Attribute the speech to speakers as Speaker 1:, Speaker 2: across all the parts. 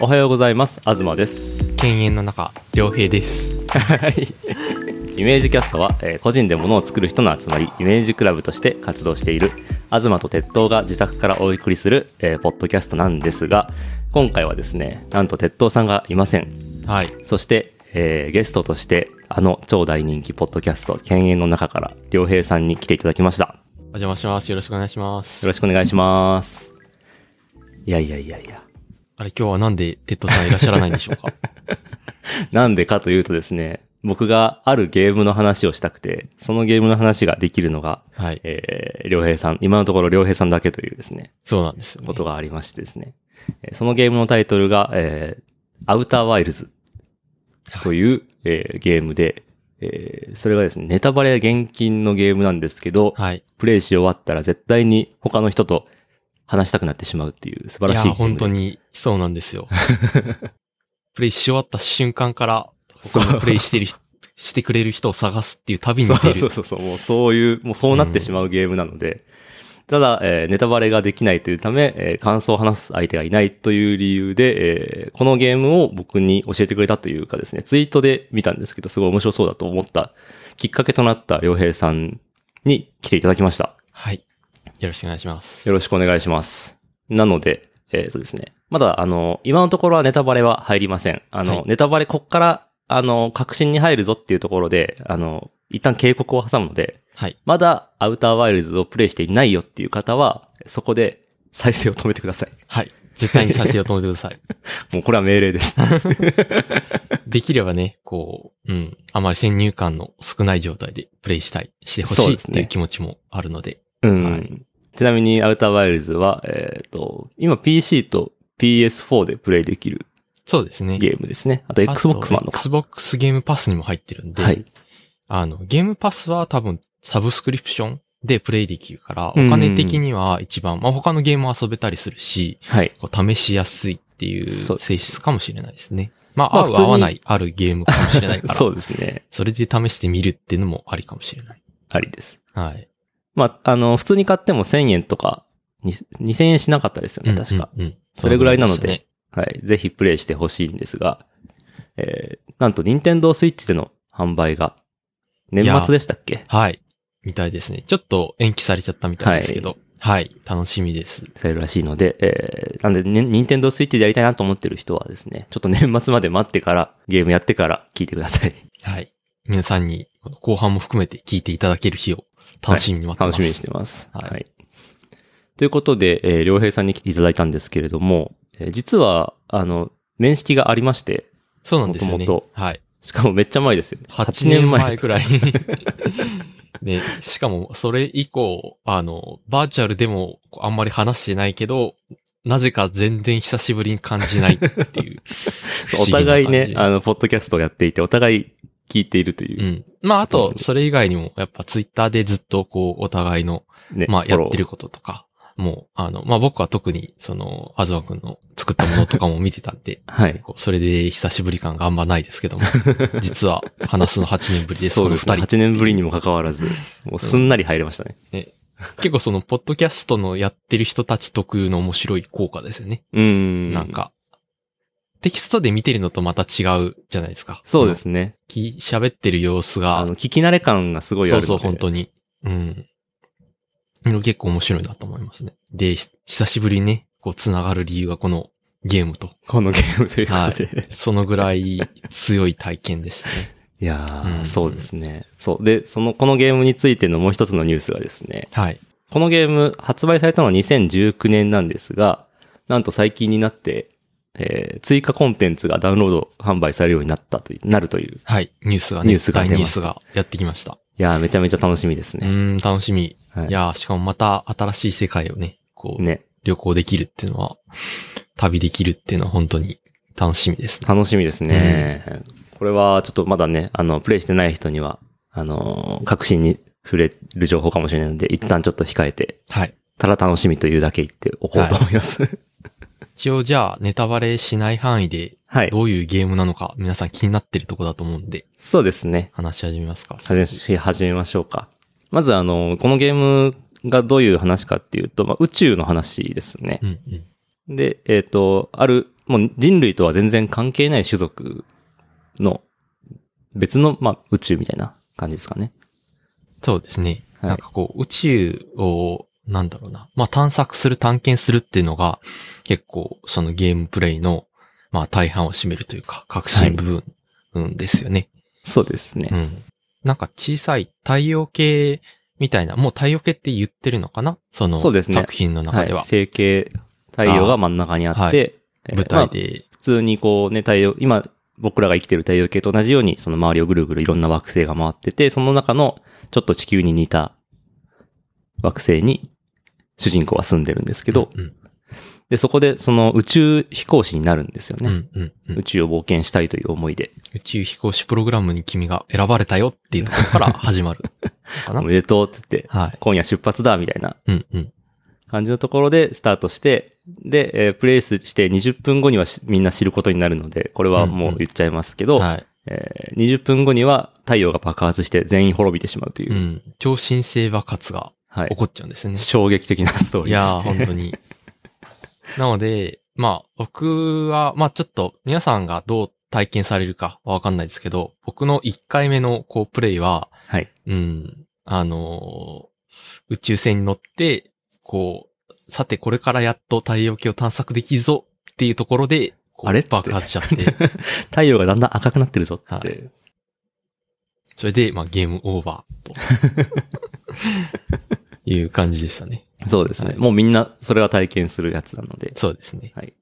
Speaker 1: おはようございます東です
Speaker 2: 犬猿の中良平です
Speaker 1: イメージキャストは、えー個人で物を作る人の集まりイメージクラブとして活動している東と鉄塔が自宅からお送りする、えーポッドキャストなんですが今回はですねなんと鉄塔さんがいません
Speaker 2: はい
Speaker 1: そして、えーゲストとしてあの超大人気ポッドキャスト「犬猿の中」から良平さんに来ていただきました
Speaker 2: お邪魔しますよろしくお願いします
Speaker 1: よろしくお願いしますいやいやいやいや
Speaker 2: あれ今日はなんでテッドさんいらっしゃらないんでしょ うか
Speaker 1: なんでかというとですね僕があるゲームの話をしたくてそのゲームの話ができるのが
Speaker 2: はい
Speaker 1: えー、良平さん、今のところ良平さんだけというですね、
Speaker 2: そうなんですよ、ね、
Speaker 1: ことがありましてですね、えーそのゲームのタイトルが、えーアウターワイルズという、えーゲームで、えーそれがですね、ネタバレ厳禁のゲームなんですけど、
Speaker 2: はい
Speaker 1: プレイし終わったら絶対に他の人と話したくなってしまうっていう素晴らしい
Speaker 2: い
Speaker 1: ゲーム
Speaker 2: や本
Speaker 1: で
Speaker 2: 当にそうなんで すよプレイし終わった瞬間から
Speaker 1: そう
Speaker 2: 他のプレイして る人してくれる人を探すっていう旅に
Speaker 1: そ
Speaker 2: 出
Speaker 1: うそ
Speaker 2: る
Speaker 1: うそうそう、もうそういう、もうそうなってしまうゲームなので、ただ、えーネタバレができないというため、えー感想を話す相手がいないという理由で、えーこのゲームを僕に教えてくれたというかですね、ツイートで見たんですけど、すごい面白そうだと思ったきっかけとなった良平さんに来ていただきました。
Speaker 2: はいよろしくお願いします
Speaker 1: よろしくお願いします。なので、えー、とですね。まだ、あの、今のところはネタバレは入りません。あの、
Speaker 2: はい
Speaker 1: ネタバレ、こっから、あの、確信に入るぞっていうところで、あの、一旦警告を挟むので、
Speaker 2: はい
Speaker 1: まだアウターワイルズをプレイしていないよっていう方は、そこで再生を止めてください。
Speaker 2: はい絶対に再生を止めてください
Speaker 1: もうこれは命令です。
Speaker 2: できればね、こう、うん、あまり先入観の少ない状態でプレイしたい、してほ
Speaker 1: そう
Speaker 2: しい
Speaker 1: で
Speaker 2: っ
Speaker 1: す
Speaker 2: て
Speaker 1: ね
Speaker 2: いう気持ちもあるので、
Speaker 1: うん。
Speaker 2: はい
Speaker 1: ちなみにアウターワイルズは、えっ、と、今 PC と PS4 でプレイできる
Speaker 2: そうですね。
Speaker 1: ゲームですね。あと Xbox もあるのか。
Speaker 2: Xbox ゲームパスにも入ってるんで、
Speaker 1: はい。
Speaker 2: あの、ゲームパスは多分サブスクリプションでプレイできるから、お
Speaker 1: うん
Speaker 2: 金的には一番、まあ他のゲームを遊べたりするし、
Speaker 1: はい。
Speaker 2: こう試しやすいっていう
Speaker 1: そうです
Speaker 2: 性質かもしれないですね。ま
Speaker 1: まあ
Speaker 2: あ、合う
Speaker 1: 普通に
Speaker 2: 合わないあるゲームかもしれないから、
Speaker 1: そうですね。
Speaker 2: それで試してみるっていうのもありかもしれない。
Speaker 1: ありです。
Speaker 2: はい。
Speaker 1: まあ、あの、普通に買っても1000円とか、に2000円しなかったですよね、確か。
Speaker 2: うんうんうん
Speaker 1: それぐらいなので
Speaker 2: そうすね
Speaker 1: はい。ぜひプレイしてほしいんですが、えー、なんと、任天堂スイッチでの販売が、年末でしたっけ
Speaker 2: はい。みたいですね。ちょっと延期されちゃったみたいですけど。はい。楽しみです。
Speaker 1: されるらしいので、えー、なんで、ね、任天堂スイッチでやりたいなと思ってる人はですね、ちょっと 年末まで待ってから、ゲームやってから聞いてください。
Speaker 2: はい。皆さんに、この後半も含めて聞いていただける日を楽しみに待ってま
Speaker 1: 楽
Speaker 2: す。
Speaker 1: しみにしてます。は。
Speaker 2: はいい
Speaker 1: ということで、えー、良平さんに来ていただいたんですけれども、えー実は、あの、面識がありまして、
Speaker 2: そうなんですよ
Speaker 1: も
Speaker 2: ね
Speaker 1: ともと。
Speaker 2: はい。
Speaker 1: しかもめっちゃ前ですよね。。
Speaker 2: 8年前くらい。ね、しかも、それ以降、あの、バーチャルでもこうあんまり話してないけど、なぜか全然久しぶりに感じないっていう
Speaker 1: お互いね、
Speaker 2: あ
Speaker 1: あの、ポッドキャストをやっていて、お互い聞いているというう、
Speaker 2: ん。まあ、あと、それ以外にも、やっぱツイッターでずっと、こう、お互いの
Speaker 1: ね、
Speaker 2: まあ、
Speaker 1: フォ
Speaker 2: や
Speaker 1: ロー、
Speaker 2: ってることとか、もう、あの、まあ、僕は特に、その、あずまくんの作ったものとかも見てたんで
Speaker 1: はい。
Speaker 2: こうそれで久しぶり感があんまないですけ ども、実は話すの8年ぶりです、
Speaker 1: そ
Speaker 2: こ
Speaker 1: う
Speaker 2: の
Speaker 1: ですね。
Speaker 2: 2人。
Speaker 1: 8年ぶりにもかかわらず、もうすんなり入れましたね。
Speaker 2: 結構その、ポッドキャストのやってる人たち特有の面白い効果ですよね。
Speaker 1: うーん。
Speaker 2: なん。か、テキストで見てるのとまた違うじゃないですか。
Speaker 1: そうですね。
Speaker 2: き。喋ってる様子
Speaker 1: あ
Speaker 2: が
Speaker 1: の、、聞き慣れ感がすごいあ
Speaker 2: そ
Speaker 1: るの
Speaker 2: う
Speaker 1: で。
Speaker 2: そう、本当に。うん。結構面白いなと思いますね。で、ひ久しぶりにね、こう、繋がる理由はこのゲームと、
Speaker 1: このゲームということで。い、
Speaker 2: そのぐらい強い体験でしたね。
Speaker 1: や
Speaker 2: う
Speaker 1: ー、
Speaker 2: ん
Speaker 1: そうですね。そう。で、その、このゲームについてのもう一つのニュースがですね、
Speaker 2: はい。
Speaker 1: このゲーム、発売されたのは2019年なんですが、なんと最近になって、えー追加コンテンツがダウンロード販売されるようになったという、なるという。
Speaker 2: はい。ニュースがね、
Speaker 1: ニュースが
Speaker 2: 大
Speaker 1: 出ました
Speaker 2: ニュースがやってきました。
Speaker 1: いやー、めちゃめちゃ楽しみです
Speaker 2: う
Speaker 1: ね。
Speaker 2: ん、楽しみ。
Speaker 1: はい
Speaker 2: いやーしかもまた新しい世界をね、こう、
Speaker 1: ね。
Speaker 2: 旅行できるっていうのは、旅できるっていうのは本当に楽しみですね。
Speaker 1: 楽しみですね。これはちょっとまだね、あの、プレイしてない人には、あのー、確信に触れる情報かもしれないので、一旦ちょっと控えて、
Speaker 2: はい。
Speaker 1: ただ楽しみというだけ言っておこうと思います。
Speaker 2: 一応じゃあ、ネタバレしない範囲で、
Speaker 1: はい。
Speaker 2: どういうゲームなのか、皆さん気になってるとこだと思うんで、
Speaker 1: そうですね。
Speaker 2: 話し始めますか。
Speaker 1: 話し始めましょうか。まずあの、このゲームがどういう話かっていうと、まあ、宇宙の話ですね
Speaker 2: う。んうん。
Speaker 1: で、えっ、と、あるもう人類とは全然関係ない種族の別の、まあ、宇宙みたいな感じですかね。
Speaker 2: そうですね。
Speaker 1: はい
Speaker 2: なんかこう、宇宙を、なんだろうな。まあ探索する、探検するっていうのが、結構、そのゲームプレイの、まあ大半を占めるというか、革新部分、うんですよね。
Speaker 1: そうですね。
Speaker 2: うん。なんか小さい太陽系みたいな、もう太陽系って言ってるのかなその
Speaker 1: そうですね
Speaker 2: 作品の中では。
Speaker 1: い。成形、太陽が真ん中にあって、えー
Speaker 2: 舞
Speaker 1: まあ
Speaker 2: 台で、
Speaker 1: 普通にこうね、太陽、今、僕らが生きてる太陽系と同じように、その周りをぐるぐるいろんな惑星が回ってて、その中のちょっと地球に似た惑星に主人公は住んでるんですけど、
Speaker 2: うん
Speaker 1: で、そこでその宇宙飛行士になるんですよ
Speaker 2: うん、う
Speaker 1: ね。
Speaker 2: ん、うんうん
Speaker 1: 宇宙を冒険したいという思いで、
Speaker 2: 宇宙飛行士プログラムに君が選ばれたよっていうところから始まるのか
Speaker 1: お
Speaker 2: な
Speaker 1: めでとうって言って、
Speaker 2: はい。
Speaker 1: 今夜出発だみたいな
Speaker 2: うん、うん。
Speaker 1: 感じのところでスタートして、で、えープレイスして20分後にはしみんな知ることになるので、これはもう言っちゃいますけど、
Speaker 2: はい。
Speaker 1: えー20分後には太陽が爆発して全員滅びてしまうという、
Speaker 2: うん。超新星爆発が
Speaker 1: は
Speaker 2: 起
Speaker 1: い。
Speaker 2: こっちゃうんですね。
Speaker 1: 衝撃的なストー
Speaker 2: い
Speaker 1: リーで
Speaker 2: やー、
Speaker 1: す、ね。
Speaker 2: 本当 に。なので、まあ、僕は、まあちょっと、皆さんがどう体験されるかはわかんないですけど、僕の1回目の、こう、プレイは、
Speaker 1: はい。
Speaker 2: うん、あのー宇宙船に乗って、こう、さて、これからやっと太陽系を探索できるぞっていうところで、こう
Speaker 1: あれっつって
Speaker 2: 爆発しちゃって、
Speaker 1: 太陽がだんだん赤くなってるぞって。
Speaker 2: はそれで、まあ、ゲームオーバー と。いう感じでしたね。
Speaker 1: そうですね、
Speaker 2: はい
Speaker 1: もうみんなそれは体験するやつなので。
Speaker 2: そうですね。
Speaker 1: はい。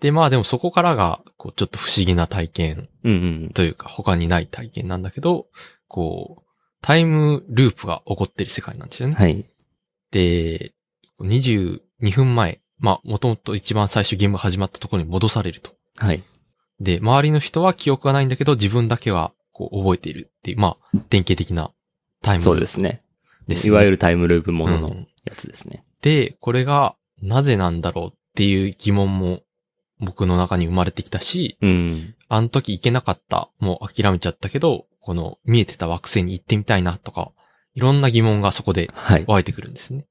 Speaker 2: で、まあでもそこからが、こう、ちょっと不思議な体験
Speaker 1: うんうん。
Speaker 2: というか、他にない体験なんだけど、こう、タイムループが起こってる世界なんですよね。
Speaker 1: はい。
Speaker 2: で、22分前、まあ、もともと一番最初ゲームが始まったところに戻されると。
Speaker 1: はい。
Speaker 2: で、周りの人は記憶がないんだけど、自分だけは、こう、覚えているっていう、まあ、典型的なタイム
Speaker 1: そ
Speaker 2: ルー
Speaker 1: うで
Speaker 2: プです
Speaker 1: すね。
Speaker 2: ね。
Speaker 1: いわゆ
Speaker 2: る
Speaker 1: るタイムループもの
Speaker 2: う
Speaker 1: の
Speaker 2: ん
Speaker 1: やつですね。
Speaker 2: で、これが、なぜなんだろうっていう疑問も、僕の中に生まれてきたし、
Speaker 1: うん。
Speaker 2: あの時行けなかった、もう諦めちゃったけど、この見えてた惑星に行ってみたいなとか、いろんな疑問がそこで
Speaker 1: はい。
Speaker 2: 湧いてくるんですね。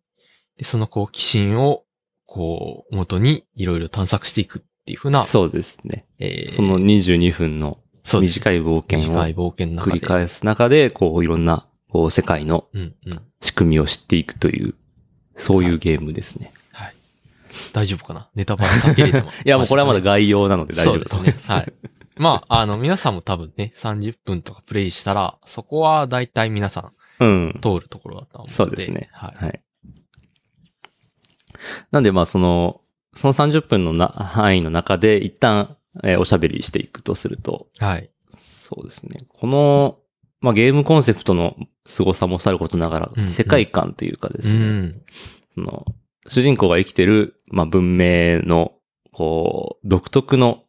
Speaker 2: で、その好奇心を、こう、元にいろいろ探索していくっていうふうな、
Speaker 1: そうですね。
Speaker 2: えー
Speaker 1: その22分の
Speaker 2: そうです
Speaker 1: 短い冒険を
Speaker 2: 短い冒険の中
Speaker 1: 繰
Speaker 2: で。
Speaker 1: り返す中で、こういろんなこう世界の
Speaker 2: うんうん。
Speaker 1: 仕組みを知っていくという、そういうゲームですね。
Speaker 2: はい。大丈夫かなネタバレ避けれても
Speaker 1: 。い、や、もうこれはまだ概要なので大丈
Speaker 2: そ
Speaker 1: 夫
Speaker 2: う
Speaker 1: だ
Speaker 2: で
Speaker 1: と
Speaker 2: す
Speaker 1: 思い
Speaker 2: ね
Speaker 1: ま。す。
Speaker 2: はい。まあ、あの、皆さんも多分ね、30分とかプレイしたら、そこは大体皆さん
Speaker 1: うん。
Speaker 2: 通るところだと思うので。
Speaker 1: そうですね
Speaker 2: はい。
Speaker 1: はい。なんで、まあ、その、その30分のな範囲の中で、一旦、えーおしゃべりしていくとすると、
Speaker 2: はい。
Speaker 1: そうですね。この、まあ、ゲームコンセプトの凄さもさることながら、
Speaker 2: うんうん
Speaker 1: 世界観というかで
Speaker 2: う
Speaker 1: すね、
Speaker 2: ん。
Speaker 1: その、主人公が生きてる、まあ、文明の、こう、独特の、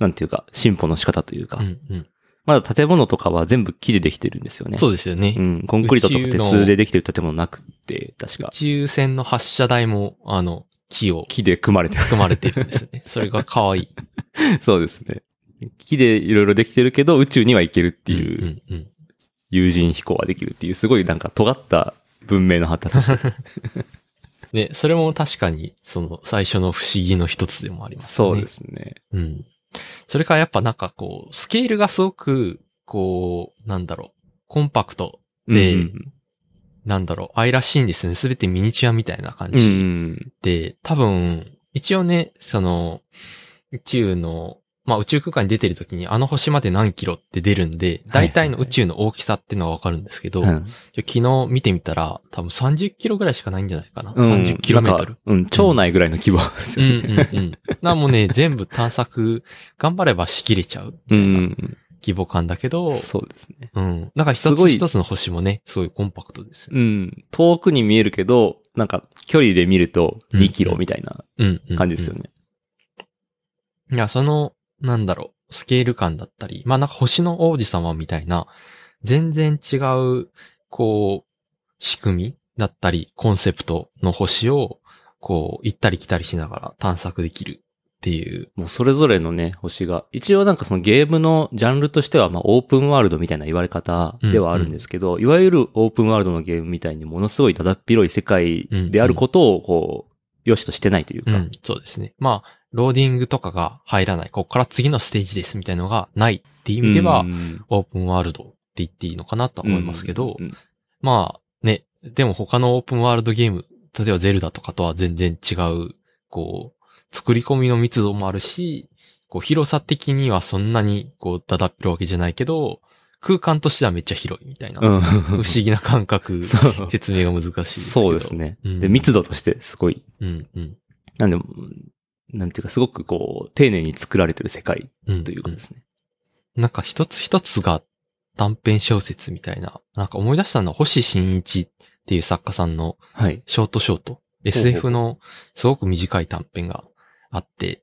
Speaker 1: なんていうか、進歩の仕方というか、
Speaker 2: うんうん。
Speaker 1: まだ建物とかは全部木でできてるんですよね。
Speaker 2: そうですよね。
Speaker 1: うん、コンクリートと
Speaker 2: 宇
Speaker 1: か
Speaker 2: 宙の
Speaker 1: 鉄でできてる建物なくて、確
Speaker 2: 宇
Speaker 1: か。
Speaker 2: 宙船の発射台も、あの、木を
Speaker 1: 木で組まれてる。
Speaker 2: 含まれてるんですよね。それが可愛いっ
Speaker 1: そうですね。木でいろいろできてるけど、宇宙には行けるっていう、
Speaker 2: うんうんうん。
Speaker 1: 有人飛行はできるっていう、すごいなんか尖った文明の発達してる
Speaker 2: ね、それも確かに、その、最初の不思議の一つでもあります
Speaker 1: そ
Speaker 2: ね。。
Speaker 1: うですすね。
Speaker 2: うん。それからやっぱなんかこう、スケールがすごく、こう、なんだろう、コンパクト、で
Speaker 1: うんうん
Speaker 2: なんだろう、愛らしいんですね。すべてミニチュアみたいな感
Speaker 1: うんう
Speaker 2: じ
Speaker 1: ん。
Speaker 2: で、多分、一応ね、その、宇宙の、まあ宇宙空間に出てる時にあの星まで何キロって出るんで、
Speaker 1: はいはいはい
Speaker 2: 大体の宇宙の大きさっていうのはわかるんですけど、
Speaker 1: うん
Speaker 2: 昨日見てみたら、多分30キロぐらいしかないんじゃないかな。
Speaker 1: うん
Speaker 2: 30キロメートル。
Speaker 1: なんかうん、町内ぐらいの規模なんです
Speaker 2: うん
Speaker 1: よね。
Speaker 2: うんうん。な、もう ね、全部探索、頑張ればしきれちゃう。
Speaker 1: う
Speaker 2: みたい
Speaker 1: んう
Speaker 2: なん規模感だけど
Speaker 1: うん。、そうですね。
Speaker 2: うん。だから
Speaker 1: す
Speaker 2: 一
Speaker 1: ご
Speaker 2: つ
Speaker 1: い
Speaker 2: 一つの星もね、すごいコンパクトですよ。
Speaker 1: うん。遠くに見えるけど、なんか距離で見ると
Speaker 2: うん
Speaker 1: 2キロみたいな
Speaker 2: うんうん、うん。
Speaker 1: 感じですよね。
Speaker 2: いや、その、なんだろう、スケール感だったり、まあなんか星の王子様みたいな、全然違う、こう、仕組みだったり、コンセプトの星を、こう、行ったり来たりしながら探索できるっていう。
Speaker 1: もうそれぞれのね、星が。一応なんかそのゲームのジャンルとしては、まあオープンワールドみたいな言われ方ではあるんですけど、いわゆるオープンワールドのゲームみたいにものすごいただっ広い世界であることをこう、良しとしてないという
Speaker 2: う
Speaker 1: か。
Speaker 2: ん、そうですね。まあ、ローディングとかが入らない、ここから次のステージですみたいなのがないっていう意味では、
Speaker 1: うん
Speaker 2: オープンワールドって言っていいのかなとは思いますけど
Speaker 1: う、ん
Speaker 2: まあね、でも他のオープンワールドゲーム、例えばゼルダとかとは全然違う、こう、作り込みの密度もあるし、こう広さ的にはそんなにこう、だだっぴるわけじゃないけど、空間としてはめっちゃ広いみたいな、
Speaker 1: うん。
Speaker 2: 不思議な感 覚、
Speaker 1: そう
Speaker 2: 説明が難しいですけど。
Speaker 1: そうですね。
Speaker 2: うん
Speaker 1: で、密度としてすごい、
Speaker 2: うんうん。
Speaker 1: なんで、なんていうか、すごくこう、丁寧に作られてる世界
Speaker 2: うん。
Speaker 1: というかですね。
Speaker 2: なんか一つ一つが短編小説みたいな、なんか思い出したのは星新一っていう作家さんの
Speaker 1: はい。
Speaker 2: ショートショート、SF のすごく短い短編があって、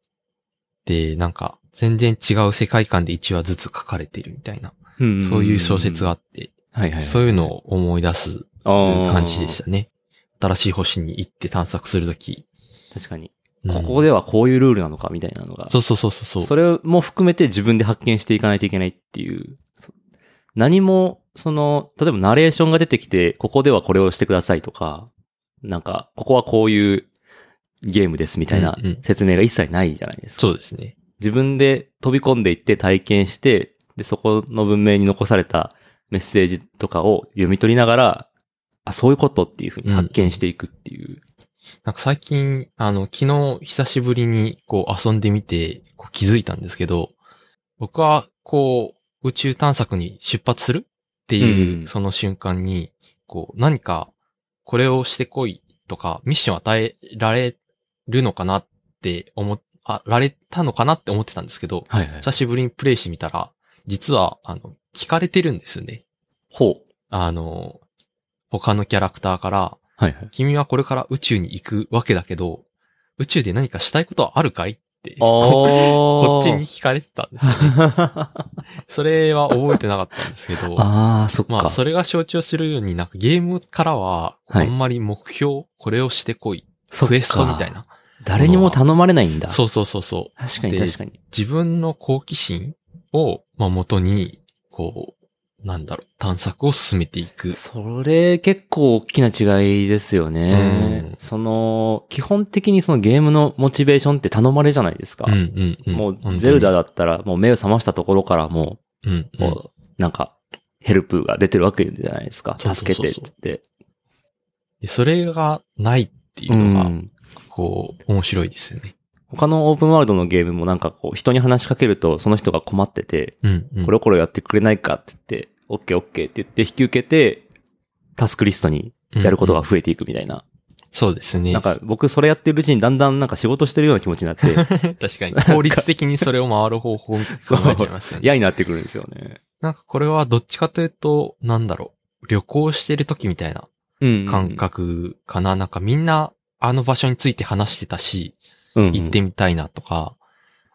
Speaker 2: で、なんか全然違う世界観で1話ずつ書かれてるみたいな、そういう小説があって、
Speaker 1: はいはいはい。
Speaker 2: そういうのを思い出す
Speaker 1: あー
Speaker 2: 感じでし。たね。新しい星に行って探索するとき。
Speaker 1: 確かに。
Speaker 2: うん
Speaker 1: ここではこういうルールなのかみたいなのが。
Speaker 2: そうそうそうそうそう。
Speaker 1: それも含めて自分で発見していかないといけないっていう。そ何も、その、例えばナレーションが出てきて、ここではこれをしてくださいとか、なんか、ここはこういうゲームですみたいな
Speaker 2: うんうん
Speaker 1: 説明が一切ないじゃないですか。
Speaker 2: そうですね。
Speaker 1: 自分で飛び込んでいって体験して、で、そこの文明に残されたメッセージとかを読み取りながら、あ、そういうことっていうふうに発見していくっていう。
Speaker 2: なんか最近、あの、昨日久しぶりにこう遊んでみてこう気づいたんですけど、僕はこう宇宙探索に出発するっていう、
Speaker 1: うん
Speaker 2: その瞬間に、こう何かこれをしてこいとかミッションを与えられるのかなって思っ、あられたのかなって思ってたんですけど、
Speaker 1: はいはい
Speaker 2: 久しぶりにプレイしてみたら、実はあの、聞かれてるんですよね。
Speaker 1: ほう。
Speaker 2: あの、他のキャラクターから、
Speaker 1: はいはい。
Speaker 2: 君はこれから宇宙に行くわけだけど、宇宙で何かしたいことはあるかいって、
Speaker 1: あ
Speaker 2: こ
Speaker 1: こ
Speaker 2: こっちに。聞かれてたんです。それは覚えてなかったんですけど、
Speaker 1: ああ、そっか。
Speaker 2: まあ、それが象徴するように、なんかゲームからは、あ
Speaker 1: はい
Speaker 2: んまり目標、これをしてこい、
Speaker 1: そっか
Speaker 2: クエストみたいな。
Speaker 1: 誰にも頼まれないんだ。
Speaker 2: そうそうそうそう。
Speaker 1: 確かに
Speaker 2: で
Speaker 1: 確かに。
Speaker 2: 自分の好奇心を、まあ、元に、こう、なんだろう、探索を進めていく。
Speaker 1: それ結構大きな違いですよ
Speaker 2: う
Speaker 1: ね
Speaker 2: ん。
Speaker 1: その、基本的にそのゲームのモチベーションって頼まれじゃないですか
Speaker 2: うん。うんうん。
Speaker 1: も
Speaker 2: 本当
Speaker 1: う
Speaker 2: に
Speaker 1: ゼルダ、だったらもう目を覚ましたところからも
Speaker 2: うん
Speaker 1: う、
Speaker 2: うん、
Speaker 1: こうなんかヘルプが出てるわけじゃないですか。
Speaker 2: そうそうそ
Speaker 1: 助け
Speaker 2: うそう
Speaker 1: てって言って。
Speaker 2: でそれがないっていううのが、
Speaker 1: ん
Speaker 2: こう、面白いですよね。
Speaker 1: 他のオープンワールドのゲームもなんかこう人に話しかけるとその人が困ってて、
Speaker 2: うん、うん。
Speaker 1: これをこれをやってくれないかって言って、オッケーオッケーって言って引き受けて、タスクリストにやること
Speaker 2: は
Speaker 1: が増えていくみたいな。
Speaker 2: そうですね。
Speaker 1: なんか僕それやってるうちにだんだんなんか仕事してるような気持ちになって、
Speaker 2: 確かに。効率的にそれを回る方法みたいなの考えちゃいますよね。
Speaker 1: 嫌になってくるんですよね。
Speaker 2: なんかこれはどっちかというと、なんだろう。旅行してる時みたいな
Speaker 1: うん
Speaker 2: 感。覚かな。なんかみんなあの場所について話してたし、
Speaker 1: うんうん
Speaker 2: 行ってみたいなとか、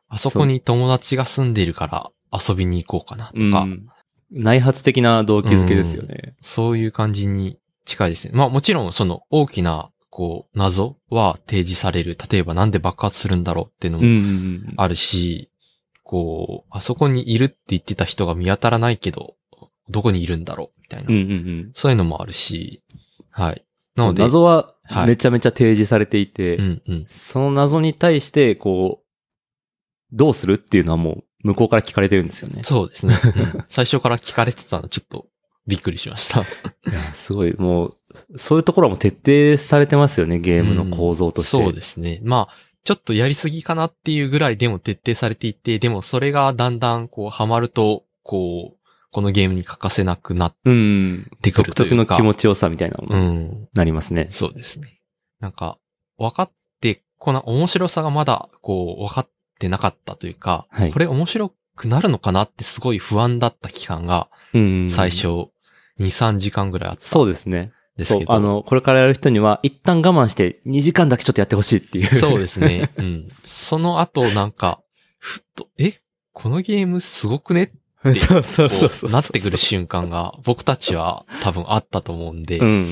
Speaker 2: あそこに友達が住んでいるから遊びに行こうかなとか、
Speaker 1: うん内発的な動機づけですよね。
Speaker 2: そういう感じに近いですね。まあもちろんその大きな、こう、謎は提示される。例えばなんで爆発するんだろうっていうのも
Speaker 1: うん
Speaker 2: あるし、こう、あそこにいるって言ってた人が見当たらないけど、どこにいるんだろうみたいな。
Speaker 1: うんうんうん。
Speaker 2: そういうのもあるし、はい。なので、
Speaker 1: 謎は
Speaker 2: はい
Speaker 1: めちゃめちゃ提示されていて、
Speaker 2: うんうん。
Speaker 1: その謎に対して、こう、どうするっていうのはもう向こうから聞かれてるんですよね。
Speaker 2: そうですね、 うん最初から聞かれてたのちょっとびっくりしました。
Speaker 1: いや、すごい、もう、そういうところはもう徹底されてますよね、ゲームの構造として。
Speaker 2: そうですね。まあ、ちょっとやりすぎかなっていうぐらいでも徹底されていて、でもそれがだんだんこうハマると、こう、このゲームに欠かせなくなっ
Speaker 1: うん。
Speaker 2: てくる
Speaker 1: 独
Speaker 2: という
Speaker 1: 特
Speaker 2: か。
Speaker 1: の気持ちよさみたいなの
Speaker 2: う
Speaker 1: に
Speaker 2: ん。
Speaker 1: なりますね。
Speaker 2: そうですね。なんか、分かって、この面白さがまだ、こう、分かってなかったというか、
Speaker 1: はい
Speaker 2: これ面白くなるのかなってすごい不安だった期間が、
Speaker 1: うん。
Speaker 2: 最初、。2、3時間ぐらいあった
Speaker 1: そ
Speaker 2: ん
Speaker 1: うですね。
Speaker 2: です
Speaker 1: そう
Speaker 2: け。ど。
Speaker 1: あの、こ れからやる人には、一旦我慢して、2時間だけちょっとやってほしいっていう。。
Speaker 2: そうですすね。うん。その後、なんか、ふっと、えこのゲームすごくねって
Speaker 1: そうそうそうそう。
Speaker 2: なってくる。瞬間が僕たちは多分あったと思うんで、
Speaker 1: うん。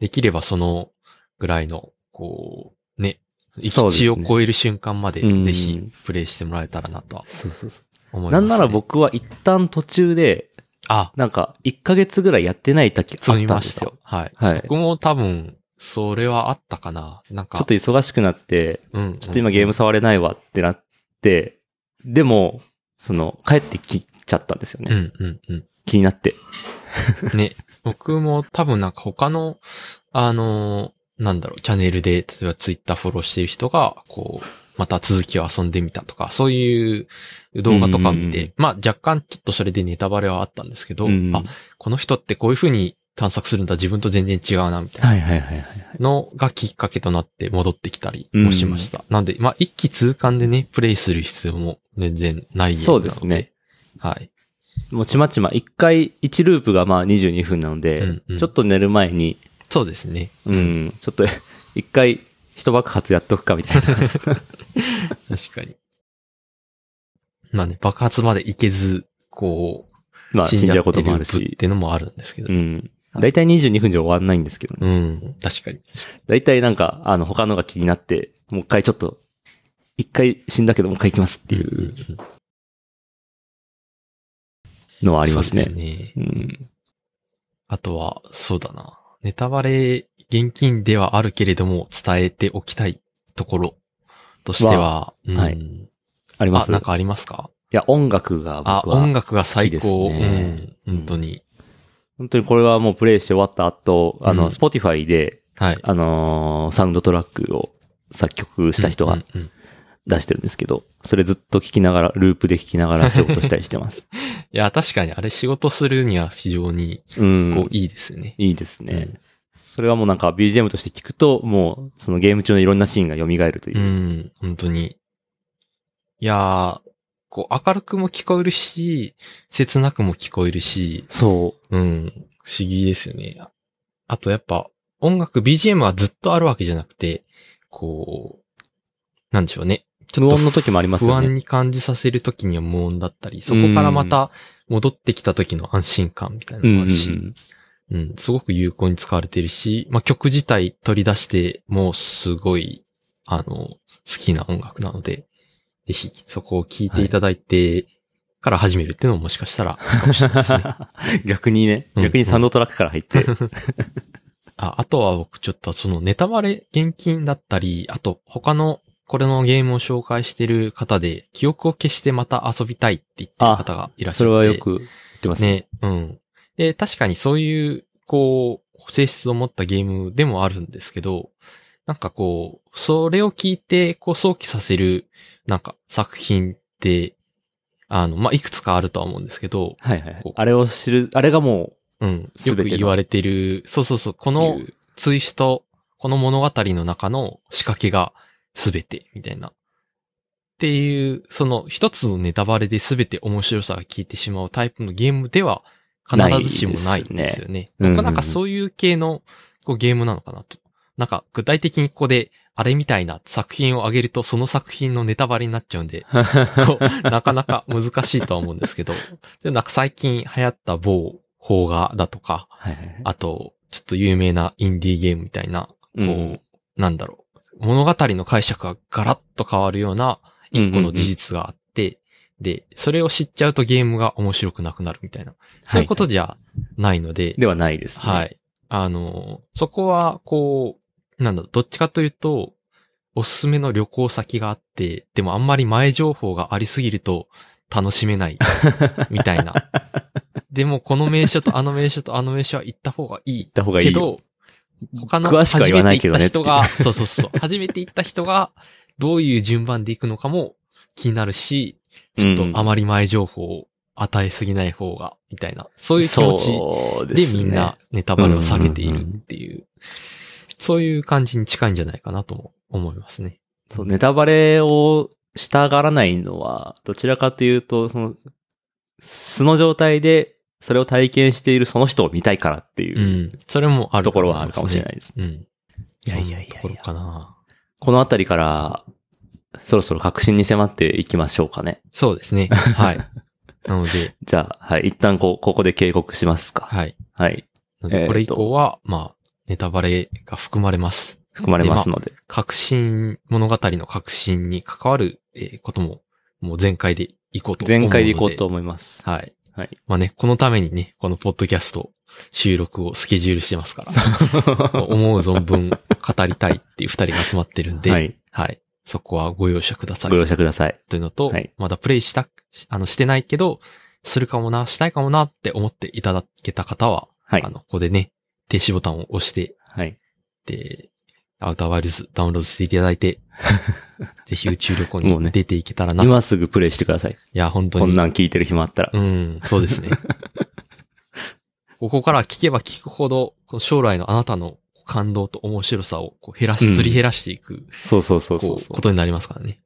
Speaker 2: できればそのぐらいの、こう、ね、
Speaker 1: そう
Speaker 2: 域
Speaker 1: ですね
Speaker 2: 地を超える瞬間まで
Speaker 1: うん
Speaker 2: ぜひプレイしてもらえたらなとは
Speaker 1: そうそうそう。
Speaker 2: 思います、
Speaker 1: なん
Speaker 2: ね。
Speaker 1: なら、僕は一旦途中で、
Speaker 2: あ、
Speaker 1: なんか、1ヶ月ぐらいやってない時あ
Speaker 2: 積
Speaker 1: っ
Speaker 2: み
Speaker 1: たん
Speaker 2: ま
Speaker 1: で
Speaker 2: し
Speaker 1: す
Speaker 2: た
Speaker 1: よ。。
Speaker 2: はい。
Speaker 1: はい。
Speaker 2: 僕も多分、それはあったかななんか。
Speaker 1: ちょっと忙しくなって、
Speaker 2: うん、うん
Speaker 1: ちょっと今ゲーム触れないわってなって、でも、その、帰ってきちゃったんですよね。
Speaker 2: うん、うん、うん。
Speaker 1: 気になって。
Speaker 2: ね、僕も多分なんか他の、あのーなんだろう、チャンネルで、例えばツイッターフォローしてる人が、こう、また続きを遊んでみたとか、そういう動画とか
Speaker 1: うんう
Speaker 2: 見
Speaker 1: んうん
Speaker 2: て、まあ若干ちょっとそれでネタバレはあったんですけど、
Speaker 1: うん
Speaker 2: あ、この人ってこういう風に探索するんだ、自分と全然違うな、みたいな
Speaker 1: はいはいはいはい。
Speaker 2: のがきっかけとなって戻ってきたりもしました。なんで、まあ一気通貫でね、プレイする必要も全然ないゲーム
Speaker 1: そ
Speaker 2: なので。
Speaker 1: うですね。
Speaker 2: はい。
Speaker 1: もうちまちま、一回、一ループがまあ22分なので、
Speaker 2: うんうん
Speaker 1: ちょっと寝る前に、
Speaker 2: そうですね。
Speaker 1: うん、ちょっと、 一回、一爆発やっとくかみ たいな。
Speaker 2: 確かに。まあね、爆発までいけず、こう、
Speaker 1: まあ、死んじゃうこともある
Speaker 2: 死んじゃってっ
Speaker 1: し。
Speaker 2: てのもあるんですけど。
Speaker 1: う
Speaker 2: うん、
Speaker 1: ん。だいたい22分じゃ終わんないんですけどね。
Speaker 2: 確かに。
Speaker 1: だいたいなんか、あの、他のが気になって、もう一回ちょっと、一回死んだけどもう一回行きますってい
Speaker 2: んん
Speaker 1: うんのはありますね
Speaker 2: そう。ですね
Speaker 1: うん。
Speaker 2: あとは、そうだな。ネタバレ現金ではあるけれども、伝えておきたいところとしては、うん
Speaker 1: はいありま
Speaker 2: あ、
Speaker 1: す
Speaker 2: なんかありますか
Speaker 1: いや、音楽が
Speaker 2: あ、
Speaker 1: 僕
Speaker 2: 音
Speaker 1: は、
Speaker 2: 楽が最
Speaker 1: 好きです
Speaker 2: 高。
Speaker 1: ね
Speaker 2: うん、本当に。
Speaker 1: 本当にこれはもうプレイして終わった後、あ
Speaker 2: う
Speaker 1: の、
Speaker 2: ん
Speaker 1: スポティファイで、
Speaker 2: はい。
Speaker 1: あのーサウンドトラックを作曲した人
Speaker 2: う
Speaker 1: が
Speaker 2: んうんうん
Speaker 1: 出してるんですけど、それずっと聴きながら、ループで聴きながら仕事したりして ます。
Speaker 2: いや、確かに、あれ仕事するには非常に、
Speaker 1: う、。
Speaker 2: こうんいいですよね。
Speaker 1: いいですね。
Speaker 2: うん
Speaker 1: それはもうなんか BGM として聞くと、もうそのゲーム中のいろんなシーンが蘇るというう。
Speaker 2: ん、本当に。いやー、こう、明るくも聞こえるし、切なくも聞こえるし、
Speaker 1: そ
Speaker 2: うん、不思議ですよね。ああとやっぱ、音楽、BGM はずっとあるわけじゃなくて、こう、なんでしょうね。
Speaker 1: う。
Speaker 2: ちょ
Speaker 1: 無
Speaker 2: っと
Speaker 1: 音の時もあります
Speaker 2: 不
Speaker 1: よ
Speaker 2: 安
Speaker 1: ね。
Speaker 2: に感じさせるときには無音だったり、そこからまた戻ってきた時の安心感みたいな
Speaker 1: う
Speaker 2: の
Speaker 1: ん
Speaker 2: も
Speaker 1: う
Speaker 2: あ
Speaker 1: んう
Speaker 2: るし、
Speaker 1: ん。
Speaker 2: うん、すごく有効に使われてるし、まあ、曲自体取り出してもうすごい、あの、好きな音楽なので、ぜひそこを聴いていただいてから始めるっていうのももしかしたらいいかもしれない ですね。
Speaker 1: 逆にね、
Speaker 2: うん
Speaker 1: 逆にサウンドトラックから入って。
Speaker 2: ああとは僕ちょっとそのネタバレ厳禁だったり、あと他のこれのゲームを紹介してる方で、記憶を消してまた遊びたいって言ってる方がいらっし
Speaker 1: そ
Speaker 2: ゃって。
Speaker 1: れはよく言ってますね。
Speaker 2: ね、うん。で、確かにそういう、こう、性質を持ったゲームでもあるんですけど、なんかこう、それを聞いて、こう、想起させる、なんか、作品って、あの、まあ、いくつかあるとは思うんですけど、
Speaker 1: はいはいはい
Speaker 2: こう。
Speaker 1: あれを知る、あれがも
Speaker 2: うん。よ
Speaker 1: 全て
Speaker 2: く
Speaker 1: の
Speaker 2: 言われてる、そうそうそう、こ
Speaker 1: う、
Speaker 2: の
Speaker 1: いう
Speaker 2: ツイスト、この物語の中の仕掛けが全て、みたいな。っていう、その一つのネタバレで全て面白さが消えてしまうタイプのゲームでは必ずしもないんですよね。
Speaker 1: ないですね
Speaker 2: 僕はなんかそういう系のこうゲームなのかなと。なんか具体的にここであれみたいな作品を挙げるとその作品のネタバレになっちゃうんで、こうなかなか難しいとは思うんですけど、でもなんか最近流行った某邦画だとか、
Speaker 1: はいはいはい
Speaker 2: あと、ちょっと有名なインディーゲームみたいな、こう、
Speaker 1: うん
Speaker 2: なんだろう。物語の解釈がガラッと変わるような一個の事実があって、で、それを知っちゃうとゲームが面白くなくなるみたいな。そういうことじゃないので、
Speaker 1: ではないですね。
Speaker 2: はい。あの、そこは、こう、なんだろう、どっちかというと、おすすめの旅行先があって、でもあんまり前情報がありすぎると楽しめ ない、みたいな。でもこの名所とあの名所とあの名所は行った方がいい
Speaker 1: 行った方がい
Speaker 2: け
Speaker 1: いよ。
Speaker 2: ど、他の
Speaker 1: 詳しくは
Speaker 2: 初
Speaker 1: 言わな
Speaker 2: め
Speaker 1: い
Speaker 2: て
Speaker 1: け
Speaker 2: 行
Speaker 1: ど
Speaker 2: っ
Speaker 1: ね
Speaker 2: た
Speaker 1: ってい
Speaker 2: 人
Speaker 1: う
Speaker 2: が、 そうそうそう、初めて行った人が、どういう順番で行くのかも気になるし、ちょっとあまり前情報を与えすぎない方が、みたいな、そういう気持ち
Speaker 1: そうで
Speaker 2: です
Speaker 1: ね
Speaker 2: みんな。ネタバレを下げているっていう、そういう感じに近いんじゃないかなとも思いますね。。
Speaker 1: そう、ネタバレをしたがらないのは、どちらかというと、その、素の状態で、それを体験しているその人を見たいからっていううん
Speaker 2: それもある。
Speaker 1: ところはあるかもしれないいです。
Speaker 2: うん。
Speaker 1: いやいやいやいや
Speaker 2: そんなところかな。
Speaker 1: このあたりから、そろそろ確信に迫っていきましょうかね。
Speaker 2: そうですね。はい。なので、
Speaker 1: じゃあ、はい、一旦こう、ここで警告しますか。
Speaker 2: はい。
Speaker 1: はい。
Speaker 2: なの
Speaker 1: えーと
Speaker 2: でこれ以降は、まあ、ネタバレが含まれます。
Speaker 1: 含まれますので。
Speaker 2: 革新、物語の革新に関わる、えーことも、もう全開でいこうと思う
Speaker 1: 全
Speaker 2: ので。
Speaker 1: 開でいこうと思います。
Speaker 2: はい。
Speaker 1: はい。
Speaker 2: まあね、このためにね、このポッドキャストを収録をスケジュールしてますから、思う存分語りたいっていう二人が集まって るんで、
Speaker 1: は
Speaker 2: はい、
Speaker 1: い。
Speaker 2: そこはご容赦ください
Speaker 1: ご。容赦ください。
Speaker 2: というのと、
Speaker 1: はい
Speaker 2: まだプレイした、あの、してないけど、するかもな、したいかもなって思っていただけた方は、
Speaker 1: はい
Speaker 2: あ。の、ここでね、停止ボタンを押して、
Speaker 1: はい。
Speaker 2: で、アウターワイルズダウンロードしていただ いて、ぜひ宇宙旅行
Speaker 1: もうね
Speaker 2: に出ていけたらな。い
Speaker 1: 今すぐプレイしてください。
Speaker 2: や、本当
Speaker 1: こ
Speaker 2: に。
Speaker 1: んなん聞いてる暇あったら。
Speaker 2: うん、そうですね。ここから聞けば聞くほど、この将来のあなたの感動と面白さをこう減ら
Speaker 1: う
Speaker 2: し、
Speaker 1: ん
Speaker 2: すり減らしていく、
Speaker 1: そうそうそうそ
Speaker 2: こ
Speaker 1: う
Speaker 2: う、
Speaker 1: そう。
Speaker 2: ことになりますからね。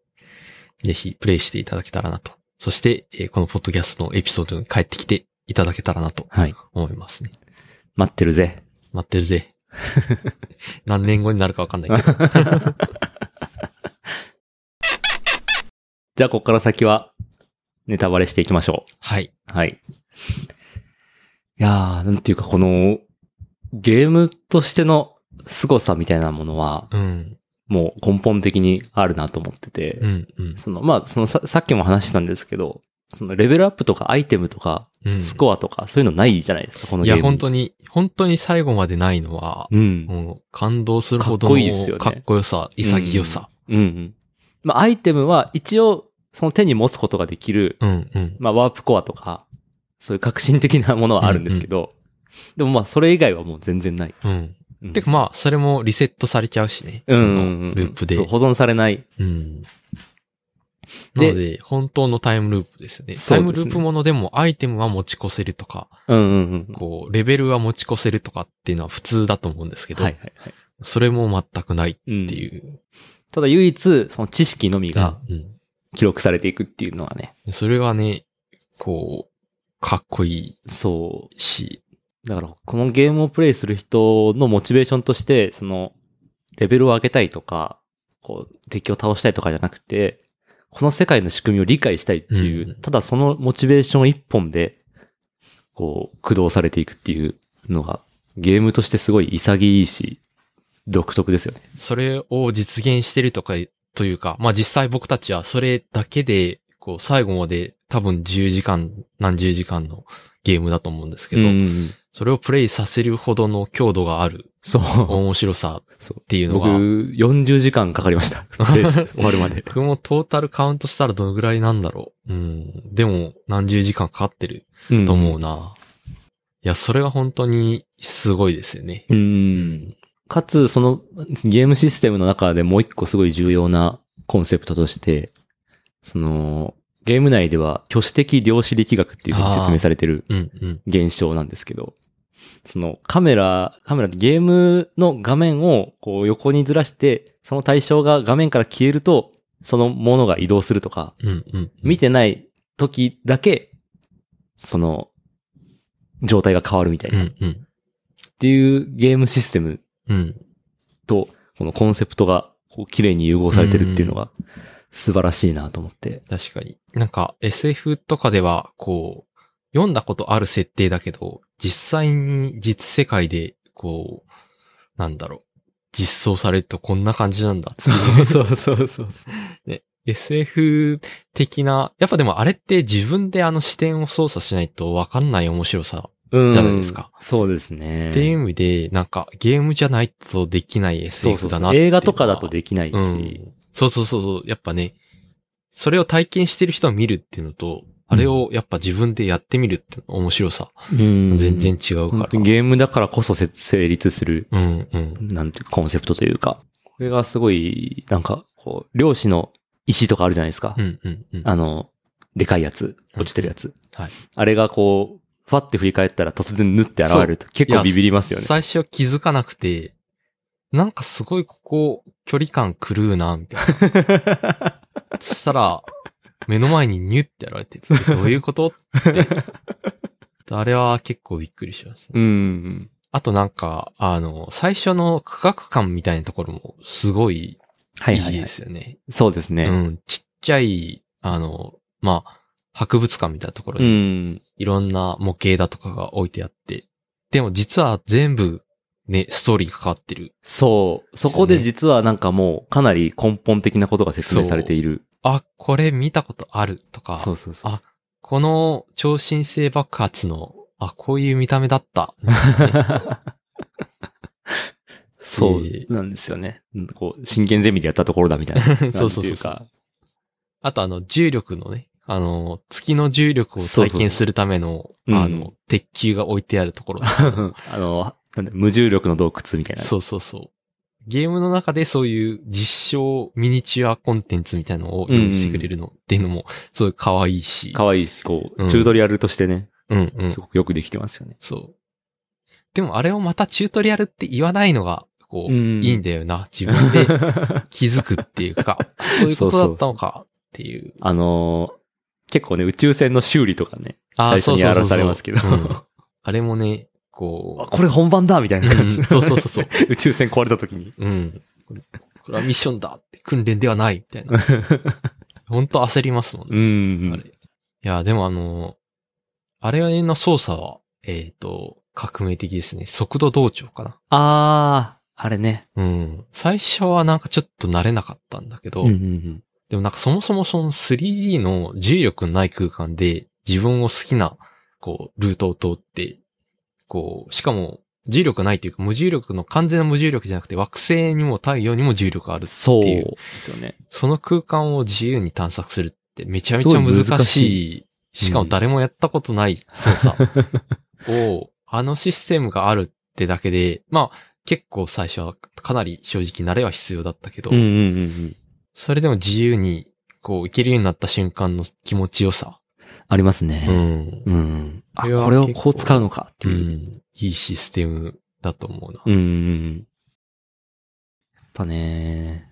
Speaker 2: ぜひ、プレイしていただけたらなと。そして、えーこのポッドキャストのエピソードに帰ってきていただけたらなと
Speaker 1: はい。
Speaker 2: 思いますね。
Speaker 1: 待ってるぜ。
Speaker 2: 待って るぜ。何年後になるかわかんないけど。
Speaker 1: じゃあ、ここから先は、ネタバレしていきましょ
Speaker 2: はい。
Speaker 1: う。はい。いやー、なんていうか、この、ゲームとしての凄さみたいなものは、
Speaker 2: うん。
Speaker 1: もう根本的にあるなと思ってて、
Speaker 2: うん。うん
Speaker 1: その、まあ、そのさ、さっきも話したんですけど、その、レベルアップとかアイテムとか、
Speaker 2: うん。
Speaker 1: スコアとか、そういうのないじゃないですか、この
Speaker 2: い
Speaker 1: ゲーム
Speaker 2: や、
Speaker 1: に。
Speaker 2: 本当に、本当に最後までないのは、
Speaker 1: うん。
Speaker 2: もう感動するほど
Speaker 1: かっこいいですよ
Speaker 2: の
Speaker 1: ね
Speaker 2: かっこよさ、潔さ。
Speaker 1: うんうん。まあ、アイテムは一応、その手に持つことができる、
Speaker 2: うんうん。
Speaker 1: まあ、ワープコアとか、そういう革新的なものはあるんですけど、でもまあ、それ以外はもう全然ない。
Speaker 2: うん。
Speaker 1: うん
Speaker 2: てかまあ、それもリセットされちゃうしね。
Speaker 1: うん
Speaker 2: そ
Speaker 1: うんうん
Speaker 2: のループで。
Speaker 1: そう、保存されない。
Speaker 2: うん。な
Speaker 1: で
Speaker 2: ので、本当のタイムループですよね。
Speaker 1: そ
Speaker 2: タイ
Speaker 1: うですね
Speaker 2: ムループものでもアイテムは持ち越せるとか、
Speaker 1: うんうんうん。
Speaker 2: こう、レベルは持ち越せるとかっていうのは普通だと思うんですけど、
Speaker 1: はいはいはい。
Speaker 2: それも全くないっ
Speaker 1: うん
Speaker 2: ていう。
Speaker 1: ただ唯一、その知識のみが
Speaker 2: うん
Speaker 1: 記録されていくっていうのはね、
Speaker 2: それがね、こう、かっこい
Speaker 1: そう、
Speaker 2: いし、
Speaker 1: だから、このゲームをプレイする人のモチベーションとして、その、レベルを上げたいとか、こう、敵を倒したいとかじゃなくて、この世界の仕組みを理解したいっていう、
Speaker 2: うん
Speaker 1: ただそのモチベーション一本で、こう、駆動されていくっていうのが、ゲームとしてすごい潔いし、独特ですよね。
Speaker 2: それを実現してるとか、というか、まあ実際僕たちはそれだけで、こう最後まで多分10時間、何十時間のゲームだと思うんですけど、
Speaker 1: うん
Speaker 2: それをプレイさせるほどの強度がある
Speaker 1: そう。
Speaker 2: 面白さっ
Speaker 1: そう
Speaker 2: ていうの
Speaker 1: 僕、
Speaker 2: が、
Speaker 1: 40時間かかりま した。プレイす終わるまで。
Speaker 2: 僕もトータルカウントしたらどのぐらいなんだろう。うん。でも何十時間かかってる
Speaker 1: うん
Speaker 2: と思うな。いや、それが本当にすごいですよね。
Speaker 1: うん。かつ、そのゲームシステムの中でもう一個すごい重要なコンセプトとして、その、ゲーム内では挙手的量子力学っていうふうに説明されてる
Speaker 2: うんうん。
Speaker 1: 現象なんですけど、そのカメラ、カメラってゲームの画面をこう横にずらして、その対象が画面から消えると、そのものが移動するとか、
Speaker 2: うんうん。
Speaker 1: 見てない時だけ、その、状態が変わるみたいうな、っ
Speaker 2: んうん。
Speaker 1: ていうゲームシステム
Speaker 2: うん。
Speaker 1: と、このコンセプトが、こう、綺麗に融合されてるっていうのが、素晴らしいなと思って。
Speaker 2: 確かに。なんか SF とかでは、こう、読んだことある設定だけど、実際に実世界で、こう、なんだろう、実装されるとこんな感じなんだ。
Speaker 1: そうそうそうそう。
Speaker 2: SF 的な、やっぱでもあれって自分であの視点を操作しないとわかんない面白さ
Speaker 1: うん
Speaker 2: じゃないですか。
Speaker 1: そうですね。
Speaker 2: っていう意味で、なんかゲームじゃないとできない
Speaker 1: そうそ
Speaker 2: SF
Speaker 1: うそ
Speaker 2: だ
Speaker 1: う
Speaker 2: なってい
Speaker 1: 映
Speaker 2: うのは
Speaker 1: 画とかだとできないし、
Speaker 2: うんそうそうそうそう。やっぱね、それを体験してる人を見るっていうのと、あれをやっぱ自分でやってみるっての面白さ、
Speaker 1: うん
Speaker 2: 全然違
Speaker 1: 本
Speaker 2: うから
Speaker 1: 当。にゲームだからこそせ成立する、
Speaker 2: うんうん。
Speaker 1: なんていうコンセプトというか、これがすごい、なんか、こう、漁師の石とかあるじゃないですか。
Speaker 2: うんうんうん。
Speaker 1: あの、でかいやつ、落ちてるやつ。
Speaker 2: はい
Speaker 1: あれがこう、ファって振り返ったら突然ぬって現れると結構ビビりますよね
Speaker 2: いや。最初気づかなくて、なんかすごいここ、距離感狂うな、みたいな。 そしたら、目の前にニュってやられて、どういうことって。 あれは結構びっくりしましたね。
Speaker 1: うん。
Speaker 2: あとなんか、あの、最初の価格感みたいなところもすごい
Speaker 1: はいはいい、はい。
Speaker 2: いですよね。
Speaker 1: そうですね。
Speaker 2: うん、ちっちゃい、あの、まあ、博物館みたいなところ
Speaker 1: う
Speaker 2: に、
Speaker 1: ん。
Speaker 2: いろんな模型だとかが置いてあって、でも実は全部、ね、ストーリーが関わってる。
Speaker 1: そう。そこで実はなんかもうかなり根本的なことが説明されている。
Speaker 2: あ、これ見たことあるとか、
Speaker 1: そうそうそう。
Speaker 2: あこの超新星爆発のあ、こういう見た目だった。
Speaker 1: そ
Speaker 2: え
Speaker 1: うなんですよね。うんこう、真剣ゼミでやったところだみたいな。なんてい
Speaker 2: そうそうそうそう
Speaker 1: か。
Speaker 2: あとあの、重力のね、あの、月の重力を体験するための、
Speaker 1: そうそうそう
Speaker 2: あ
Speaker 1: う
Speaker 2: の、鉄球が置いてあるところ。
Speaker 1: あの、なんだ無重力の洞窟みたいな。
Speaker 2: そうそうそう。ゲームの中でそういう実証ミニチュアコンテンツみたいなのを用意してくれるのっていうのも、すごい可愛いし。
Speaker 1: 可愛いし、こ
Speaker 2: う
Speaker 1: う、
Speaker 2: ん
Speaker 1: チュートリアルとしてね、
Speaker 2: うんうん
Speaker 1: す。ごくよくできてますよね。
Speaker 2: そう。でもあれをまたチュートリアルって言わないのが、こう、
Speaker 1: うん
Speaker 2: いいんだよな。自分で気づくっていう か、そういうことだったのかっていう。
Speaker 1: あのー結構ね、宇宙船の修理とかね、
Speaker 2: あ
Speaker 1: 最初にやらされますけど。
Speaker 2: うんあれもね、
Speaker 1: あ
Speaker 2: こ、
Speaker 1: これ本番だみたいうな
Speaker 2: う
Speaker 1: 感
Speaker 2: ん
Speaker 1: じ。
Speaker 2: そうそうそうそう。
Speaker 1: 宇宙船壊れた時に。
Speaker 2: うん。これこれはミッションだって訓練ではないみたい な。本当焦りますもん
Speaker 1: う
Speaker 2: ね。
Speaker 1: ん
Speaker 2: あれ。いや、でもあの、あれの操作は、えっ、と、革命的ですね。速度同調かな。
Speaker 1: あー、あれね。
Speaker 2: うん。最初はなんかちょっと慣れなかったんだけど、
Speaker 1: うんうんうん
Speaker 2: でもなんかそもそもその 3D の重力のない空間で自分を好きな、こう、ルートを通って、こう、しかも重力ないというか無重力の完全な無重力じゃなくて惑星にも太陽にも重力ある
Speaker 1: そう
Speaker 2: ってい
Speaker 1: で
Speaker 2: う。
Speaker 1: すよね。
Speaker 2: その空間を自由に探索するってめちゃめ
Speaker 1: す
Speaker 2: ち
Speaker 1: ご
Speaker 2: ゃ
Speaker 1: い
Speaker 2: 難
Speaker 1: 難
Speaker 2: し
Speaker 1: しい。
Speaker 2: いしかも誰もやったことない操 作を、あのシステムがあるってだけで、まあ結構最初はかなり正直慣れは必要だったけど、
Speaker 1: うんうんうんうん。
Speaker 2: それでも自由にこういけるようになった瞬間の気持ちよさ。
Speaker 1: あります
Speaker 2: う
Speaker 1: ね。
Speaker 2: ん。
Speaker 1: うん。あ、
Speaker 2: いや
Speaker 1: これをこう使うのかって
Speaker 2: う
Speaker 1: いう。
Speaker 2: ん。いいシステムだと思うな。
Speaker 1: うんうんうん。やっぱね、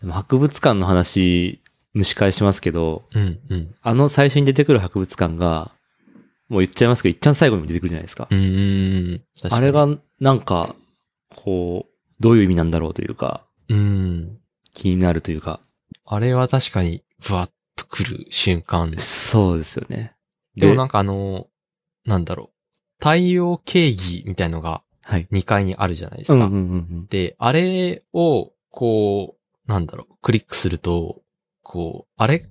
Speaker 1: でも博物館の話、蒸し返しますけど、
Speaker 2: うん、うん。
Speaker 1: あの最初に出てくる博物館が、もう言っちゃいますけど、いっちゃん最後にも出てくるじゃないですか
Speaker 2: う。ん。確か
Speaker 1: あ
Speaker 2: に
Speaker 1: れが、なんか、こう、どういう意味なんだろうというか、
Speaker 2: うん。
Speaker 1: 気になるというか、
Speaker 2: あれは確かに、ふわっとくる瞬間
Speaker 1: そうですよね。
Speaker 2: で
Speaker 1: で、
Speaker 2: もなんかあの、なんだろう。太陽系儀みたいのが
Speaker 1: はい。
Speaker 2: 2階にあるじゃないで
Speaker 1: う
Speaker 2: す
Speaker 1: んう
Speaker 2: か。
Speaker 1: んうんうん。
Speaker 2: で、あれを、こう、なんだろう、クリックすると、こう、あれ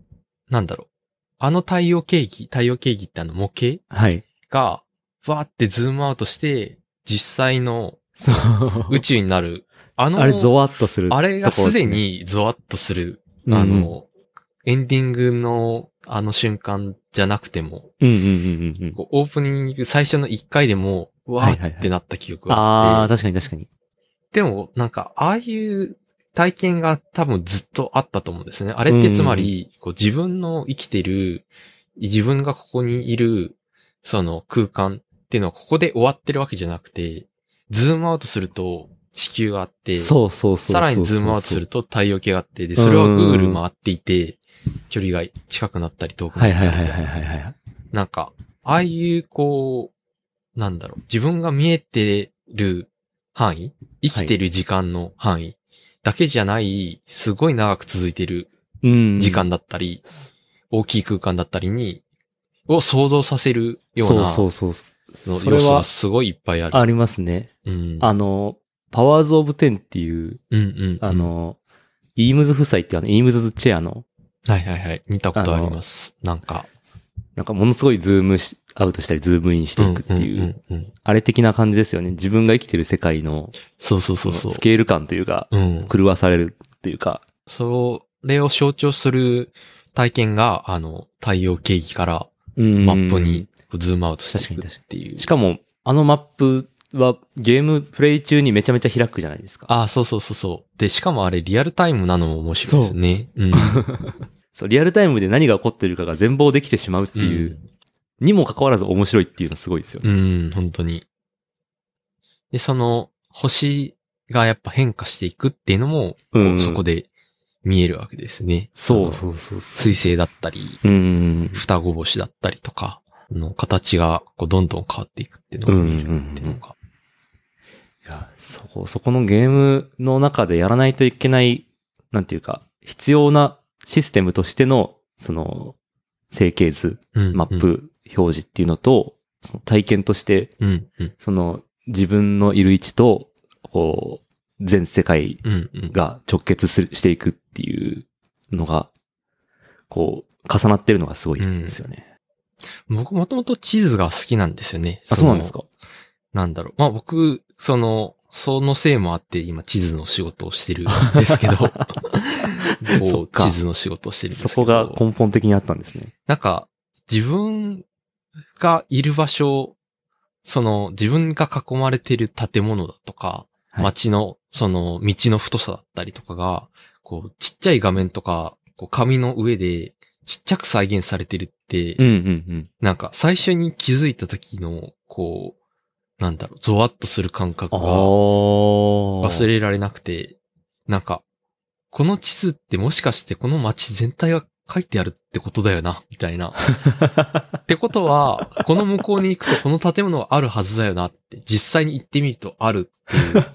Speaker 2: なんだろう。あの太陽系儀、太陽系儀ってあの模型
Speaker 1: はい。
Speaker 2: が、わーってズームアウトして、実際の
Speaker 1: そう。
Speaker 2: 宇宙になる。あの、
Speaker 1: あれ、ゾワッとするとこ
Speaker 2: あ
Speaker 1: ろ
Speaker 2: れがすで
Speaker 1: ね、
Speaker 2: にゾワッとする。
Speaker 1: うんうん
Speaker 2: あ、の、エンディングのあの瞬間じゃなくても、
Speaker 1: うんうんうんうんうん。
Speaker 2: こうオープニング最初の1回でもう、うわ
Speaker 1: はいはい
Speaker 2: ー
Speaker 1: はい
Speaker 2: ってなった記憶があ
Speaker 1: あ
Speaker 2: っ
Speaker 1: あ、
Speaker 2: て、
Speaker 1: 確かに確かに。
Speaker 2: でもなんか、ああいう体験が多分ずっとあったと思うんですね。あれってつまり、こう自分の生きてる、自分がここにいる、その空間っていうのはここで終わってるわけじゃなくて、ズームアウトすると地球があって、
Speaker 1: そうそうそうそうそう。
Speaker 2: さらにズームアウトすると太陽系があって、で、それはぐるぐる回っていて、距離が近くなったり遠く
Speaker 1: は
Speaker 2: なっ
Speaker 1: い
Speaker 2: た
Speaker 1: は
Speaker 2: り
Speaker 1: い
Speaker 2: みた
Speaker 1: はいいは
Speaker 2: な
Speaker 1: いはいはい。
Speaker 2: なんか、ああいう、こう、なんだろう、自分が見えてる範囲生きてる時間の範囲だけじゃない、すごい長く続いてる
Speaker 1: うん。
Speaker 2: 時間だったり、大きい空間だったりに、を想像させるような、
Speaker 1: そうそうそう。
Speaker 2: の
Speaker 1: それ
Speaker 2: 要素
Speaker 1: は
Speaker 2: が、すごいいっぱいある。
Speaker 1: ありますね。
Speaker 2: うん。
Speaker 1: あの、パワーズ・オブ・テンっていう、
Speaker 2: うんうん。
Speaker 1: あ、の、イームズ夫妻っていうあの、イームズチェアの、
Speaker 2: はいはいはい。見たことあります。なんか、
Speaker 1: なんかものすごいズームしアウトしたり、ズームインしていくっていう、
Speaker 2: んうんうん。
Speaker 1: あれ的な感じですよね。自分が生きてる世界の、
Speaker 2: そうそうそうそう
Speaker 1: ス。ケール感というか、
Speaker 2: うん。
Speaker 1: 狂わされるというか、
Speaker 2: それを象徴する体験が、あの、太陽系儀から
Speaker 1: マ
Speaker 2: マップに。こうズームアウトしていくっていう。
Speaker 1: しかも、あのマップはゲームプレイ中にめちゃめちゃ開くじゃないですか。
Speaker 2: ああ、そうそうそうそう。で、しかもあれリアルタイムなのも面白いですね。うん。
Speaker 1: そう、リアルタイムで何が起こってるかが全貌できてしまうっていう、にもかかわらず面白いっていうのはすごいですよね。
Speaker 2: うん、本当に。で、その、星がやっぱ変化していくっていうのも、こう
Speaker 1: うん
Speaker 2: そこで見えるわけですね。
Speaker 1: そう
Speaker 2: う。
Speaker 1: そうそうそう。
Speaker 2: 水星だったり、
Speaker 1: うん。
Speaker 2: 双子星だったりとか、の形がこうどんどん変わっていくっていうのが見えるっていうのが。
Speaker 1: いや、そこ、そこのゲームの中でやらないといけない、なんていうか、必要なシステムとしての、その、整形図、
Speaker 2: うん
Speaker 1: マッ。プ表示っていうのと、その体験として、
Speaker 2: うん、うん、
Speaker 1: その、自分のいる位置と、こう、全世界
Speaker 2: うん、うん。
Speaker 1: が直結するしていくっていうのが、こう、重なってるのがすごいですよね。
Speaker 2: 僕もともと地図が好きなんですよね。
Speaker 1: あ、そうなんですか
Speaker 2: なんだろう。まあ僕、その、そのせいもあって今地図の仕事をしてるんです けど、こう
Speaker 1: そっか
Speaker 2: 地図の仕事をしてるんですけ
Speaker 1: そ
Speaker 2: ど。
Speaker 1: こが根本的にあったんですね。
Speaker 2: なんか、自分がいる場所、その自分が囲まれてる建物だとか、
Speaker 1: はい
Speaker 2: 街の、その道の太さだったりとかが、こう、ちっちゃい画面とか、こう紙の上でちっちゃく再現されてるって、
Speaker 1: うんうん
Speaker 2: なんか最初に気づいた時の、こう、なんだろう、ゾワッとする感覚
Speaker 1: うん。ああ。
Speaker 2: が忘れられなくて、なんか、この地図ってもしかしてこの街全体が書いてあるってことだよな、みたいな。ってことは、この向こうに行くとこの建物があるはずだよなって、実際に行ってみるとあるっていう、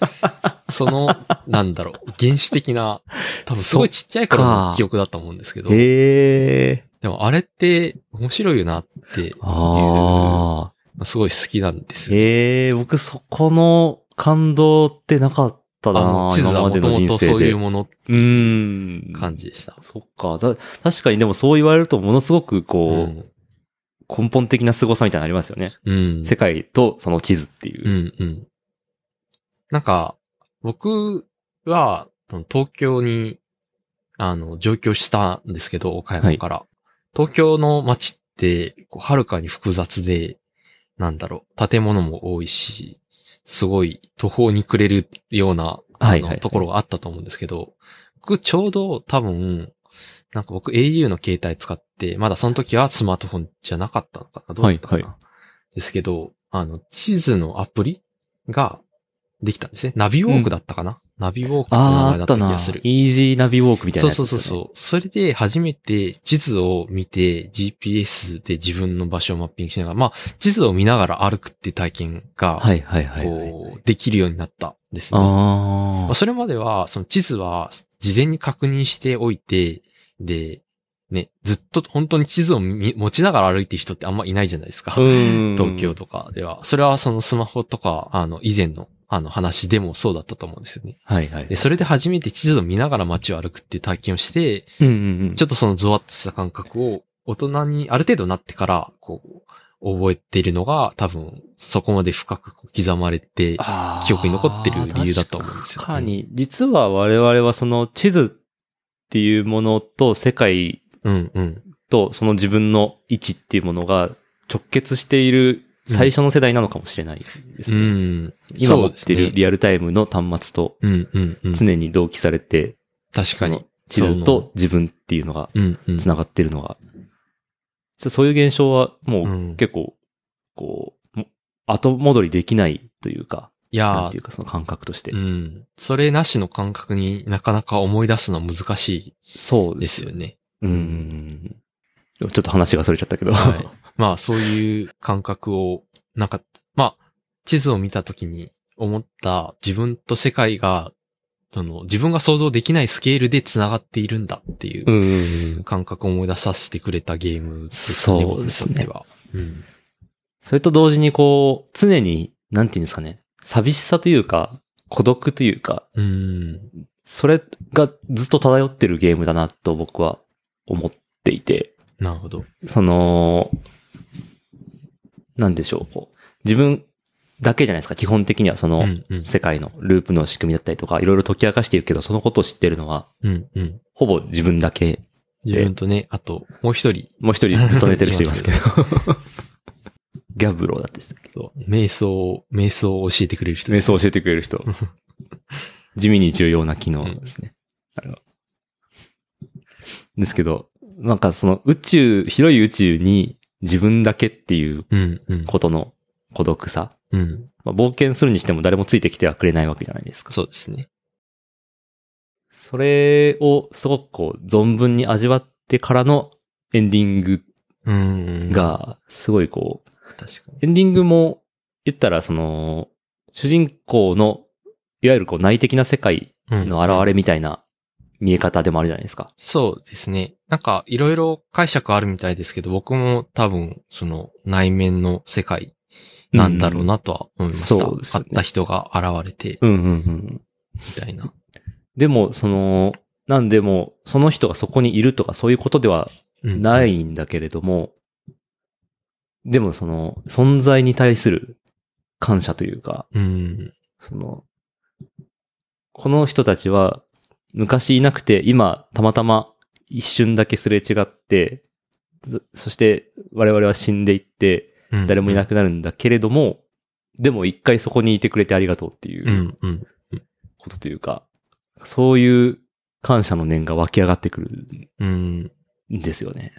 Speaker 2: その、なんだろう、原始的な、多分すごいちっちゃい頃の記憶だと思うんですけど、で
Speaker 1: へえ。
Speaker 2: もあれって面白いよなって、
Speaker 1: ああ。
Speaker 2: まあすごい好きなんですよ。
Speaker 1: へえ、僕そこの感動ってなかった
Speaker 2: あ
Speaker 1: な
Speaker 2: の、地図
Speaker 1: 今
Speaker 2: は
Speaker 1: ま
Speaker 2: も
Speaker 1: で
Speaker 2: と
Speaker 1: の
Speaker 2: も
Speaker 1: 人
Speaker 2: と
Speaker 1: 生
Speaker 2: そうい
Speaker 1: で。
Speaker 2: う
Speaker 1: う
Speaker 2: もの
Speaker 1: ーん。
Speaker 2: 感じでした。
Speaker 1: そっか。だ確かにでもそう言われるとものすごく
Speaker 2: う
Speaker 1: こう、
Speaker 2: ん。
Speaker 1: 根本的な凄さみたいなのありますよね。
Speaker 2: うん。
Speaker 1: 世界とその地図っていうう。
Speaker 2: んうん。なんか、僕は、その東京に、あの、上京したんですけど、岡山から。東京の街って、こうはるかに複雑で、なんだろう、建物も多いし、すごい途方に暮れるような、あ
Speaker 1: はいはいは
Speaker 2: の、
Speaker 1: い
Speaker 2: ところがあったと思うんですけど、僕ちょうど多分、なんか僕 au の携帯使って、まだその時はスマートフォンじゃなかったのかなどうだったかな、
Speaker 1: はい
Speaker 2: ですけど、あの、地図のアプリができたんですね。ナビウォークだったかな、ナビウォークって名
Speaker 1: あ
Speaker 2: 前
Speaker 1: あ、あ
Speaker 2: だ
Speaker 1: っ
Speaker 2: った
Speaker 1: た
Speaker 2: 気
Speaker 1: な
Speaker 2: がする。。
Speaker 1: イージーナビウォークみたいな
Speaker 2: そ
Speaker 1: や
Speaker 2: う
Speaker 1: つ
Speaker 2: そう
Speaker 1: です
Speaker 2: そ
Speaker 1: よ
Speaker 2: う
Speaker 1: ね。
Speaker 2: そう。それで初めて地図を見て GPS で自分の場所をマッピングしながら、まあ、地図を見ながら歩くっていう体験が、
Speaker 1: はいはいはいはい。
Speaker 2: こう、できるようになったんですね。
Speaker 1: あ
Speaker 2: まあ、それまでは、その地図は事前に確認しておいて、で、ね、ずっと本当に地図を見持ちながら歩いてる人ってあんまいないじゃないですか。
Speaker 1: あ。うん。
Speaker 2: 東京とかでは。それはそのスマホとか、あの、以前の、あの話でもそうだったと思うんですよね。
Speaker 1: はいはい
Speaker 2: で、。それで初めて地図を見ながら街を歩くっていう体験をして、
Speaker 1: うんうんうん。
Speaker 2: ちょっとそのゾワッとした感覚を大人にある程度なってから、こう、覚えているのが多分、そこまで深くこう刻まれて、
Speaker 1: あー
Speaker 2: 記憶に残ってる理由だと思うんですよ
Speaker 1: 確
Speaker 2: ね
Speaker 1: かに。実は我々はその地図っていうものと世界
Speaker 2: うんうん。
Speaker 1: とその自分の位置っていうものが直結している最初の世代なのかもしれないです
Speaker 2: う
Speaker 1: ね。
Speaker 2: ん。
Speaker 1: 今持って
Speaker 2: そうです
Speaker 1: る
Speaker 2: ね
Speaker 1: リアルタイムの端末と
Speaker 2: うんうんうん。
Speaker 1: 常に同期されて、
Speaker 2: 確かに。
Speaker 1: 地図と自分っていうのが
Speaker 2: うんうん。
Speaker 1: 繋がってるのが。そういう現象はも
Speaker 2: う、
Speaker 1: うん結構、こう、も後戻りできないというか、
Speaker 2: いや
Speaker 1: なん
Speaker 2: ー
Speaker 1: ていうかその感覚として
Speaker 2: う。ん。それなしの感覚になかなか思い出すのは難し
Speaker 1: そう
Speaker 2: い
Speaker 1: で
Speaker 2: ですす
Speaker 1: よ
Speaker 2: よ
Speaker 1: ね。
Speaker 2: ね。
Speaker 1: うん。ちょっと話がそれちゃったけど。。
Speaker 2: はい。まあ、そういう感覚を、なんか、まあ、地図を見たときに思った自分と世界が、その、自分が想像できないスケールで繋がっているんだっていううん感覚を思い出させてくれたゲームですね、
Speaker 1: そうですね
Speaker 2: 僕にとっては。うん。
Speaker 1: それと同時にこう、常に、なんていうんですかね、寂しさというか、孤独というか、
Speaker 2: うん。
Speaker 1: それがずっと漂ってるゲームだなと僕は思っていて、
Speaker 2: なるほど。
Speaker 1: その、なんでしょう、こう、自分だけじゃないですか、基本的にはその、
Speaker 2: うんうん。
Speaker 1: 世界のループの仕組みだったりとか、いろいろ解き明かしているけど、そのことを知ってるのは、
Speaker 2: うんうん。
Speaker 1: ほぼ自分だけ
Speaker 2: 自分とね、あと、もう 一人、
Speaker 1: もう 一人勤めてる人いますけど。ギャブローだって人。
Speaker 2: そう瞑想、瞑想を教えてくれる人
Speaker 1: 瞑
Speaker 2: です。
Speaker 1: 想を教えてくれる人。地味に重要な機能ですね。あれはですけど、なんかその宇宙、広い宇宙に自分だけっていう
Speaker 2: うんうん。
Speaker 1: ことの孤独さ。
Speaker 2: うん。
Speaker 1: まあ、冒険するにしても誰もついてきてはくれないわけじゃないですか。
Speaker 2: そうですね。
Speaker 1: それをすごくこう、存分に味わってからのエンディング
Speaker 2: うん。、
Speaker 1: が、すごいこう、
Speaker 2: 確かに。
Speaker 1: エンディングも、言ったら、その、主人公の、いわゆるこう内的な世界
Speaker 2: うん
Speaker 1: の現れみたいな見え方でもあるじゃないですか。
Speaker 2: そうですね。なんか、いろいろ解釈あるみたいですけど、僕も多分、その、内面の世界なんだろうなとは思いました。
Speaker 1: うんそうですよ
Speaker 2: 会
Speaker 1: ね
Speaker 2: った人が現れて、
Speaker 1: うんうんうん。
Speaker 2: みたいな。
Speaker 1: でも、その、なんでも、その人がそこにいるとかそういうことでは
Speaker 2: うん
Speaker 1: な。いんだけれども、でもその、存在に対する感謝というか、
Speaker 2: うん。
Speaker 1: その、この人たちは昔いなくて、今たまたま一瞬だけすれ違って、ずそして我々は死んでいって、
Speaker 2: うん、
Speaker 1: 誰もいなくなるんだけれども、でも一回そこにいてくれてありがとうっていううん
Speaker 2: うん。
Speaker 1: ことというか、そういう感謝の念が湧き上がってくる
Speaker 2: うん。
Speaker 1: んですよね。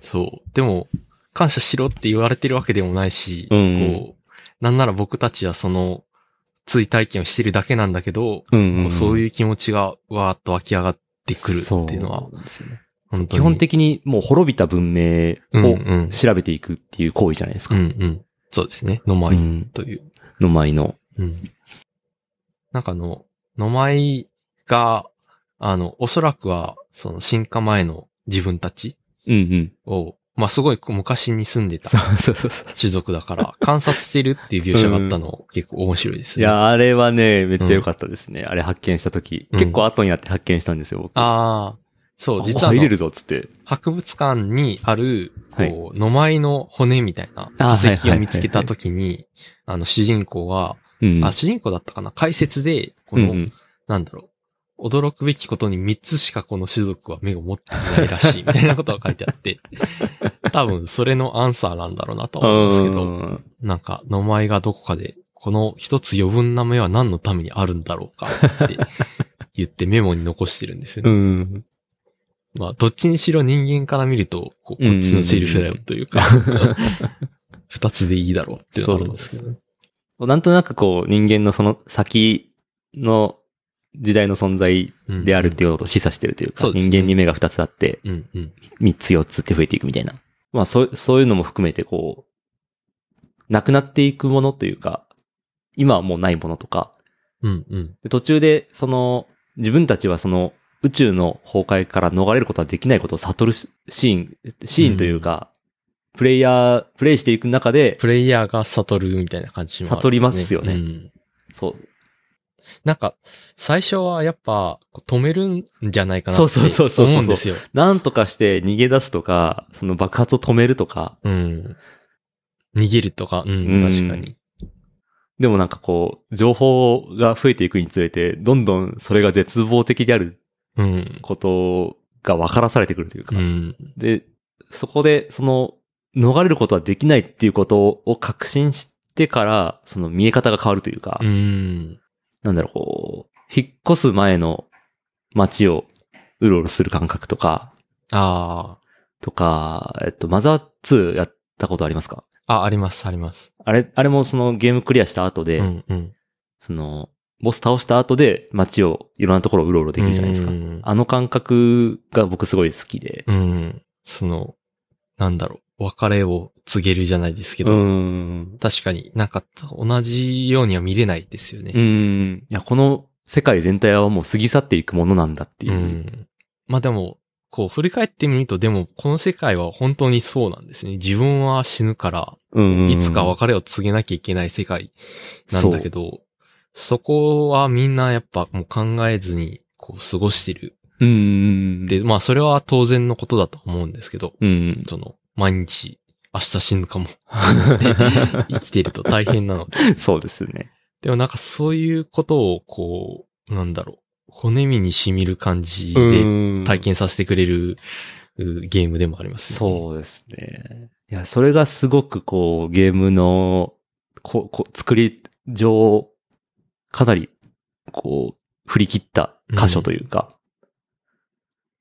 Speaker 2: そう。でも、感謝しろって言われてるわけでもないし、
Speaker 1: うん
Speaker 2: こう、なんなら僕たちはその、追体験をしてるだけなんだけど、
Speaker 1: うん、
Speaker 2: こうそう
Speaker 1: う
Speaker 2: いう気持ちがわーっと湧き上がってくるっていうのは
Speaker 1: そ、なんですよね
Speaker 2: 本当
Speaker 1: 基
Speaker 2: に。
Speaker 1: 本的にもう滅びた文明
Speaker 2: うん
Speaker 1: を
Speaker 2: うん。
Speaker 1: 調べていくっていう行為じゃないです
Speaker 2: う
Speaker 1: か。
Speaker 2: んうん。そうですね。のま
Speaker 1: う
Speaker 2: い
Speaker 1: ん
Speaker 2: という。
Speaker 1: の舞の。
Speaker 2: うん。なんかあの、のまいが、あの、おそらくは、その、進化前の自分たち
Speaker 1: うんうん。
Speaker 2: を、まあ、すごい昔に住んでた
Speaker 1: そうそうそうそう。
Speaker 2: 種族だから、観察してるっていう描写があったの、結構面白いです
Speaker 1: い
Speaker 2: ね。あ
Speaker 1: や、あれはね、めっちゃ良かったですね。あれ発見したとき。
Speaker 2: うん
Speaker 1: 結構後になって発見したんですよ、僕。
Speaker 2: あー、そう、
Speaker 1: あ、
Speaker 2: 実はあ
Speaker 1: 入
Speaker 2: の
Speaker 1: れるぞ、っつって。
Speaker 2: 博物館にある、
Speaker 1: は
Speaker 2: こう、のまいの骨みたいな
Speaker 1: あー
Speaker 2: 化石
Speaker 1: はいはいはいは
Speaker 2: を
Speaker 1: い
Speaker 2: 見つけたときに、あの、主人公は、
Speaker 1: うん。
Speaker 2: あ、主人公だったかな解説で、こ
Speaker 1: うん
Speaker 2: の、
Speaker 1: うん。
Speaker 2: なんだろう、驚くべきことに3つしかこの種族は目を持っていないらしい、みたいなことが書いてあって、多分それのアンサーなんだろうなとは思うんですけど、
Speaker 1: うん
Speaker 2: なんか、名前がどこかで、この一つ余分な目は何のためにあるんだろうか って言ってメモに残してるんですよ
Speaker 1: う
Speaker 2: ね。
Speaker 1: ん。
Speaker 2: まあ、どっちにしろ人間から見ると、こうこっちのセリフだよというか、 二つでいいだろうっていうのがあるんですけどね。
Speaker 1: なんとなくこう、人間のその先の時代の存在
Speaker 2: うん
Speaker 1: であるっていうことを示唆してるというか、
Speaker 2: そうですね
Speaker 1: 人間に目が2つあって、
Speaker 2: うんうん。
Speaker 1: 3つ4つって増えていくみたいな。まあ、そう、そういうのも含めてこう、なくなっていくものというか、今はもうないものとか、
Speaker 2: うんうん。
Speaker 1: で途中で、その、自分たちはその、宇宙の崩壊から逃れることはできないことを悟るシシーン、シーンというか、プレイヤー、プレイしていく中で、
Speaker 2: プレイヤーが悟るみたいな感じもある、
Speaker 1: 悟りますよね
Speaker 2: うん
Speaker 1: そう、
Speaker 2: なんか、最初はやっぱ、止めるんじゃないかな
Speaker 1: そ
Speaker 2: っ
Speaker 1: う
Speaker 2: て
Speaker 1: そうそうそうそう
Speaker 2: 思うんですよ。
Speaker 1: なんとかして逃げ出すとか、その爆発を止めるとか、
Speaker 2: うん。逃げるとか、うん、
Speaker 1: うん
Speaker 2: 確かに。
Speaker 1: でもなんかこう、情報が増えていくにつれて、どんどんそれが絶望的である
Speaker 2: うん。
Speaker 1: ことが分からされてくるというか、
Speaker 2: うん。
Speaker 1: で、そこで、その、逃れることはできないっていうことを確信してから、その見え方が変わるというか、
Speaker 2: うん。
Speaker 1: なんだろう、こう、引っ越す前の街をうろうろする感覚とか、
Speaker 2: あ
Speaker 1: とか、えっと、マザー2やったことありますか
Speaker 2: あ。あ、あります、あります。
Speaker 1: あれ、あれもそのゲームクリアした後で、
Speaker 2: うん、うん。
Speaker 1: その、ボス倒した後で街をいろんなところをうろうろできるじゃないですか
Speaker 2: う。ん。
Speaker 1: あの感覚が僕すごい好きで。
Speaker 2: うんその、なんだろう、別れを告げるじゃないですけ
Speaker 1: う
Speaker 2: ど、
Speaker 1: ん。
Speaker 2: 確かになんか同じようには見れないですよね。
Speaker 1: うん。いや、この世界全体はもう過ぎ去っていくものなんだっていうう。
Speaker 2: ん。まあでも、こう振り返ってみると、でもこの世界は本当にそうなんですね。自分は死ぬから、
Speaker 1: うん
Speaker 2: いつか別れを告げなきゃいけない世界なんだけど、そこはみんなやっぱもう考えずにこう過ごしてる。
Speaker 1: うん。
Speaker 2: で、まあそれは当然のことだと思うんですけど、
Speaker 1: うん。
Speaker 2: その、毎日、明日死 ぬかも生きてると大変なので。
Speaker 1: そうですね。
Speaker 2: でもなんかそういうことをこう、なんだろう、骨身に染みる感じで体験させてくれるうゲームでもありますね。
Speaker 1: そうですね。いや、それがすごくこう、ゲームの、ここ作り上、かなり、こう、振り切った箇所というか、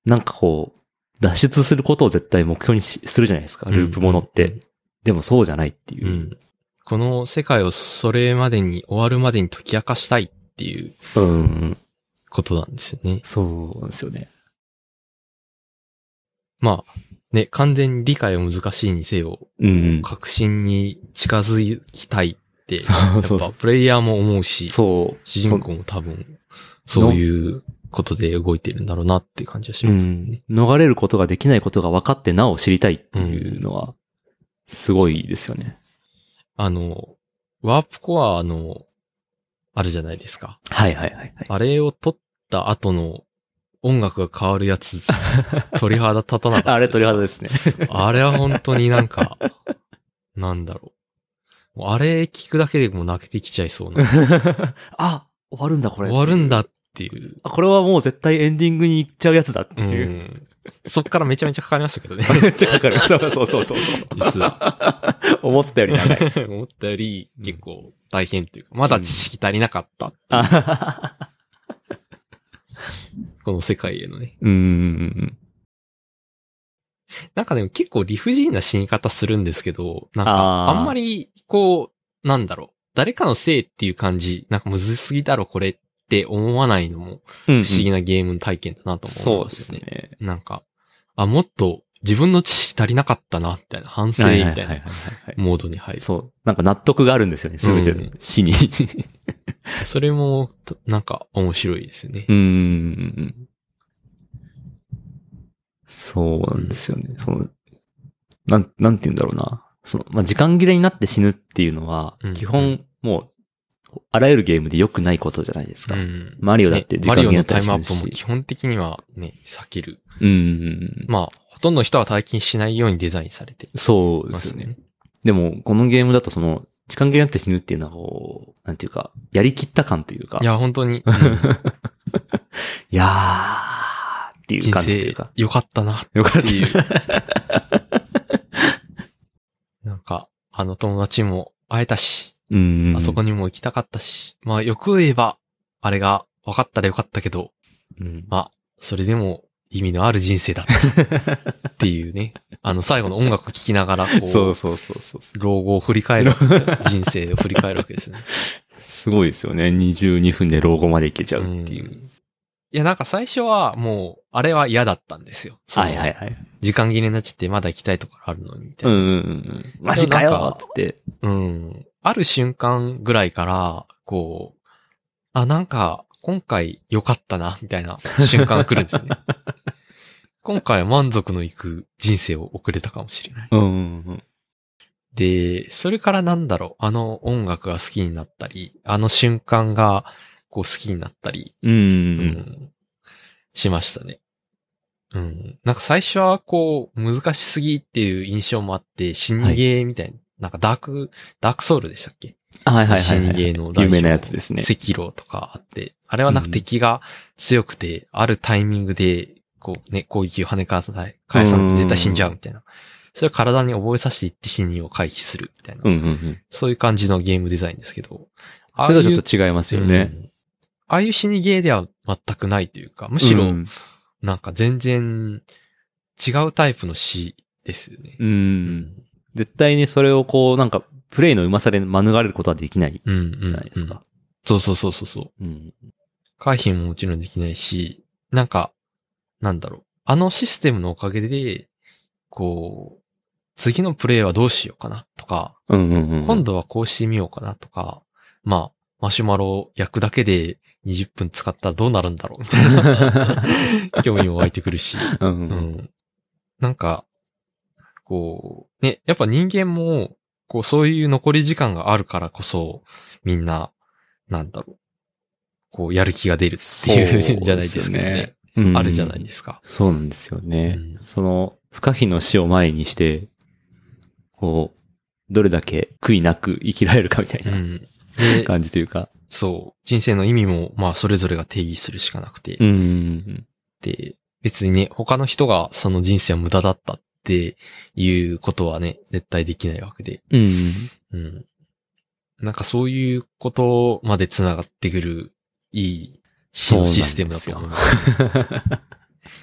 Speaker 1: なんかこう、脱出することを絶対目標にしするじゃないですか、
Speaker 2: うん
Speaker 1: ループものって。
Speaker 2: うん
Speaker 1: でもそうじゃないっていう
Speaker 2: う。ん。この世界をそれまでに終わるまでに解き明かしたいっていう
Speaker 1: うんうん。
Speaker 2: ことなんですよね。
Speaker 1: そうなんですよね。
Speaker 2: まあ、ね、完全に理解は難しいにせよ、
Speaker 1: うん。
Speaker 2: 確信に近づきたいって、や
Speaker 1: そうそ
Speaker 2: っ
Speaker 1: うそ
Speaker 2: ぱプレイヤーも思うし
Speaker 1: う。、そう。
Speaker 2: 主人公も多分、そういうことで動いてるんだろうなっていう感じはし
Speaker 1: う
Speaker 2: ますよ
Speaker 1: ん
Speaker 2: ね。。
Speaker 1: 逃れることができないことが分かってなお知りたいっていうのは、すごいですよね。
Speaker 2: あの、ワープコアの、あるじゃないですか。
Speaker 1: はいはいはいはい。
Speaker 2: あれを撮った後の音楽が変わる やつ、鳥肌立たなかったです。
Speaker 1: あれ鳥肌ですね。
Speaker 2: あれは本当になんか、なんだろう。もうあれ聞くだけでもう泣けてきちゃいそうな。
Speaker 1: あ、終わるんだこれ。
Speaker 2: 終わるんだっていう。
Speaker 1: あ、これはもう絶対エンディングに行っちゃうやつだって
Speaker 2: う
Speaker 1: いう。
Speaker 2: ん。そっからめちゃめちゃかかりましたけどね。
Speaker 1: めっちゃかかる。そうそう そうそうそう。
Speaker 2: 実は。
Speaker 1: 思ってたより長い。
Speaker 2: 思ったより結構大変っていうか、まだ知識足りなかった。
Speaker 1: あ
Speaker 2: この世界へのね。
Speaker 1: うんうん
Speaker 2: なんかでも結構理不尽な死に方するんですけど、なんか
Speaker 1: あー
Speaker 2: あんまりこう、なんだろう。誰かのせいっていう感じ、なんかむずすぎだろこれって思わないのも
Speaker 1: うんうん。
Speaker 2: 不思議なゲームの体験だなと思
Speaker 1: そ
Speaker 2: いうま
Speaker 1: です
Speaker 2: よ
Speaker 1: す
Speaker 2: ね。
Speaker 1: ね。
Speaker 2: なんか、あ、もっと自分の知識足りなかったな、みたいな反省み
Speaker 1: はいは
Speaker 2: た
Speaker 1: いはい
Speaker 2: い
Speaker 1: はい
Speaker 2: な
Speaker 1: はい。
Speaker 2: モードに入る。
Speaker 1: そう。なんか納得があるんですよね、すべての死に。
Speaker 2: それも、となんか面白いですよね。
Speaker 1: うんうんうんうん。そうなんですよね。その、なん、なんて言うんだろうな。その、まあ、時間切れになって死ぬっていうのは
Speaker 2: うん、
Speaker 1: 基本、もう、あらゆるゲームで良くないことじゃないですか。
Speaker 2: うん
Speaker 1: マリオだって
Speaker 2: ね
Speaker 1: 時
Speaker 2: マ
Speaker 1: 間
Speaker 2: リ
Speaker 1: 限
Speaker 2: オ
Speaker 1: 定だ
Speaker 2: の
Speaker 1: った
Speaker 2: タイ
Speaker 1: りす
Speaker 2: ム
Speaker 1: るし
Speaker 2: アップも基本的にはね、避ける。
Speaker 1: うんうんうん。
Speaker 2: まあ、ほとんどの人は体験しないようにデザインされてい
Speaker 1: そうで
Speaker 2: ますす
Speaker 1: よ
Speaker 2: ね
Speaker 1: ね。。でも、このゲームだとその、時間切れになって死ぬっていうのはこう、なんていうか、やりきった感というか、
Speaker 2: いや、本当に、
Speaker 1: いやーっていう
Speaker 2: 人
Speaker 1: 感じという
Speaker 2: 生
Speaker 1: か。
Speaker 2: 良かったな。
Speaker 1: よかった
Speaker 2: っ て いう。なんか、あの友達も会えたし、
Speaker 1: うんうん。
Speaker 2: あそこにも行きたかったし、まあ、よく言えば、あれが分かったらよかったけど、
Speaker 1: うん。
Speaker 2: まあ、それでも意味のある人生だった。っていうね。あの、最後の音楽聴きながら、こ
Speaker 1: そう
Speaker 2: う、
Speaker 1: そうそうそうそう。
Speaker 2: 老後を振り返るわけですよ。人生を振り返るわけですね。
Speaker 1: すごいですよね。22分で老後 までいけちゃうってい
Speaker 2: うん
Speaker 1: う。
Speaker 2: いや、なんか最初はもう、あれは嫌だったんですよ。その
Speaker 1: はいはいはい。
Speaker 2: 時間切れになっちゃって、まだ行きたいところあるのに、みた
Speaker 1: う
Speaker 2: い
Speaker 1: ん
Speaker 2: な。
Speaker 1: うんうん。マジかよっつって。
Speaker 2: うん。ある瞬間ぐらいから、こう、あ、なんか、今回良かったな、みたいな瞬間が来るんです ね。今回は満足のいく人生を送れたかもしれない。
Speaker 1: うんうんうん。
Speaker 2: で、それからなんだろう、あの音楽が好きになったり、あの瞬間が、こう好きになったり、
Speaker 1: うんうんう
Speaker 2: う
Speaker 1: ん。
Speaker 2: んしましたね。うん。なんか最初はこう、難しすぎっていう印象もあって、死にゲーみたいな、なんかダーク、ダークソウルでしたっけ
Speaker 1: はいはいはい
Speaker 2: 死
Speaker 1: は
Speaker 2: にゲ
Speaker 1: い。
Speaker 2: ーの代表
Speaker 1: 有名なやつですね。
Speaker 2: 赤狼とかあって、あれはなんか敵が強くて、あるタイミングで、こうね、攻撃を跳ね返さない、返さないと絶対死んじゃうみたいな。それを体に覚えさせていって死人を回避するみたいな、
Speaker 1: うんうんうん。
Speaker 2: そういう感じのゲームデザインですけど。あ
Speaker 1: そ
Speaker 2: あい
Speaker 1: れ
Speaker 2: う
Speaker 1: とはちょっと違いますよね
Speaker 2: う。んああいう死にゲーでは全くないというか、むしろ、
Speaker 1: うん
Speaker 2: なんか全然違うタイプの詩ですよね。
Speaker 1: う。。
Speaker 2: うん
Speaker 1: 絶対にそれをこう、なんか、プレイのうまさで免れることはできない
Speaker 2: うん、うん。
Speaker 1: じゃないです
Speaker 2: うん
Speaker 1: か。
Speaker 2: そうそうそうそうそう。
Speaker 1: うん。
Speaker 2: 回避ももちろんできないし、なんか、なんだろう。あのシステムのおかげで、こう、次のプレイはどうしようかなとか、
Speaker 1: うんうんうん。
Speaker 2: 今度はこうしてみようかなとか、まあ、マシュマロを焼くだけで20分使ったらどうなるんだろうみたい な興味も湧いてくるし。
Speaker 1: うんうん
Speaker 2: うん。なんか、こう、ね、やっぱ人間も、こう、そういう残り時間があるからこそ、みんな、なんだろう、こう、やる気が出るってい
Speaker 1: そう
Speaker 2: う
Speaker 1: ですね
Speaker 2: じゃないですけどね。
Speaker 1: うん
Speaker 2: あるじゃないですか。
Speaker 1: そうなんですよね。
Speaker 2: うん。
Speaker 1: その、不可避の死を前にして、こう、どれだけ悔いなく生きられるかみたいう なん
Speaker 2: で、
Speaker 1: 感じというか。
Speaker 2: そう、人生の意味も、まあ、それぞれが定義するしかなくて、
Speaker 1: うんうん
Speaker 2: で、別にね、他の人がその人生は無駄だったっていうことはね、絶対できないわけで。
Speaker 1: うん。うん。
Speaker 2: うん。なんかそういうことまで繋がってくる、いい、死のシステムだと思う。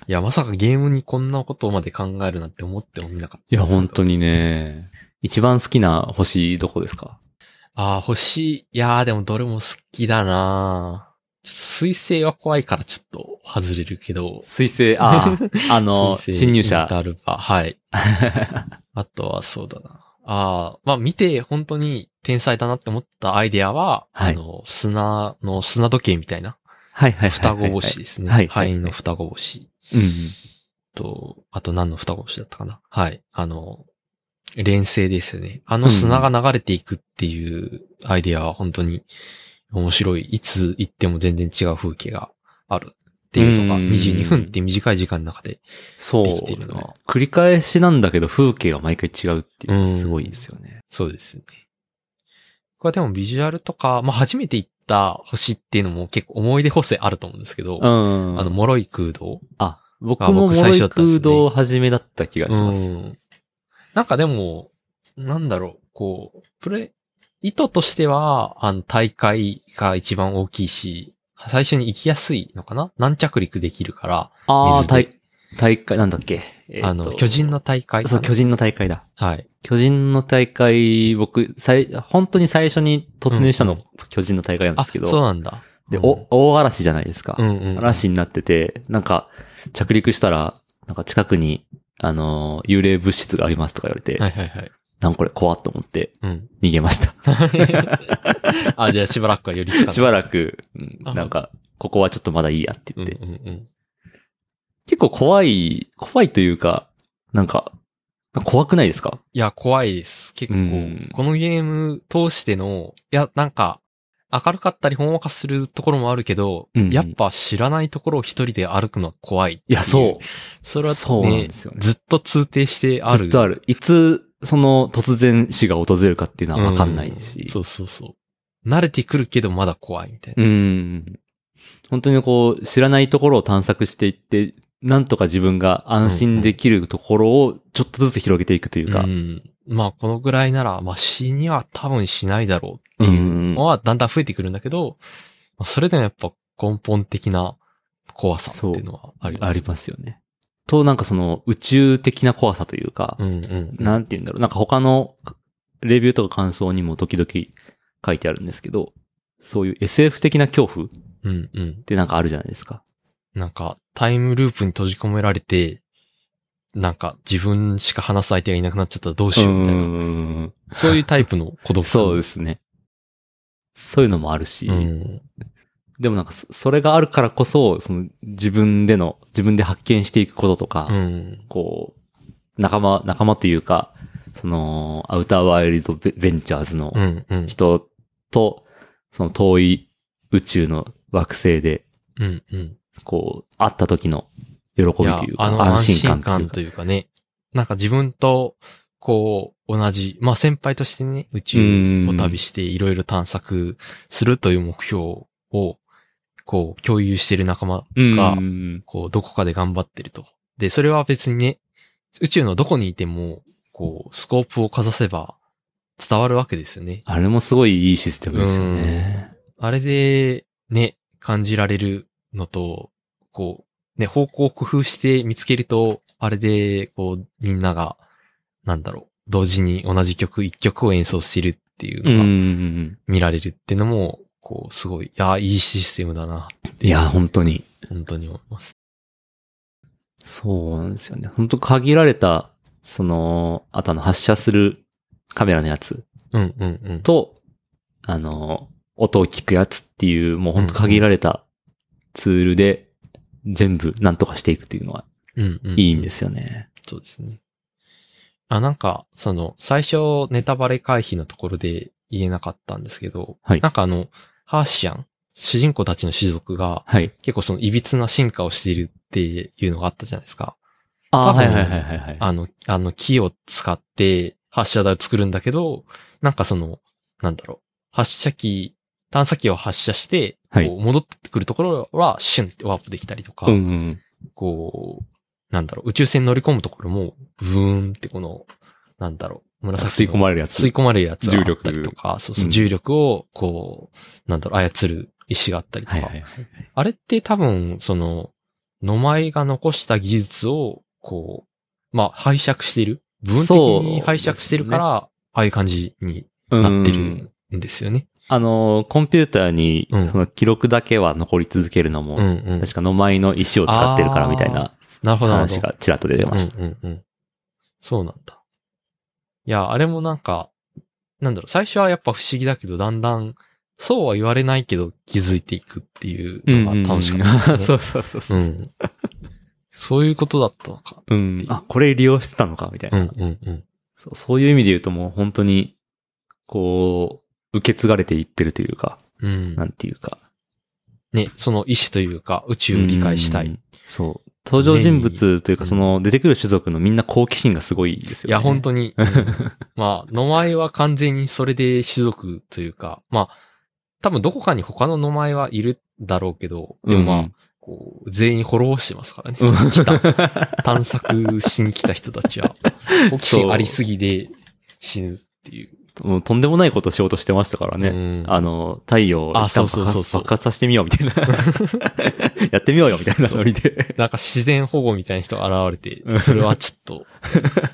Speaker 2: いや、まさかゲームにこんなことまで考えるなんて思ってもみなかった。
Speaker 1: いや、本当
Speaker 2: に。
Speaker 1: にね、一番好きな星どこですか
Speaker 2: ああ、星、いやーでもどれも好きだなぁ水星は怖いからちょっと外れるけど。
Speaker 1: 水星、 ああ、あの、
Speaker 2: 水星
Speaker 1: 侵入
Speaker 2: イン
Speaker 1: 者。
Speaker 2: タール パはい。あとはそうだな。ああ、まあ見て本当に天才だなって思ったアイデアは、
Speaker 1: はい
Speaker 2: あの、砂の砂時計みたいな。
Speaker 1: はいはいはいはいはい。
Speaker 2: 双子星ですね。
Speaker 1: は
Speaker 2: はいい。
Speaker 1: はい
Speaker 2: 灰の双子星
Speaker 1: うんうん。
Speaker 2: と、あと何の双子星だったかな。はい。あの、連星ですよね。あの砂が流れていくっていうアイデアは本当に面白い。いつ行っても全然違う風景がある。っていうのが
Speaker 1: うん
Speaker 2: 22分って短い時間の中で。
Speaker 1: そう
Speaker 2: できてる
Speaker 1: だ
Speaker 2: ね
Speaker 1: な。繰り返しなんだけど、風景が毎回違うっていう
Speaker 2: う
Speaker 1: の
Speaker 2: ん
Speaker 1: がすごいですよね。
Speaker 2: そうですね。これでもビジュアルとか、まあ、初めて行った星っていうのも結構思い出補正あると思うんですけど、
Speaker 1: う
Speaker 2: あ
Speaker 1: ん。
Speaker 2: の、脆い空洞。
Speaker 1: あ、僕
Speaker 2: あ
Speaker 1: も
Speaker 2: 僕最
Speaker 1: 脆
Speaker 2: 初だ
Speaker 1: い
Speaker 2: ったんです
Speaker 1: 空
Speaker 2: ね
Speaker 1: 洞始めだった気がします。
Speaker 2: ん。なんかでも、なんだろう、こう、プレ、意図としては、あの、大会が一番大きいし、最初に行きやすいのかな軟着陸できるから、
Speaker 1: ああ、
Speaker 2: 水で
Speaker 1: 大、大会、なんだっけ。えーと
Speaker 2: あの、巨人の大会かな。
Speaker 1: そう、巨人の大会だ。
Speaker 2: はい。
Speaker 1: 巨人の大会、僕、最、本当に最初に突入した
Speaker 2: うん
Speaker 1: の、巨人の大会なんで
Speaker 2: あ、
Speaker 1: すけど、
Speaker 2: そうなんだ。
Speaker 1: で、
Speaker 2: うん
Speaker 1: お、大嵐じゃないですか。
Speaker 2: うんうん。
Speaker 1: 嵐になってて、なんか、着陸したら、なんか近くに、あのー幽霊物質がありますとか言われて、
Speaker 2: はいはいはい。
Speaker 1: なんかこれ怖っと思って
Speaker 2: うん。
Speaker 1: 逃げました。
Speaker 2: あ、じゃあしばらくは寄りつかない。
Speaker 1: しば
Speaker 2: ら
Speaker 1: らく、うん
Speaker 2: あ
Speaker 1: なんか、ここはちょっとまだいいやって言って。
Speaker 2: うんうんうん。
Speaker 1: 結構怖い、怖いというか、なんか、怖くないですか
Speaker 2: いや、怖いです。結構、
Speaker 1: うん
Speaker 2: このゲーム通しての、いや、なんか、明るかったり、ほんわかするところもあるけど、
Speaker 1: うんうん
Speaker 2: やっぱ知らないところを一人で歩くのは怖いって
Speaker 1: いや、そう。
Speaker 2: それは、ね、
Speaker 1: そうなんですよね
Speaker 2: ずっと通底してある。
Speaker 1: ずっとある。いつ、その突然死が訪れるかっていうのはわかんないし。
Speaker 2: そうそうそう。慣れてくるけど、まだ怖いみたいな。
Speaker 1: うん。本当にこう、知らないところを探索していって、なんとか自分が安心できるところをちょっとずつ広げていくというか。
Speaker 2: うんまあ、このぐらいなら、まあ、死には多分しないだろうっていうのは、だんだん増えてくるんだけど、まあ、それでもやっぱ根本的な怖さっていうのはあります。
Speaker 1: ありますよね。と、なんかその宇宙的な怖さというか、
Speaker 2: うんうん。
Speaker 1: なんて言うんだろう。なんか他のレビューとか感想にも時々書いてあるんですけど、そういう SF 的な恐怖っ
Speaker 2: うんうん。
Speaker 1: てなんかあるじゃないですか。
Speaker 2: なんか、タイムループに閉じ込められて、なんか、自分しか話す相手がいなくなっちゃったらどうしようみたいな。
Speaker 1: ん。
Speaker 2: そういうタイプの孤 独。。
Speaker 1: そうですすね。そういうのもあるし、
Speaker 2: うん。
Speaker 1: でもなんかそ、それがあるからこそ、その自分での、自分で発見していくこととか、
Speaker 2: うん。
Speaker 1: こう、仲間、仲間というか、その、アウターワイルドベベンチャーズの
Speaker 2: うんうん。
Speaker 1: 人と、その遠い宇宙の惑星で、
Speaker 2: うんうん。
Speaker 1: こう、会った時の喜びというか、
Speaker 2: あの
Speaker 1: 安
Speaker 2: 安
Speaker 1: 心
Speaker 2: 心
Speaker 1: 感とい
Speaker 2: 感
Speaker 1: うか
Speaker 2: と。いうかね。なんか自分と、こう、同じ、まあ先輩としてね、宇
Speaker 1: うん
Speaker 2: 宙を旅していろいろ探索するという目標を、こう、共有している仲間が、
Speaker 1: うん
Speaker 2: こう、どこかで頑張ってると。で、それは別にね、宇宙のどこにいても、こう、スコープをかざせば伝わるわけですよね。
Speaker 1: あれもすごいいいシステムですよね。
Speaker 2: あれで、ね、感じられるのと、こう、ね、方向を工夫して見つけると、あれで、こう、みんなが、なんだろう、同時に同じ曲、一曲を演奏してるっていう
Speaker 1: う
Speaker 2: のが
Speaker 1: ん。
Speaker 2: 見られるっていうのも、こう、すごい、いや、いいシステムだな、
Speaker 1: いや、本当に。
Speaker 2: 本当に思います。
Speaker 1: そうなんですよね。本当限られた、その、あとあの、発射するカメラのやつ
Speaker 2: うん、うん、うん。
Speaker 1: と、あの、音を聞くやつっていう、もう本当限られたツールで、全部なんとかしていくっていうのは
Speaker 2: うん、うん。
Speaker 1: いいんですよね。
Speaker 2: そうですね。あ、なんか、その、最初、ネタバレ回避のところで言えなかったんですけど、
Speaker 1: はい
Speaker 2: なんかあの、ハーシアン、主人公たちの種族が、
Speaker 1: はい。
Speaker 2: 結構その、歪な進化をしているっていうのがあったじゃないですか。
Speaker 1: ああ、
Speaker 2: 多分
Speaker 1: はいはいはいはいはい。
Speaker 2: あの、あの、木を使って、発射台を作るんだけど、なんかその、なんだろう、発射機、探査機を発射して、
Speaker 1: はい
Speaker 2: こう戻ってくるところは、シュンってワープできたりとか、
Speaker 1: うんうん。
Speaker 2: こう、なんだろう、宇宙船乗り込むところも、ブーンってこの、なんだろう、
Speaker 1: 吸
Speaker 2: 紫
Speaker 1: い込まれるやつ。
Speaker 2: 吸い込まれるやつが
Speaker 1: 重
Speaker 2: あっ
Speaker 1: 力
Speaker 2: たりとか、そう
Speaker 1: う
Speaker 2: そう、
Speaker 1: ん
Speaker 2: 重力を、こう、なんだろう、操る石があったりとか。
Speaker 1: はいはいはい。
Speaker 2: あれって多分、その、野前が残した技術を、こう、まあ、拝借している。部分的に拝借してるから、ああいう感じになってるんですよね。
Speaker 1: あの、コンピューターに
Speaker 2: うん、
Speaker 1: その記録だけは残り続けるのも、
Speaker 2: うんうん。
Speaker 1: 確か野前の石を使ってるからみたいな
Speaker 2: なるほど、なるほ
Speaker 1: 話
Speaker 2: ど。
Speaker 1: がちらっと出てました。
Speaker 2: うんうんうん。そうなんだ。いや、あれもなんか、なんだろう、最初はやっぱ不思議だけど、だんだん、そうは言われないけど気づいていくっていうのが楽しかったです
Speaker 1: そう
Speaker 2: ね。
Speaker 1: そうそう
Speaker 2: う
Speaker 1: そう。
Speaker 2: ん。そういうことだったのか。
Speaker 1: うん。あ、これ利用してたのかみたいうな、
Speaker 2: んうんうん。
Speaker 1: そう。そういう意味で言うともう本当に、こう、受け継がれていってるというか、
Speaker 2: うん
Speaker 1: な。んていうか、
Speaker 2: ね、その意志というか宇宙を理解したい。
Speaker 1: う
Speaker 2: い
Speaker 1: ん。そう。登場人物というか、その、出てくる種族のみんな好奇心がすごいですよね。
Speaker 2: や、本 当に。うんまあ、名前は完全にそれで種族というか、まあ、多分どこかに他の名前はいるだろうけど、でもまあ、
Speaker 1: うん
Speaker 2: こう全員フォローしてますからね。
Speaker 1: うん
Speaker 2: 来た。 探索しに来た人たちは、好奇心ありすぎで死ぬっていう。
Speaker 1: もうとんでもないことしようとしてましたからね。
Speaker 2: うん
Speaker 1: あの、太陽を
Speaker 2: あ
Speaker 1: 一旦
Speaker 2: そう
Speaker 1: 爆
Speaker 2: そうそう
Speaker 1: 発
Speaker 2: そう
Speaker 1: 爆発させてみようみ たいな。やってみようよみたいなノリで。
Speaker 2: なんか自然保護みたいな人が現れて、それはちょっと、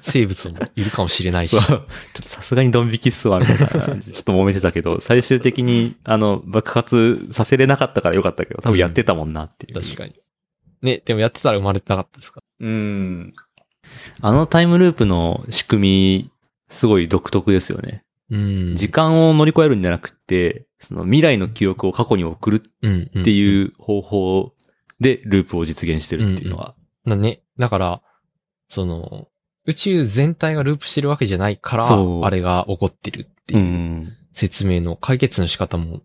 Speaker 2: 生物もいるかもしれないし
Speaker 1: そう。。ちょっとさすがにドン引きっすわ、みたいな感じで。ちょっと揉めてた けど、最終的に、あの、爆発させれなかったからよかったけど、多分やってたもんなっていう。
Speaker 2: 確かに。ね、でもやってたら生まれてなかったですか
Speaker 1: うん。あのタイムループの仕組み、すごい独特ですよね。
Speaker 2: うん。
Speaker 1: 時間を乗り越えるんじゃなくて、その未来の記憶を過去に送るっ
Speaker 2: うん、うん。
Speaker 1: て
Speaker 2: う
Speaker 1: いう方法でループを実現してるっていうのは。
Speaker 2: ん。だね。だから、その、宇宙全体がループしてるわけじゃないから、
Speaker 1: そう
Speaker 2: あれが起こってるって
Speaker 1: う。
Speaker 2: いうん説明の解決の仕方も、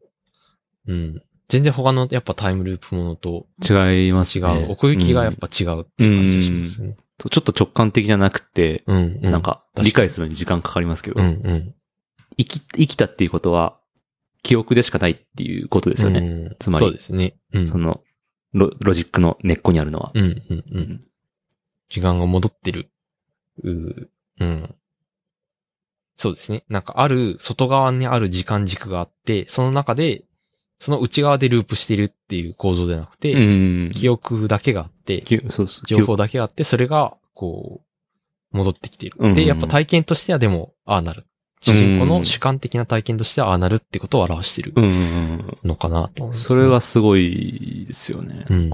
Speaker 2: うん。全然他のやっぱタイムループものと
Speaker 1: 違います
Speaker 2: 違
Speaker 1: ね。
Speaker 2: う。奥行きがやっ
Speaker 1: うん
Speaker 2: ぱ違うっていう感じがしますね。
Speaker 1: とちょっと直感的じゃなくて、
Speaker 2: うん、うん。
Speaker 1: なん、か
Speaker 2: かに
Speaker 1: 理解するのに時間かかりますけど、
Speaker 2: うん、うん。
Speaker 1: 生き、生きたっていうことは記憶でしかないっていうことですよね。
Speaker 2: うん
Speaker 1: つまり
Speaker 2: そうですね。うん。
Speaker 1: そのロ、ロジックの根っこにあるのは。
Speaker 2: うん、うん、う。
Speaker 1: うん
Speaker 2: 時間が戻ってる。うーうん。そうですね。なんかある、外側にある時間軸があって、その中で、その内側でループしてるっていう構造じゃなくて、
Speaker 1: うん
Speaker 2: 記憶だけがあって、
Speaker 1: 記憶そうそう
Speaker 2: 情報だけがあって、それが、こう、戻ってきてる。
Speaker 1: うんうんう
Speaker 2: で、
Speaker 1: ん
Speaker 2: やっぱ体験としてはでも、ああなる。主人公の主観的な体験としてはああなるってことを表してる
Speaker 1: うんうん
Speaker 2: のかな
Speaker 1: う
Speaker 2: と思うん
Speaker 1: ん。
Speaker 2: ですね
Speaker 1: それはすごいですよね。
Speaker 2: うん。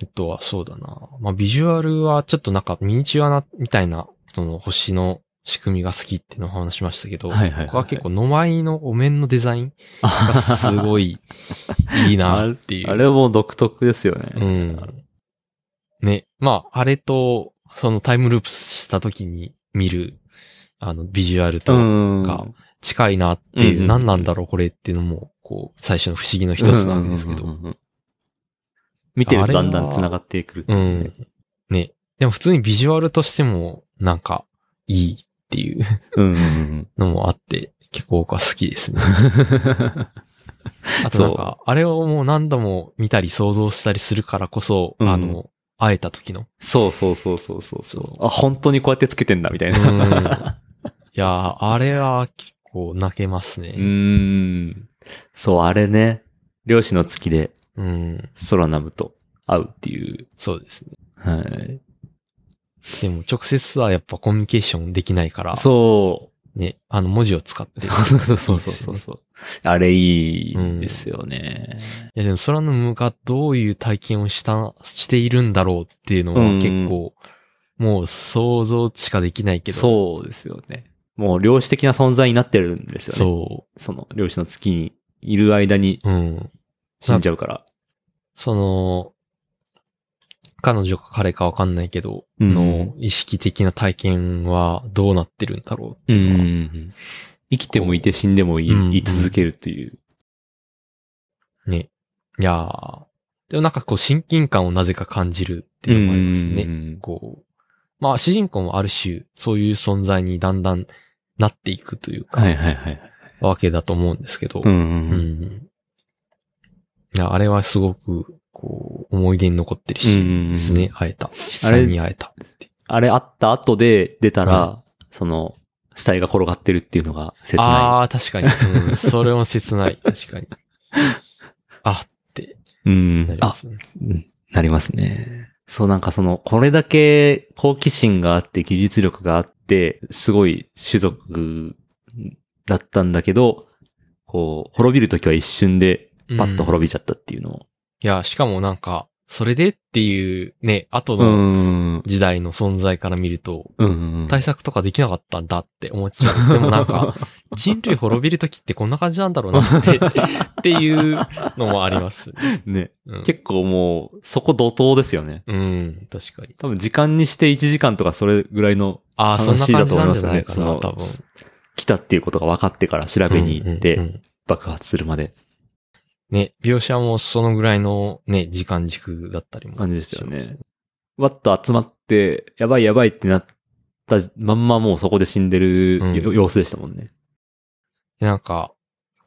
Speaker 2: えっとは、そうだな。まあ、ビジュアルはちょっとなんかミニチュアな、みたいな、その星の仕組みが好きっていうのを話しましたけど、
Speaker 1: はいはいはいはい
Speaker 2: 僕は結構野前のお面のデザイン がす
Speaker 1: あ
Speaker 2: ごいいいなっていう。
Speaker 1: あれも独特ですよね。
Speaker 2: うん。ね。まあ、あれと、そのタイムループした時に見る、あの、ビジュアルと
Speaker 1: うん。
Speaker 2: が近いなっていう、
Speaker 1: うんうんうん
Speaker 2: 何なんだろうこれっていうのも、こう、最初の不思議の一つなんですけど
Speaker 1: う、んうんうんうん。見てる
Speaker 2: あ
Speaker 1: と
Speaker 2: れは
Speaker 1: だんだん繋がってくるって
Speaker 2: う
Speaker 1: い
Speaker 2: ん
Speaker 1: ね。。
Speaker 2: ね。でも普通にビジュアルとしても、なんか、いいっていう
Speaker 1: うんうんうん。
Speaker 2: のもあって、結構僕は好きで すね。あとなんか、あれをもう何度も見たり想像したりするからこそ、
Speaker 1: うん
Speaker 2: あの、会えた時の。
Speaker 1: そうそうそうそうそうそ
Speaker 2: そ
Speaker 1: うう。あ、本当にこうやってつけてんだ、みたい
Speaker 2: うん。 い
Speaker 1: な。
Speaker 2: やー、あれは結構泣けます
Speaker 1: うー
Speaker 2: ね。
Speaker 1: ん。そう、あれね。漁師の月で
Speaker 2: うん。
Speaker 1: ソラナムと会うっていう。
Speaker 2: そうですね。
Speaker 1: はい。
Speaker 2: でも直接はやっぱコミュニケーションできないから、
Speaker 1: そう。
Speaker 2: ね、あの文字を使って。
Speaker 1: そうそうそうそうそう そう。あれいいですよね。
Speaker 2: いやでも空の無がどういう体験をした、しているんだろうっていうのは
Speaker 1: うん
Speaker 2: 結構、もう想像しかできないけど。う。
Speaker 1: そうですよね。もう漁師的な存在になってるんですよね。
Speaker 2: そ
Speaker 1: その漁師の月にいる間に
Speaker 2: う。うん。
Speaker 1: 死んじゃうから。
Speaker 2: その、彼女か彼かわかんないけど、
Speaker 1: うん
Speaker 2: の意識的な体験はどうなってるんだろうって
Speaker 1: うんうん
Speaker 2: いう
Speaker 1: う
Speaker 2: のは
Speaker 1: ん。生きてもいて死んでもい,、
Speaker 2: うん
Speaker 1: い続けるという。
Speaker 2: ね。いやー。でもなんかこう親近感をなぜか感じるっていうのもありますね。
Speaker 1: うんうんうん
Speaker 2: こう。まあ主人公もある種、そういう存在にだんだんなっていくというか、
Speaker 1: はいはいはい。
Speaker 2: わけだと思うんですけど。
Speaker 1: うんう
Speaker 2: うんん。いや、あれはすごく、こう、思い出に残ってる
Speaker 1: うんうんう
Speaker 2: し、
Speaker 1: ん
Speaker 2: ですね、会えた。実際に会えた。
Speaker 1: あれあった後で出たら、
Speaker 2: う
Speaker 1: その、死体が転がってるっていうのが切な
Speaker 2: ああー、確かに。うん、それも 切ない。確かに。あ、
Speaker 1: い。うん
Speaker 2: なりま
Speaker 1: あ、
Speaker 2: すね。
Speaker 1: うんなりますね。そうなんかその、これだけ好奇心があって技術力があって、すごい種族だったんだけど、こう、滅びるときは一瞬でパッと滅びちゃったっていうのを。
Speaker 2: いや、しかもなんか、それでっていうね、後
Speaker 1: う
Speaker 2: の
Speaker 1: ん。
Speaker 2: 時代の存在から見ると、
Speaker 1: うんうん。
Speaker 2: 対策とかできなかったんだって思っちゃう。でもな んか、人類滅びるときってこんな感じなんだろうなって、っていうのもあります。
Speaker 1: ね。
Speaker 2: うん、
Speaker 1: 結構もう、そこ怒涛ですよね。
Speaker 2: うん、確かに。
Speaker 1: 多分時間にして1時間とかそれぐらいの
Speaker 2: ああ、そんな
Speaker 1: 話だ
Speaker 2: 感
Speaker 1: と
Speaker 2: じ
Speaker 1: 思い
Speaker 2: なん
Speaker 1: ま
Speaker 2: じゃ
Speaker 1: すよ
Speaker 2: ない
Speaker 1: ね。
Speaker 2: か
Speaker 1: そ
Speaker 2: な、
Speaker 1: の
Speaker 2: 多分。
Speaker 1: 来たっていうことが分かってから調べに行っ
Speaker 2: うんうんう
Speaker 1: て
Speaker 2: ん
Speaker 1: 爆発するまで。
Speaker 2: ね、描写もそのぐらいのね、時間軸だったりも。
Speaker 1: 感じでしたよね。わっと集まって、やばいやばいってなったまんまもうそこで死んでる
Speaker 2: うん
Speaker 1: よ様子でしたもんね。
Speaker 2: なんか、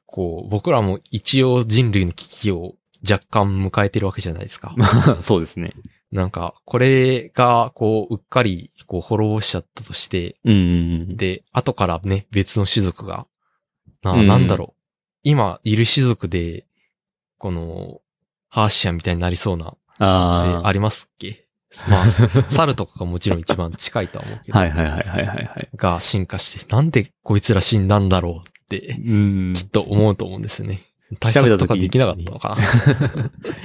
Speaker 2: こう、僕らも一応人類の危機を若干迎えてるわけじゃないで すか。
Speaker 1: そうですね。
Speaker 2: なんか、これが、こう、うっかり、こう、滅ぼしちゃったとして、
Speaker 1: うんうんうん。
Speaker 2: で、後からね、別の種族が、な、
Speaker 1: うん
Speaker 2: なんだろう。今いる種族で、この、ハーシアンみたいになりそうな、
Speaker 1: あ
Speaker 2: あ
Speaker 1: あ。
Speaker 2: ありますっけ まあ、猿とかがもちろん一番近いとは思うけど、
Speaker 1: はいはいはいはいはいはい。
Speaker 2: が進化して、なんでこいつら死んだんだろうって、
Speaker 1: うん
Speaker 2: きっと思うと思うんですよね。対策とかできなかったのか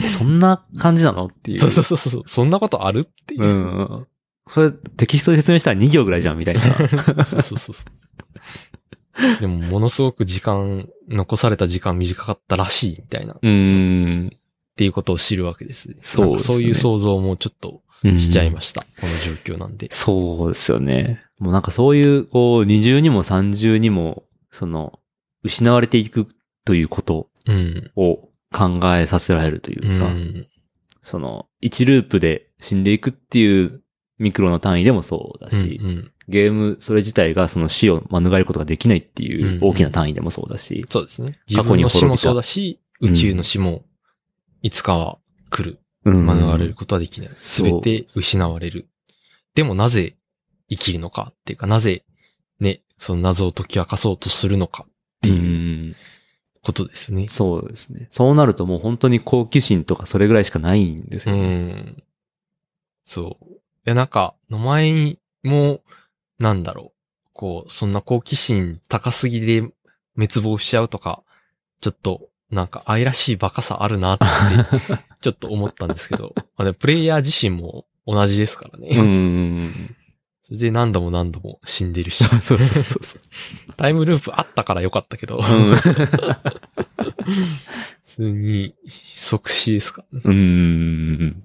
Speaker 2: な。
Speaker 1: そんな感じなのっていう。
Speaker 2: そうそうそうそう、そんなことあるっていう。
Speaker 1: うん。それ、テキストで説明したら2行ぐらいじゃん、み たいな。
Speaker 2: そうそうそうそう。でも、ものすごく時間、残された時間短かったらしいみたいな、っ
Speaker 1: うん。
Speaker 2: ていうことを知るわけで
Speaker 1: そ
Speaker 2: す。
Speaker 1: うですね
Speaker 2: なんかそういう想像もちょっとしちゃいました。この状況なんで。
Speaker 1: そうですよね。もうなんかそういう、こう、二重にも三重にも、その、失われていくということ
Speaker 2: うん。
Speaker 1: を考えさせられるといううか、
Speaker 2: ん。
Speaker 1: その、1ループで死んでいくっていうミクロの単位でもそうだ
Speaker 2: う
Speaker 1: し、
Speaker 2: ん。
Speaker 1: ゲームそれ自体がその死を免れることができないっていう大きな単位でもそうだし、
Speaker 2: そうですね。
Speaker 1: 過
Speaker 2: 自
Speaker 1: 去
Speaker 2: 分
Speaker 1: に滅びた
Speaker 2: の死もそうだし、宇宙の死も、いつかは来る。
Speaker 1: うん
Speaker 2: 免れることはできない。す
Speaker 1: そう
Speaker 2: べて失われる。でもなぜ生きるのかっていうか、なぜ、ね、その謎を解き明かそうとするのかって
Speaker 1: う
Speaker 2: いうんことですね。
Speaker 1: そうですね。そうなるともう本当に好奇心とかそれぐらいしかないんです
Speaker 2: う
Speaker 1: よね。
Speaker 2: ん。そう。いや、なんか、名前も、なんだろう。こう、そんな好奇心高すぎで滅亡しちゃうとか、ちょっと、なんか愛らしいバカさあ るなって、ちょっと思ったんですけど、まあでもプレイヤー自身も同じですからね。
Speaker 1: うん。
Speaker 2: それで何度も何度も死んでる し。
Speaker 1: そうそうそうそう。
Speaker 2: タイムループあったからよかったけど、
Speaker 1: うん
Speaker 2: 普通に即死ですからね。
Speaker 1: うーん。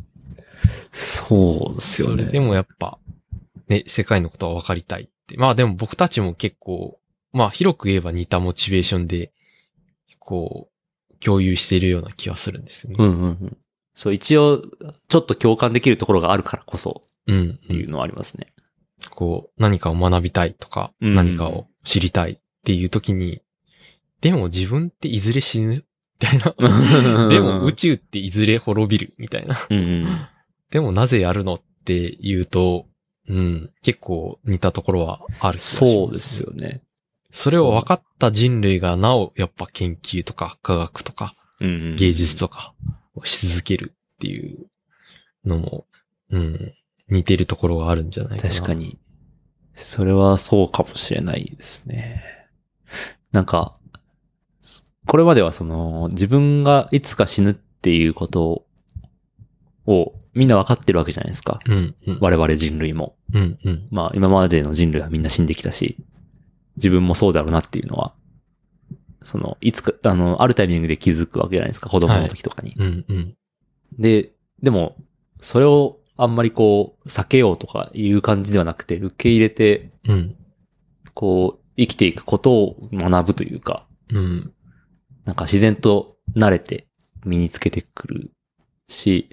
Speaker 1: そうですよ
Speaker 2: それで
Speaker 1: ね。
Speaker 2: もやっぱ、ね、世界のことは分かりたいって。まあでも僕たちも結構、まあ広く言えば似たモチベーションで、こう、共有しているような気はするんですよ
Speaker 1: うん
Speaker 2: ね。
Speaker 1: うんうん。そう、一応、ちょっと共感できるところがあるからこそ
Speaker 2: うん。
Speaker 1: っていうのはありますね。
Speaker 2: こう、何かを学びたいとか、
Speaker 1: うん
Speaker 2: 何かを知りたいっていう時に、でも自分っていずれ死ぬ、みたいな。 でも宇宙っていずれ滅びる、みたいな。
Speaker 1: うんうん。
Speaker 2: でもなぜやるのって言うと、うん、結構似たところはある気がします、
Speaker 1: そうです。よね。
Speaker 2: それを分かった人類がなお、やっぱ研究とか科学とか
Speaker 1: うんうん
Speaker 2: 芸術とかをし続けるっていうのも、うん、似てるところがあるんじゃないかな。
Speaker 1: 確か。に。それはそうかもしれないですね。なんか、これまではその、自分がいつか死ぬっていうことをみんなわかってるわけじゃないですか。
Speaker 2: うん、うん、
Speaker 1: 我々人類も。
Speaker 2: うん、うん。
Speaker 1: まあ今までの人類はみんな死んできたし、自分もそうだろうなっていうのは、その、いつか、あの、あるタイミングで気づくわけじゃないですか、子供の時とかに。
Speaker 2: うん、うん。
Speaker 1: で、でも、それをあんまりこう、避けようとかいう感じではなくて、受け入れて、
Speaker 2: うん、
Speaker 1: こう、生きていくことを学ぶというか、
Speaker 2: うん、
Speaker 1: なんか自然と慣れて身につけてくるし、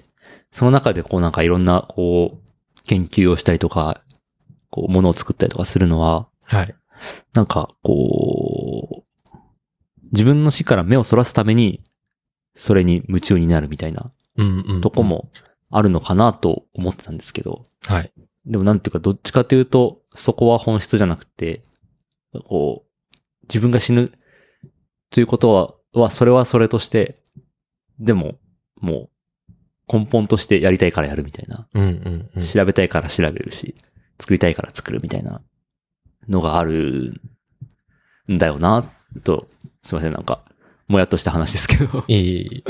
Speaker 1: その中でこうなんかいろんなこう、研究をしたりとか、こう、ものを作ったりとかするのは、
Speaker 2: はい。
Speaker 1: なんか、こう、自分の死から目をそらすために、それに夢中になるみたいな
Speaker 2: うん、うん。
Speaker 1: とこ。もあるのかなと思ってたんですけど、
Speaker 2: はい。
Speaker 1: でもなんていうか、どっちかというと、そこは本質じゃなくて、こう、自分が死ぬということは、はそれはそれとして、でも、もう、根本としてやりたいからやるみたいな。
Speaker 2: うん、うん、うん。
Speaker 1: 調べたいから調べるし、作りたいから作るみたいなのがあるんだよな、と、すいません、なんか、もやっとした話ですけど、
Speaker 2: いいいいいい。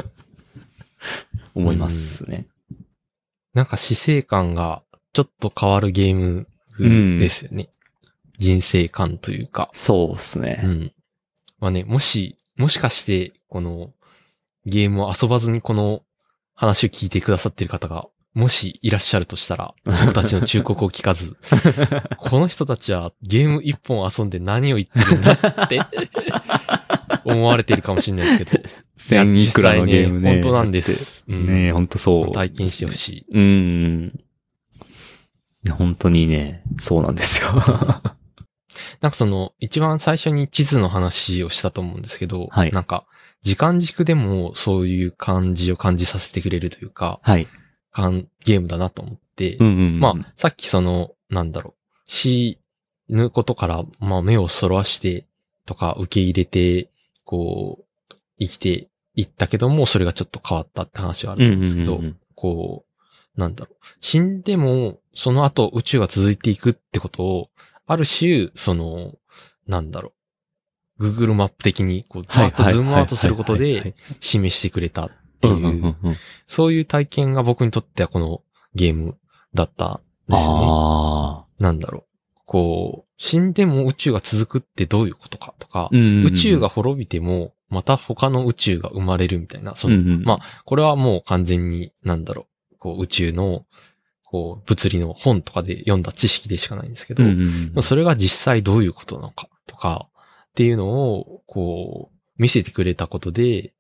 Speaker 1: 思いますね。
Speaker 2: なんか死生観がちょっと変わるゲームですよね。人生観というか。
Speaker 1: そうです
Speaker 2: う
Speaker 1: ね。
Speaker 2: ん。まあね、もし、もしかして、このゲームを遊ばずにこの話を聞いてくださってる方が、もしいらっしゃるとしたら、僕たちの忠告を聞か ず、この人たちはゲーム一本遊んで何を言ってるんだって思われてるかもしれないですけど、い
Speaker 1: 1000
Speaker 2: や
Speaker 1: いくらのゲームね。
Speaker 2: 実際本当なんです。うん、
Speaker 1: ねえ、本当そう。
Speaker 2: 体験してほしい。
Speaker 1: うん。いや、本当にね、そうなんです よ。は
Speaker 2: なんかその、一番最初に地図の話をしたと思うんですけど、
Speaker 1: はい
Speaker 2: なんか、時間軸でもそういう感じを感じさせてくれるというか、
Speaker 1: い。
Speaker 2: かんゲームだなと思って、
Speaker 1: うんうん。
Speaker 2: まあ、さっきその、なんだろう、死ぬことから、まあ、目をそらして、とか、受け入れて、こう、生きていったけども、それがちょっと変わったって話はあ
Speaker 1: うん
Speaker 2: る
Speaker 1: うんんう
Speaker 2: で
Speaker 1: ん
Speaker 2: すけど、
Speaker 1: うん
Speaker 2: こう、なんだろう、死んでも、その後宇宙が続いていくってことを、ある種、その、なんだろう、Google マップ的に、こう、ずっとズームアウトすること
Speaker 1: はいはいはい
Speaker 2: で、示してくれたっ
Speaker 1: はいはいはい
Speaker 2: ていう
Speaker 1: うんうんうんうん
Speaker 2: そういう体験が僕にとってはこのゲームだったんですよね。
Speaker 1: ああ。
Speaker 2: なんだろう。こう、死んでも宇宙が続くってどういうことかとか、宇
Speaker 1: 宇
Speaker 2: 宙が、滅びても、また他の宇宙が生まれるみたいな、その、まあ、これはもう完全に、なんだろう、こう、宇宙の、こう、物理の本とかで読んだ知識でしかないんですけど、
Speaker 1: うんうん
Speaker 2: まあそれが実際どういうことなのかとか、っていうのを、こう、見せてくれたことで、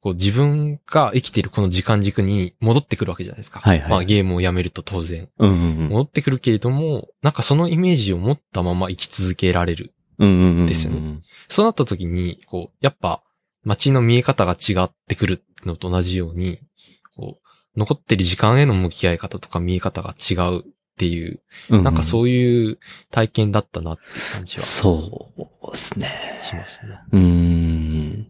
Speaker 2: こう自分が生きているこの時間軸に戻ってくるわけじゃないですか。
Speaker 1: はいはい
Speaker 2: まあゲームをやめると当然。
Speaker 1: うんうん
Speaker 2: 戻ってくるけれども、なんかそのイメージを持ったまま生き続けられる。
Speaker 1: うんうんうんうん。
Speaker 2: ですよねそうなった時に、こう、やっぱ街の見え方が違ってくるのと同じように、こう、残ってる時間への向き合い方とか見え方が違うっていう、
Speaker 1: うう。
Speaker 2: なんか
Speaker 1: う
Speaker 2: そういう体験だったなって感じはし
Speaker 1: そうですね。
Speaker 2: ますね。
Speaker 1: うーん。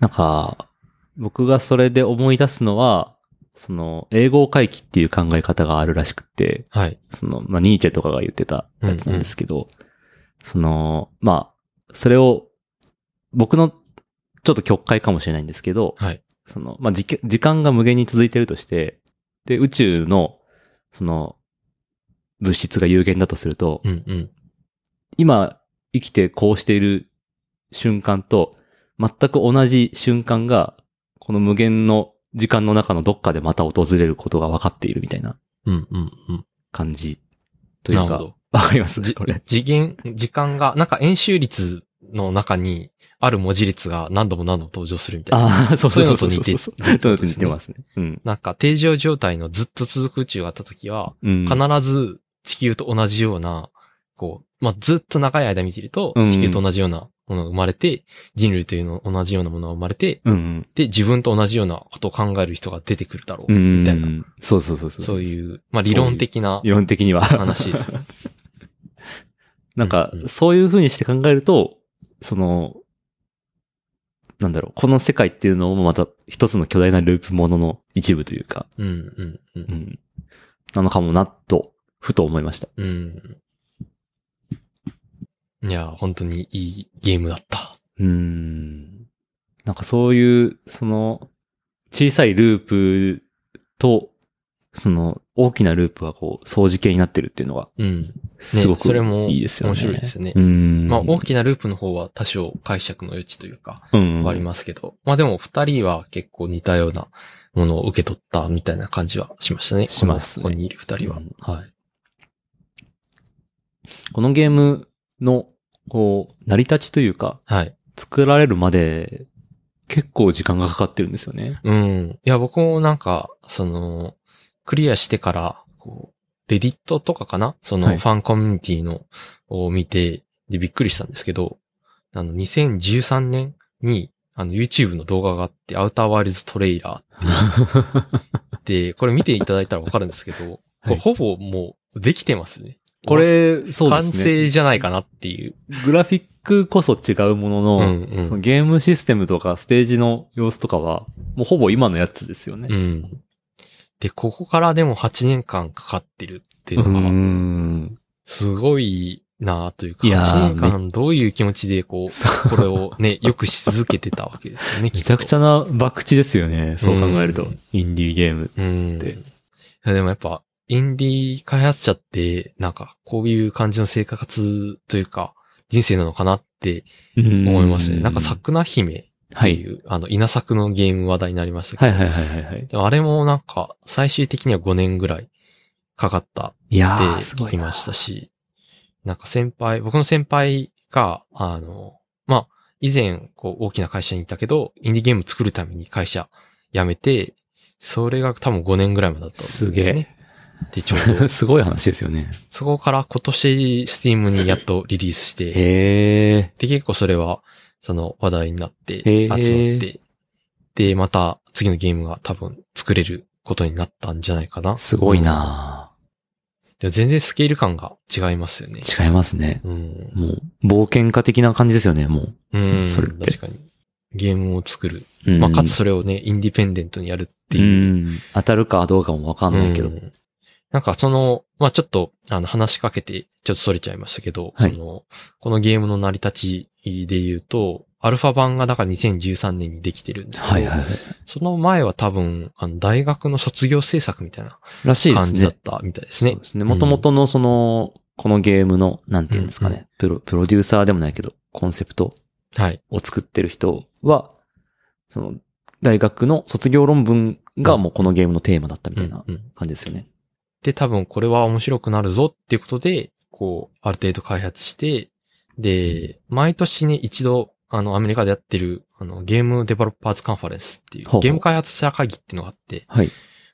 Speaker 1: なんか、僕がそれで思い出すのは、その、英語回帰っていう考え方があるらしくて、
Speaker 2: はい。
Speaker 1: その、まあ、ニーチェとかが言ってたやつなんですけど、その、まあ、それを、僕の、ちょっと曲解かもしれないんですけど、
Speaker 2: はい。
Speaker 1: その、まあ、時時間が無限に続いてるとして、で、宇宙の、その、物質が有限だとすると、
Speaker 2: うんうん。
Speaker 1: 今生きてこうしている瞬間と全く同じ瞬間がこの無限の時間の中のどっかでまた訪れることが分かっているみたいな
Speaker 2: うんうんうん。
Speaker 1: 感じという
Speaker 2: なるほ
Speaker 1: か、
Speaker 2: ど。
Speaker 1: わかります
Speaker 2: じ
Speaker 1: これ。
Speaker 2: 次元、時間が、なんか演習率の中にある文字列が何度も何度も登場するみたいな。
Speaker 1: ああ、そうそうそうそう
Speaker 2: そういうのと似て
Speaker 1: そういうのと似てますね。うん。
Speaker 2: なんか定常状態のずっと続く宇宙があった時は、
Speaker 1: うん。
Speaker 2: 必ず地球と同じような、こう、まあ、ずっと長い間見てると、
Speaker 1: うんうん
Speaker 2: 地球と同じようなものが生まれて、人類というの同じようなものが生まれて、
Speaker 1: うん
Speaker 2: で、自分と同じようなことを考える人が出てくるだろ
Speaker 1: う
Speaker 2: う。
Speaker 1: ん。
Speaker 2: みたい
Speaker 1: うんう
Speaker 2: な。
Speaker 1: んそうそうそうそう。
Speaker 2: そう
Speaker 1: う。
Speaker 2: いう、まあ、理論的な
Speaker 1: 理論的には。
Speaker 2: 話ですね。
Speaker 1: なんか
Speaker 2: うんう、ん
Speaker 1: そういう風にして考えると、その、なんだろう、この世界っていうのもまた一つの巨大なループものの一部というか、
Speaker 2: うんうんう
Speaker 1: う。
Speaker 2: ん
Speaker 1: ん。なのかもな、と、ふと思いました。
Speaker 2: うん。いや、本当にいいゲームだった。
Speaker 1: うーん。なんかそういう、その、小さいループと、その、大きなループがこう、相似形になってるっていうのが、
Speaker 2: うん。
Speaker 1: すごく
Speaker 2: それも
Speaker 1: いいですよね。
Speaker 2: 面白いですよね
Speaker 1: うーん。
Speaker 2: まあ、大きなループの方は多少解釈の余地というか、
Speaker 1: うん。
Speaker 2: はありますけど、まあでも二人は結構似たようなものを受け取ったみたいな感じはしましたね。
Speaker 1: しますね
Speaker 2: このここにいる二人は。
Speaker 1: うん
Speaker 2: はい。
Speaker 1: このゲームの、こう、成り立ちというか、
Speaker 2: はい。
Speaker 1: 作られるまで、結構時間がかかってるんですよね。
Speaker 2: うん。いや、僕もなんか、その、クリアしてから、こう、レディットとかかなそ
Speaker 1: は
Speaker 2: の
Speaker 1: い
Speaker 2: ファンコミュニティのを見て、で、びっくりしたんですけど、あの、2013年に、あの、YouTube の動画があって、アウターワイルズトレイラーっ て、これ見ていただいたらわかるんですけど、これほぼもう、できてますね。
Speaker 1: これ、そうで
Speaker 2: 完
Speaker 1: すね。
Speaker 2: 成じゃないかなっていう。
Speaker 1: グラフィックこそ違うものの、
Speaker 2: うんうん
Speaker 1: そのゲームシステムとかステージの様子とかは、もうほぼ今のやつですよ
Speaker 2: う
Speaker 1: ね。
Speaker 2: ん。で、ここからでも8年間かかってるっていうのが、
Speaker 1: ん。
Speaker 2: すごいなというか、
Speaker 1: いやー
Speaker 2: 8年間どういう気持ちでこう、
Speaker 1: そう
Speaker 2: これをね、よくし続けてたわけですよね、
Speaker 1: めちゃくち
Speaker 2: ゃ。
Speaker 1: ゃな博打ですよね。そう考えると
Speaker 2: うん。
Speaker 1: インディーゲーム。
Speaker 2: うん。
Speaker 1: で
Speaker 2: いやでもやっぱ、インディー開発者って、なんか、こういう感じの生活というか、人生なのかなって思いますね。なんか、サクナ姫っ
Speaker 1: は
Speaker 2: て
Speaker 1: い
Speaker 2: い。う、あの、稲作のゲーム話題になりましたけど、
Speaker 1: はいはいはいはいはい。
Speaker 2: でもあれもなんか、最終的には5年ぐらいかかったっ
Speaker 1: い
Speaker 2: て
Speaker 1: やー、す
Speaker 2: 聞
Speaker 1: ご
Speaker 2: き
Speaker 1: い
Speaker 2: ま
Speaker 1: な。
Speaker 2: したし、なんか先輩、僕の先輩が、あの、まあ、以前、こう、大きな会社にいたけど、インディーゲーム作るために会社辞めて、それが多分5年ぐらいまでだったんですね。
Speaker 1: すげえ。
Speaker 2: で、ちょ う ど、
Speaker 1: すごい話ですよね。
Speaker 2: そこから今年、スティームにやっとリリースして、
Speaker 1: へえ。
Speaker 2: で、結構それは、その話題になって、
Speaker 1: へー
Speaker 2: 集まって、で、また次のゲームが多分作れることになったんじゃないかな。
Speaker 1: すごいな
Speaker 2: でも全然スケール感が違いますよね。
Speaker 1: 違いますね。
Speaker 2: うん。
Speaker 1: もう、冒険家的な感じですよね、もう。
Speaker 2: うん。
Speaker 1: それって
Speaker 2: 確かに。ゲームを作る。
Speaker 1: うん
Speaker 2: まあ、かつそれをね、インディペンデントにやるっていう。
Speaker 1: うん当たるかどうかもわかんないけど
Speaker 2: う。んなんかその、まあ、ちょっと、あの、話しかけて、ちょっとそれちゃいましたけど、
Speaker 1: はい
Speaker 2: その、このゲームの成り立ちで言うと、アルファ版がだから2013年にできてるんですけど、
Speaker 1: はいはいはい。
Speaker 2: その前は多分、あの、大学の卒業制作みたいな
Speaker 1: らしいで
Speaker 2: 感
Speaker 1: す
Speaker 2: じだっ
Speaker 1: ね。
Speaker 2: たみたいです
Speaker 1: そう
Speaker 2: ね。
Speaker 1: ですね。もともとのその、このゲームの、なんていうんですか
Speaker 2: うん
Speaker 1: ね。プロ、プロデューサーでもないけど、コンセプト
Speaker 2: はい。
Speaker 1: を作ってる人は、その、大学の卒業論文がもうこのゲームのテーマだったみたいな
Speaker 2: うんうん
Speaker 1: 感じですよね。
Speaker 2: で、多分これは面白くなるぞっていうことで、こう、ある程度開発して、で、毎年ね、一度、あの、アメリカでやってる、あの、ゲームデベロッパーズカンファレンスっていう、
Speaker 1: ほうほう
Speaker 2: ゲーム開発者会議っていうのがあって、
Speaker 1: はい。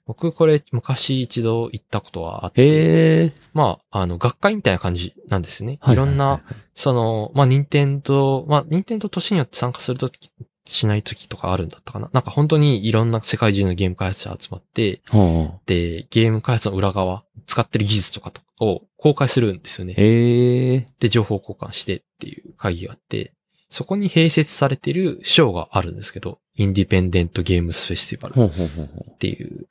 Speaker 2: 僕これ昔一度行ったことはあって、
Speaker 1: へえ。
Speaker 2: まあ、あの、学会みたいな感じなんですね。
Speaker 1: はい
Speaker 2: ろん
Speaker 1: は
Speaker 2: な、その、まあ、任天堂、まあ、任天堂年によって参加するとき、しないときとかあるんだったかな。なんか本当にいろんな世界中のゲーム開発者集まって、
Speaker 1: いはいは
Speaker 2: で、ゲーム開発の裏側、使ってる技術とかを公開するんですよ
Speaker 1: い
Speaker 2: ね。
Speaker 1: へえ。
Speaker 2: で、情報交換してっていう会議があって、そこに併設されてる賞があるんですけど、インディペンデントゲームスフェスティバル
Speaker 1: ほうほうほうほう。
Speaker 2: っていう、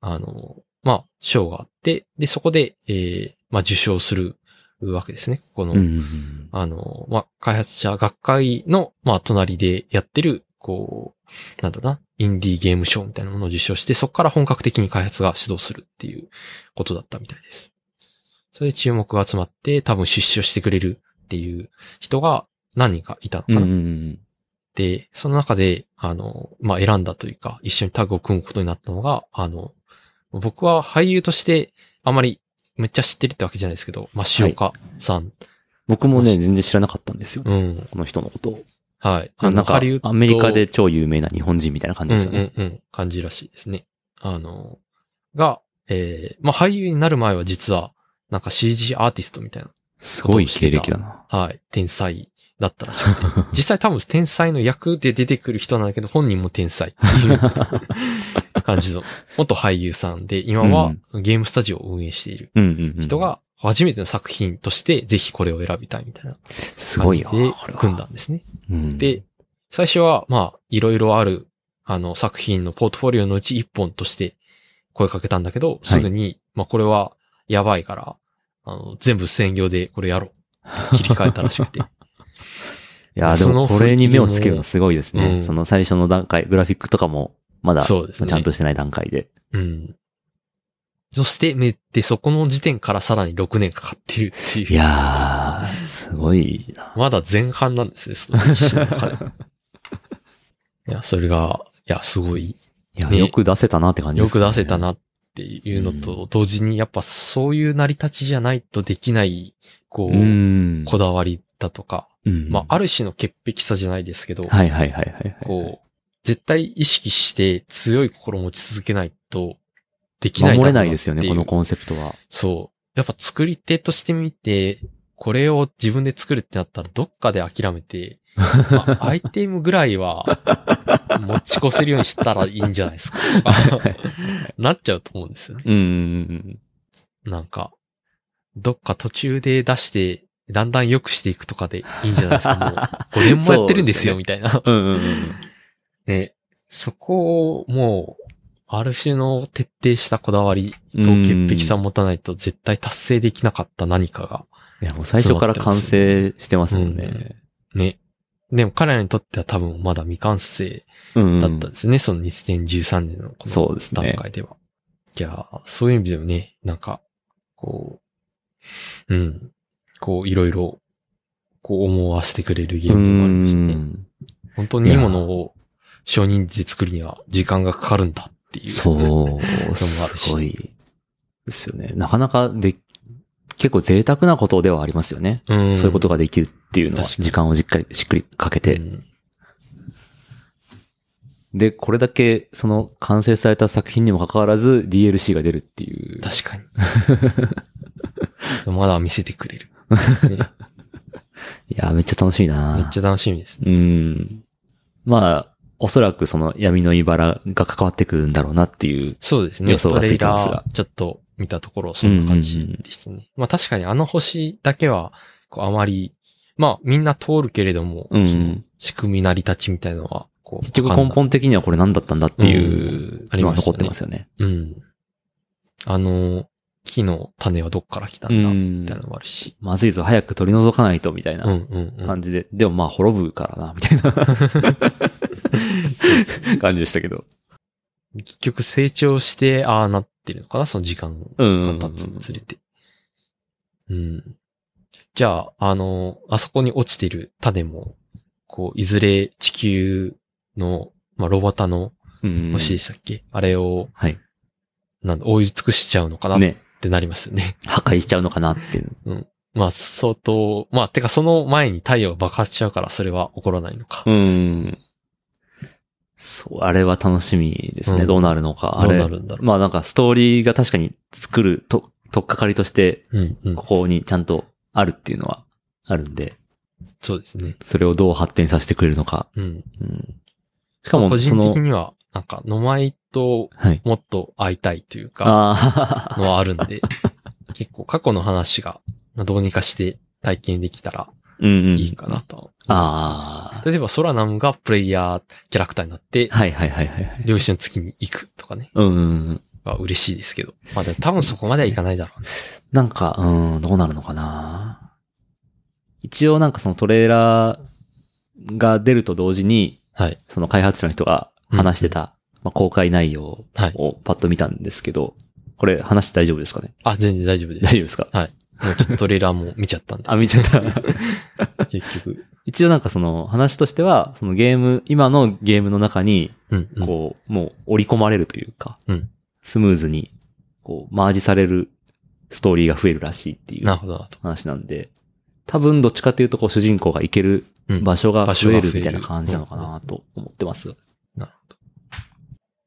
Speaker 2: あの、まあ、賞があって、で、そこで、えーまあ、受賞するわけですね。ここの、
Speaker 1: うんうんうん。
Speaker 2: あの、まあ、開発者学会の、まあ、隣でやってる、こう、なんだろうな、インディーゲーム賞みたいなものを受賞して、そこから本格的に開発が始動するっていうことだったみたいです。それで注目が集まって、多分出資をしてくれるっていう人が何人かいたの
Speaker 1: う
Speaker 2: か
Speaker 1: ん
Speaker 2: な。
Speaker 1: うんうん。
Speaker 2: で、その中で、あの、まあ、選んだというか、一緒にタッグを組むことになったのが、あの、僕は俳優として、あまりめっちゃ知ってるってわけじゃないですけど、まあ、塩岡さん。
Speaker 1: 僕もね、全然知らなかったんですよ。
Speaker 2: うん。
Speaker 1: この人のことを。
Speaker 2: はい。あの
Speaker 1: なん
Speaker 2: ハ
Speaker 1: か
Speaker 2: リウッ、ド
Speaker 1: アメリカで超有名な日本人みたいな感じですよね。
Speaker 2: うんうんうん。感じらしいですね。あの、が、えー、まあ、俳優になる前は実は、なんか CG アーティストみたいな、
Speaker 1: すごい経歴だな。
Speaker 2: はい、天才だったら しくて。実際多分天才の役で出てくる人なんだけど、本人も天才ってい う感じの、元俳優さんで、今
Speaker 1: う
Speaker 2: は
Speaker 1: ん
Speaker 2: そのゲームスタジオを運営している
Speaker 1: うんうんうん
Speaker 2: 人、が、初めての作品として、ぜひこれを選びたいみたいな
Speaker 1: す
Speaker 2: 感
Speaker 1: ごい
Speaker 2: じ
Speaker 1: よ。
Speaker 2: で
Speaker 1: これは
Speaker 2: 組んだんですね。
Speaker 1: うん
Speaker 2: で、最初は、まあ、いろいろある、あの、作品のポートフォリオのうち一本として声かけたんだけど、すぐに、まあ、これはやばいから、あの、全部専業でこれやろう。って切り替えたらし くて。
Speaker 1: いや、で
Speaker 2: その
Speaker 1: もこれに目をつけるのすごいです
Speaker 2: う
Speaker 1: ね。
Speaker 2: ん
Speaker 1: その最初の段階、グラフィックとかも、まだ、ち
Speaker 2: そうですね。
Speaker 1: ゃんとしてない段階で。
Speaker 2: うん。そして、めで、そこの時点からさらに6年かかってるっていう。
Speaker 1: いやー、すごいな。
Speaker 2: まだ前半なんですね、その歴史の中 でいや、それが、いや、すごい
Speaker 1: いや、
Speaker 2: ね
Speaker 1: よく出せたなって感じで
Speaker 2: よ
Speaker 1: す
Speaker 2: く
Speaker 1: ね
Speaker 2: 出せた。なっていうのと同時に、やっぱそういう成り立ちじゃないとできない、こ
Speaker 1: う
Speaker 2: う、
Speaker 1: ん。
Speaker 2: こだわりだとか、
Speaker 1: うん
Speaker 2: まあ、ある種の潔癖さじゃないですけど、
Speaker 1: はいはいはいはいはい。
Speaker 2: こう、絶対意識して強い心を持ち続けないとできない
Speaker 1: 守
Speaker 2: だろ
Speaker 1: れ
Speaker 2: う
Speaker 1: な
Speaker 2: なって
Speaker 1: いうですよね、このコンセプトは。
Speaker 2: そう。やっぱ作り手としてみて、これを自分で作るってなったらどっかで諦めて、 まあアイテムぐらいは持ち越せるようにしたらいいんじゃないですかとか なっちゃうと思うんですよね。
Speaker 1: うんうん
Speaker 2: なんか、どっか途中で出して、だんだん良くしていくとかでいいんじゃないです か。もう5年もやってるんですよ、
Speaker 1: そう
Speaker 2: みたいな。
Speaker 1: うん。うんうんうん。
Speaker 2: ね。そこを、もう、ある種の徹底したこだわりと
Speaker 1: うん
Speaker 2: 潔癖さを持たないと絶対達成できなかった何かが、
Speaker 1: いや、もう最初から完成してますもんね。
Speaker 2: ね。でも彼らにとっては多分まだ未完成
Speaker 1: うん。
Speaker 2: だったんですよね。その2013年のこの
Speaker 1: そうです
Speaker 2: 段
Speaker 1: ね。
Speaker 2: 階では。いやー、そういう意味でもね、なんか、こう、うん、こう、いろいろ、こう思わせてくれるゲー
Speaker 1: う
Speaker 2: ムでもありましたね。
Speaker 1: ん。
Speaker 2: 本当にいいものを少人数で作るには時間がかかるんだっていう。
Speaker 1: そう、すごい。ですよね。なかなかで、結構贅沢なことではありますよね。
Speaker 2: うん
Speaker 1: そういうことができるっていうのは、
Speaker 2: 確かに
Speaker 1: 時間をしっかり、しっくりかけて、
Speaker 2: うん
Speaker 1: で、これだけ、その、完成された作品にもかかわらず、DLC が出るっていう。
Speaker 2: 確かに。 まだ見せてくれる。 ね
Speaker 1: いやー、めっちゃ楽しみだな
Speaker 2: めっちゃ楽しみですね。
Speaker 1: うん。まあ、おそらくその闇の茨が関わってくるんだろうなっていう。
Speaker 2: そうですね。
Speaker 1: 予想
Speaker 2: ト
Speaker 1: がつ
Speaker 2: レ
Speaker 1: い
Speaker 2: ー
Speaker 1: てますが
Speaker 2: ラー、ちょっと見たところ、そんな感じでしたね。まあ確かにあの星だけは、こうあまり、まあみんな通るけれども、
Speaker 1: うん
Speaker 2: その仕組み成り立ちみたいのは、こう。
Speaker 1: 結局
Speaker 2: わかん
Speaker 1: 根
Speaker 2: ない。
Speaker 1: 本的にはこれ何だったんだっていう
Speaker 2: あり
Speaker 1: のは
Speaker 2: ました
Speaker 1: 残
Speaker 2: ね
Speaker 1: ってますよね。
Speaker 2: うん。あの、木の種はどっから来た
Speaker 1: うん
Speaker 2: だ、み
Speaker 1: ん
Speaker 2: たいなのもあるし。
Speaker 1: まずいぞ、早く取り除かないと、みたい
Speaker 2: うんう
Speaker 1: なん
Speaker 2: うん。
Speaker 1: 感じで。でもまあ、滅ぶからな、みたい な感じでしたけど。
Speaker 2: 結局成長して、ああなってるのかな、その時間
Speaker 1: うん
Speaker 2: が経つにつれて。うん。じゃあ、あの、あそこに落ちてる種も、こう、いずれ地球の、まあ、ロバタの
Speaker 1: うん。
Speaker 2: 星でしたっけ、あれを、
Speaker 1: はい。
Speaker 2: なんだ覆い尽くしちゃうのかなっ
Speaker 1: ね。
Speaker 2: てなりますよね。
Speaker 1: 破壊しちゃうのかなっていう。
Speaker 2: まあ、相当、まあ、てかその前に太陽爆発しちゃうから、それは起こらないのか。
Speaker 1: うん。そう、あれは楽しみですね。
Speaker 2: うん
Speaker 1: どうなるのか。あ
Speaker 2: どう
Speaker 1: れ。
Speaker 2: なるんだろ
Speaker 1: まあなんかストーリーが確かに作ると、とっかかりとして、
Speaker 2: う。うん、うん
Speaker 1: こ。こにちゃんとあるっていうのはあるんで、
Speaker 2: そうですね。
Speaker 1: それをどう発展させてくれるのか。
Speaker 2: うん。
Speaker 1: うん、しかも、
Speaker 2: 個
Speaker 1: そ
Speaker 2: 人
Speaker 1: の
Speaker 2: 的、には、なんか、野前と
Speaker 1: はい。
Speaker 2: もっと会いたいというか、
Speaker 1: あ
Speaker 2: のはあるんで、結構過去の話がどうにかして体験できたら
Speaker 1: あ、 うんうん。
Speaker 2: いいかなとは思いま
Speaker 1: あ
Speaker 2: す。例えばソラナムがプレイヤーキャラクターになって
Speaker 1: あ、、はいはいはいはいはい。
Speaker 2: 両親の月に行くとかね、
Speaker 1: うんうんうん。
Speaker 2: は嬉しいですけど。まあでも多分そこまではいかないだろうね。
Speaker 1: なんか、うん、どうなるのかな一応なんかそのトレーラーが出ると同時に、
Speaker 2: はい。
Speaker 1: その開発者の人が話してた、まあ、公開内容
Speaker 2: はい。
Speaker 1: をパッと見たんですけど、これ話して大丈夫ですかね
Speaker 2: あ、全然大丈夫です。
Speaker 1: 大丈夫ですか
Speaker 2: もうちょっとトレーラーも見ちゃったん で
Speaker 1: あ、、見ちゃった。
Speaker 2: 結局。
Speaker 1: 一応なんかその話としては、そのゲーム、今のゲームの中に、
Speaker 2: うん、うん。
Speaker 1: こう、もう織り込まれるというか、
Speaker 2: うん
Speaker 1: スムーズに、こう、マージされるストーリーが増えるらしいってい
Speaker 2: なる
Speaker 1: う
Speaker 2: ほどなと。
Speaker 1: 話なんで、多分どっちかというと、こう、主人公が行ける
Speaker 2: うん。
Speaker 1: 場所が増え
Speaker 2: 場所が増
Speaker 1: る
Speaker 2: える
Speaker 1: みたいな感じなのかなと思ってます。
Speaker 2: なるほど。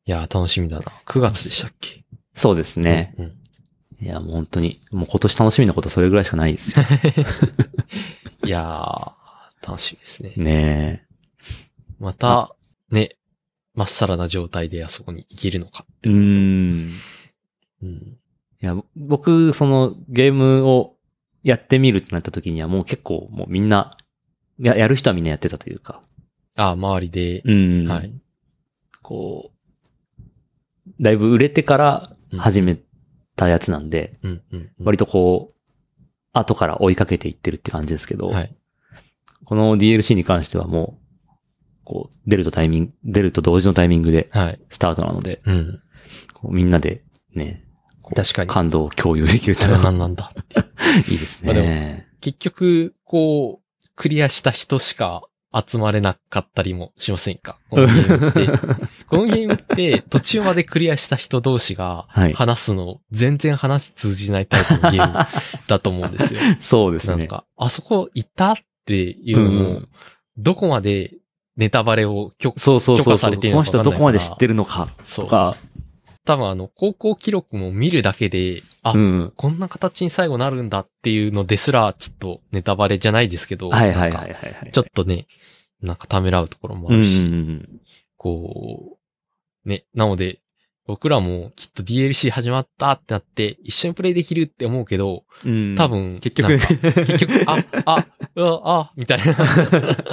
Speaker 2: いやー、楽しみだな。9月でしたっけ
Speaker 1: そうですね。。
Speaker 2: うん。
Speaker 1: いや、もう本当に、もう今年楽しみなことそれぐらいしかないですよ。
Speaker 2: いやー、楽しみですね。
Speaker 1: ねえ。
Speaker 2: また、ね、まっさらな状態であそこに行けるのかって
Speaker 1: う
Speaker 2: いう。
Speaker 1: ん。
Speaker 2: うん。
Speaker 1: いや、僕、そのゲームをやってみるってなった時にはもう結構もうみんな、や、やる人はみんなやってたというか。
Speaker 2: あ周りで、
Speaker 1: うん
Speaker 2: はい。
Speaker 1: こう、だいぶ売れてから始めたやつなんで、
Speaker 2: うん、うん。
Speaker 1: 割とこう、後から追いかけていってるって感じですけど、
Speaker 2: はい。
Speaker 1: この DLC に関してはもう、こう、出るとタイミング、出ると同時のタイミングで
Speaker 2: はい。
Speaker 1: スタートなので、
Speaker 2: うん。
Speaker 1: こうみんなでね、こう
Speaker 2: 確かに
Speaker 1: 感動を共有できるって
Speaker 2: あ
Speaker 1: いう
Speaker 2: れ
Speaker 1: の
Speaker 2: な
Speaker 1: は
Speaker 2: んなんだ。
Speaker 1: いいです
Speaker 2: まあでも
Speaker 1: ね。
Speaker 2: 結局、こう、クリアした人しか集まれなかったりもしませ んかこのゲームって。このゲームって、途中までクリアした人同士が
Speaker 1: はい、
Speaker 2: 話すの、全然話通じないタイプのゲームだと思うんですよ。
Speaker 1: そうですね。
Speaker 2: なんか、あそこ行ったっていうのも、
Speaker 1: うんうん
Speaker 2: どこまでネタバレを許可、
Speaker 1: そうそうそう
Speaker 2: 許可
Speaker 1: そ
Speaker 2: さ
Speaker 1: う。
Speaker 2: れ
Speaker 1: こ
Speaker 2: ている
Speaker 1: の
Speaker 2: のか
Speaker 1: 人どこまで知ってるのか
Speaker 2: そ
Speaker 1: と
Speaker 2: う。
Speaker 1: か、
Speaker 2: 多分あの、高校記録も見るだけで、あ、
Speaker 1: うん。
Speaker 2: こんな形に最後なるんだっていうのですら、ちょっとネタバレじゃないですけど、
Speaker 1: はいはい
Speaker 2: なん
Speaker 1: はい
Speaker 2: か
Speaker 1: はいはい。
Speaker 2: ちょっとね、なんかためらうところもあ
Speaker 1: うん
Speaker 2: る
Speaker 1: う
Speaker 2: し、
Speaker 1: ん
Speaker 2: こう、ね、なので、僕らもきっと DLC 始まったってなって、一緒にプレイできるって思うけど、
Speaker 1: うん。うん
Speaker 2: 多、分、
Speaker 1: 結局
Speaker 2: なんか、結局、あ、あ、うわ、あ、みたいな。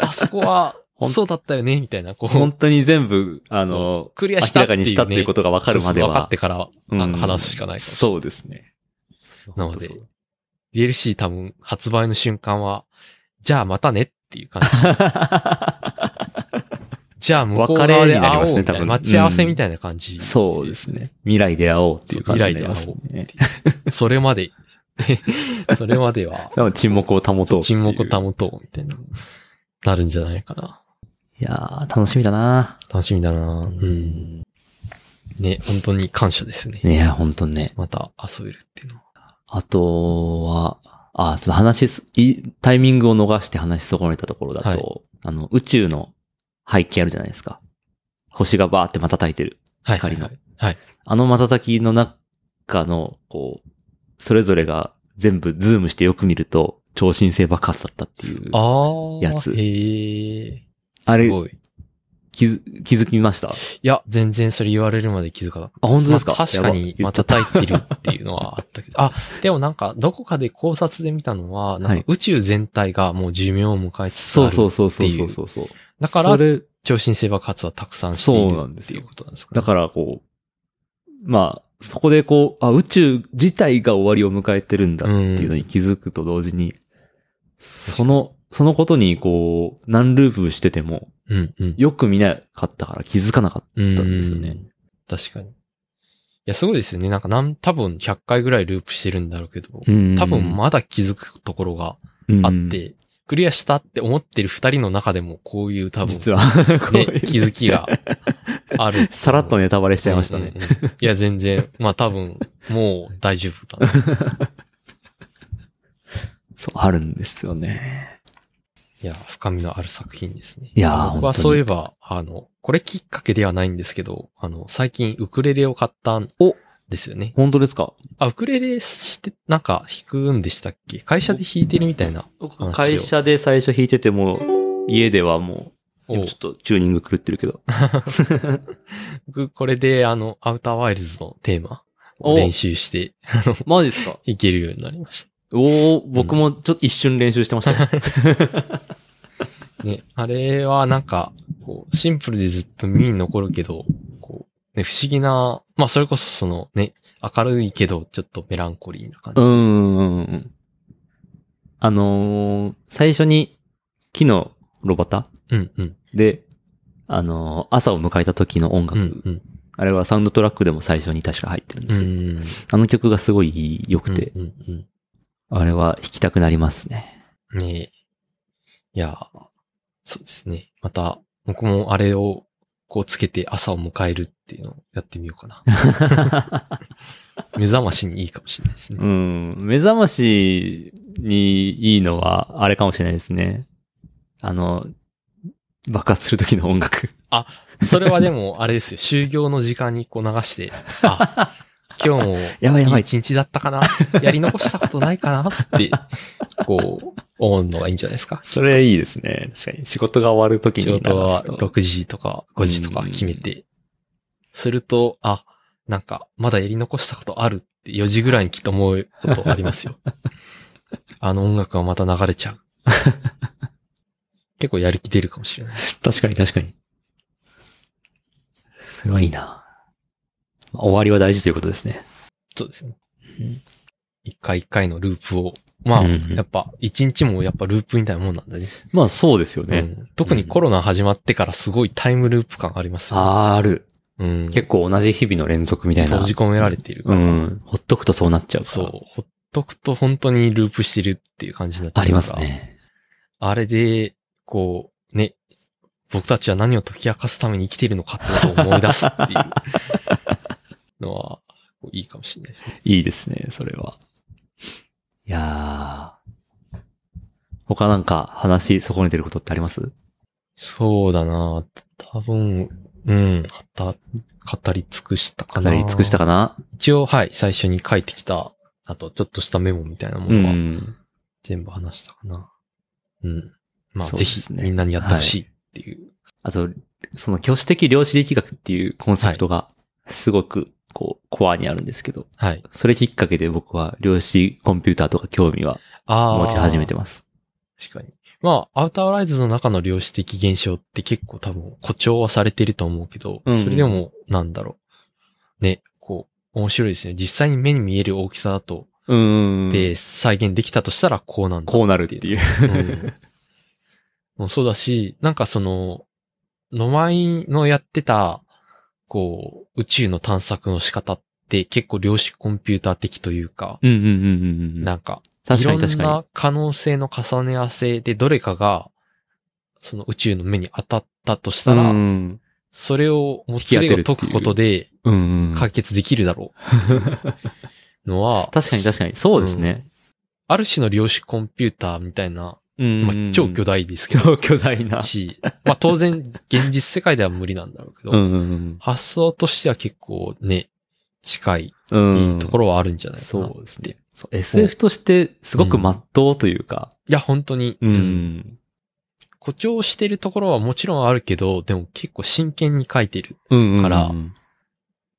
Speaker 2: あそこは、
Speaker 1: ほん
Speaker 2: そうだったよね、みたいな。こ
Speaker 1: 本
Speaker 2: う、
Speaker 1: 当に全部、あの、
Speaker 2: クリ
Speaker 1: 明
Speaker 2: アした
Speaker 1: ら
Speaker 2: って
Speaker 1: か
Speaker 2: いう、ね。
Speaker 1: にしたっていうことが分かるまで
Speaker 2: そうそう分かっ
Speaker 1: は
Speaker 2: て、から、あ
Speaker 1: うん
Speaker 2: の、話すしかないから。
Speaker 1: そうですね。
Speaker 2: なので
Speaker 1: 本
Speaker 2: DLC 多分、発売の瞬間は、じゃあまたねってい う感じ。
Speaker 1: 当そ
Speaker 2: じゃあ向こう側
Speaker 1: 別れ
Speaker 2: で
Speaker 1: になり
Speaker 2: 会
Speaker 1: ま
Speaker 2: お
Speaker 1: す
Speaker 2: う
Speaker 1: ね
Speaker 2: みたい
Speaker 1: 多
Speaker 2: な。
Speaker 1: 分
Speaker 2: 待ち合わせみたいな感じ。
Speaker 1: うそうですね。未来で会おうっていう感じになります
Speaker 2: そう
Speaker 1: ね。
Speaker 2: それ まで、それまでは、
Speaker 1: 多分沈黙を保とうってい
Speaker 2: 沈
Speaker 1: う。
Speaker 2: 黙を保とう、みたいな、なるんじゃないかな。
Speaker 1: いやー、楽しみだな
Speaker 2: 楽しみだなうん。ね、本当に感謝ですね。
Speaker 1: いや、本当にね。
Speaker 2: また遊べるっていうのは。
Speaker 1: あとは、あ、ちょっと話す、いタイミングを逃して話し損ねたところだと、
Speaker 2: は
Speaker 1: あの、宇宙の背景あるじゃないですか。星がバーって瞬いてる。
Speaker 2: はい。
Speaker 1: 光の
Speaker 2: はい。はい。
Speaker 1: あの瞬きの中の、こう、それぞれが全部ズームしてよく見ると、超新星爆発だったっていう。
Speaker 2: あ
Speaker 1: あ
Speaker 2: ー。
Speaker 1: やつ
Speaker 2: へー。
Speaker 1: れ
Speaker 2: す、ごい。い
Speaker 1: 気づ、気づきました
Speaker 2: や、全然それ言われるまで気づかなかった
Speaker 1: あ、本当ですか、
Speaker 2: まあ確かに、
Speaker 1: やば言
Speaker 2: ま
Speaker 1: っちゃ
Speaker 2: た
Speaker 1: った。
Speaker 2: 叩いてるっていうのはあったけど。あ、でもなんか、どこかで考察で見たのは、な
Speaker 1: は
Speaker 2: ん
Speaker 1: い
Speaker 2: か宇宙全体がもう寿命を迎えつつあ
Speaker 1: そ
Speaker 2: る。
Speaker 1: うそうそうそう
Speaker 2: ってい
Speaker 1: そううそうそう。
Speaker 2: だか
Speaker 1: そ
Speaker 2: ら、
Speaker 1: れ、
Speaker 2: 超新星爆発はたくさんしてい
Speaker 1: そう
Speaker 2: る
Speaker 1: なんで
Speaker 2: っ
Speaker 1: す
Speaker 2: てい
Speaker 1: よ
Speaker 2: うことなんですかね、
Speaker 1: だからこう、まあ、そこでこう、あ、宇宙自体が終わりを迎えてるんだっていうのに気づくと同時に、その、そのことにこう、何ループしてても、
Speaker 2: うんうん。
Speaker 1: よく見なかったから気づかなかっ
Speaker 2: うん
Speaker 1: たんですよね。
Speaker 2: 確かに。いや、すごいですよね。なんか、なん、多分100回ぐらいループしてるんだろうけど、
Speaker 1: うん
Speaker 2: 多分まだ気づくところがあっ、て、クリアしたって思ってる二人の中でも、こういう多分、
Speaker 1: 実は、 こうい
Speaker 2: ね
Speaker 1: う、
Speaker 2: 気づきがあ る。
Speaker 1: さらっとネタバレしちゃいましたね。
Speaker 2: うんうんうん。いや、全然、 まあ多分、もう大丈夫 だな。
Speaker 1: そう、あるんですよね。
Speaker 2: いや、深みのある作品ですね。
Speaker 1: いやー
Speaker 2: 僕
Speaker 1: 本
Speaker 2: は
Speaker 1: 当に
Speaker 2: そういえば、あの、これきっかけではないんですけど、あの、最近ウクレレを買ったん
Speaker 1: お
Speaker 2: ですよね。
Speaker 1: 本当ですか
Speaker 2: あ、ウクレレして、なんか弾くんでしたっけ会社で弾いてるみたいな。話を
Speaker 1: 会社で最初弾いてても、家ではもう、今ちょっとチューニング狂ってるけど。
Speaker 2: 僕、これで、あの、アウターワイルズのテーマを
Speaker 1: お
Speaker 2: 練習して
Speaker 1: マジですか
Speaker 2: 弾けるようになりまし
Speaker 1: おお僕もちょっと一瞬練習してましたよ。
Speaker 2: た。ね、あれはなんか、こう、シンプルでずっと耳に残るけど、こう、ね、不思議な、まあ、それこそその、ね、明るいけど、ちょっとメランコリーな感
Speaker 1: う
Speaker 2: じ。
Speaker 1: んうんうんうん。あのー最初に、木のロバタ
Speaker 2: うん、うん、
Speaker 1: で、あのー朝を迎えた時の音
Speaker 2: う
Speaker 1: 楽、
Speaker 2: ん、うん。
Speaker 1: あれはサウンドトラックでも最初に確か入ってるんで
Speaker 2: う
Speaker 1: すけど、
Speaker 2: ん。
Speaker 1: あの曲がすごい良くて、
Speaker 2: うんうん
Speaker 1: あれは弾きたくなりますね。
Speaker 2: うん。ねえ。いや、そうですね。また、僕もあれを、こうつけて朝を迎えるっていうのをやってみようかな。 目覚ましにいいかもしれないですね。
Speaker 1: うん。目覚ましにいいのは、あれかもしれないですね。あの、爆発する時の音楽。
Speaker 2: それはでも、あれですよ。就業の時間にこう流して、あ、 今日も、
Speaker 1: やばいやばい。
Speaker 2: 一日だった かなやり残したことないかなって、こう、思うのがいいんじゃないですか。
Speaker 1: それいいですね。確かに。仕事が終わる時
Speaker 2: 仕
Speaker 1: に流すと。
Speaker 2: 事は6時とか5時とか決めて、すると、あ、なんか、まだやり残したことあるって4時ぐらいにきっと思うことあります よ。あの音楽がまた流れちゃう。結構やる気出るかもしれない。
Speaker 1: 確かに確かに。それはいいな。まあ終わりは大事ということですね。
Speaker 2: そうですね
Speaker 1: うん。
Speaker 2: 一回一回のループを。まあ、
Speaker 1: うんうん
Speaker 2: やっぱ、一日もやっぱループみたいなもんなんだね。
Speaker 1: まあそうですよね。
Speaker 2: うん特にコロナ始まってからすごいタイムループ感ありますよ、ね。
Speaker 1: ある。
Speaker 2: うん、
Speaker 1: 結構同じ日々の連続みたいな。
Speaker 2: 閉じ込められているか
Speaker 1: う
Speaker 2: ら。
Speaker 1: ん。ほっとくとそうなっちゃうから。
Speaker 2: そう。ほっとくと本当にループしてるっていう感じになって
Speaker 1: あ
Speaker 2: る
Speaker 1: り
Speaker 2: から
Speaker 1: ます。ね。
Speaker 2: あれで、こう、ね、僕たちは何を解き明かすために生きているのかってことを思い出すっていう のは、こういいかもしれないですね。
Speaker 1: いいですね、それは。いやー。他なんか話し損ねてることってあります
Speaker 2: そうだな多分、うん、はた、語り尽くしたか
Speaker 1: か
Speaker 2: な。
Speaker 1: なり尽くしたかな
Speaker 2: 一応、はい、最初に書いてきた、あと、ちょっとしたメモみたいなも
Speaker 1: う
Speaker 2: のは、
Speaker 1: ん。
Speaker 2: 全部話したかな。うん。まあ、
Speaker 1: そう
Speaker 2: ぜ
Speaker 1: です
Speaker 2: ひ、
Speaker 1: ね
Speaker 2: みんなにやってほしいっていう。
Speaker 1: あと、その挙手的量子力学っていうコンセプトが、すごく、こう、コアにあるんですけど、
Speaker 2: はい。
Speaker 1: それきっかけで僕は量子コンピューターとか興味は
Speaker 2: ああ。
Speaker 1: 持ち始めてます。
Speaker 2: 確かに。まあ、アウターライズの中の量子的現象って結構多分誇張はされてると思うけど、
Speaker 1: うん
Speaker 2: それでも、なんだろう。ね、こう、面白いですね。実際に目に見える大きさだと、
Speaker 1: うーん。
Speaker 2: で、再現できたとしたらこうなんだ。
Speaker 1: こうなるっていう。
Speaker 2: うんもうそうだし、なんかその、野前のやってた、こう、宇宙の探索の仕方って結構量子コンピューター的というか、
Speaker 1: うんうんうんうんう。
Speaker 2: なんんか、い
Speaker 1: 確か
Speaker 2: ろ
Speaker 1: に確
Speaker 2: ん
Speaker 1: か
Speaker 2: な可能性の重ね合わせでどれかが、その宇宙の目に当たったとし
Speaker 1: に。
Speaker 2: た
Speaker 1: う
Speaker 2: ら、
Speaker 1: ん。
Speaker 2: それを、もう、それを解くことで
Speaker 1: うんうん。
Speaker 2: 解決できるだろう。のは、
Speaker 1: 確かに確かに。そうですね。
Speaker 2: ある種の量子コンピューターみたいな、
Speaker 1: うん
Speaker 2: まあ、超巨大ですけ
Speaker 1: 超
Speaker 2: ど、
Speaker 1: 巨大 な。
Speaker 2: し、まあ当然現実世界では無理なんだろうけど、
Speaker 1: うんうん
Speaker 2: 発想としては結構ね、近い、
Speaker 1: うん。うん
Speaker 2: いいところはあるんじゃないかな。
Speaker 1: そうですね。そう SF としてすごく真っ当というか。
Speaker 2: いや、本当に、
Speaker 1: う
Speaker 2: うん
Speaker 1: ん。
Speaker 2: 誇張してるところはもちろんあるけど、でも結構真剣に書いてる。
Speaker 1: うんうん。
Speaker 2: から、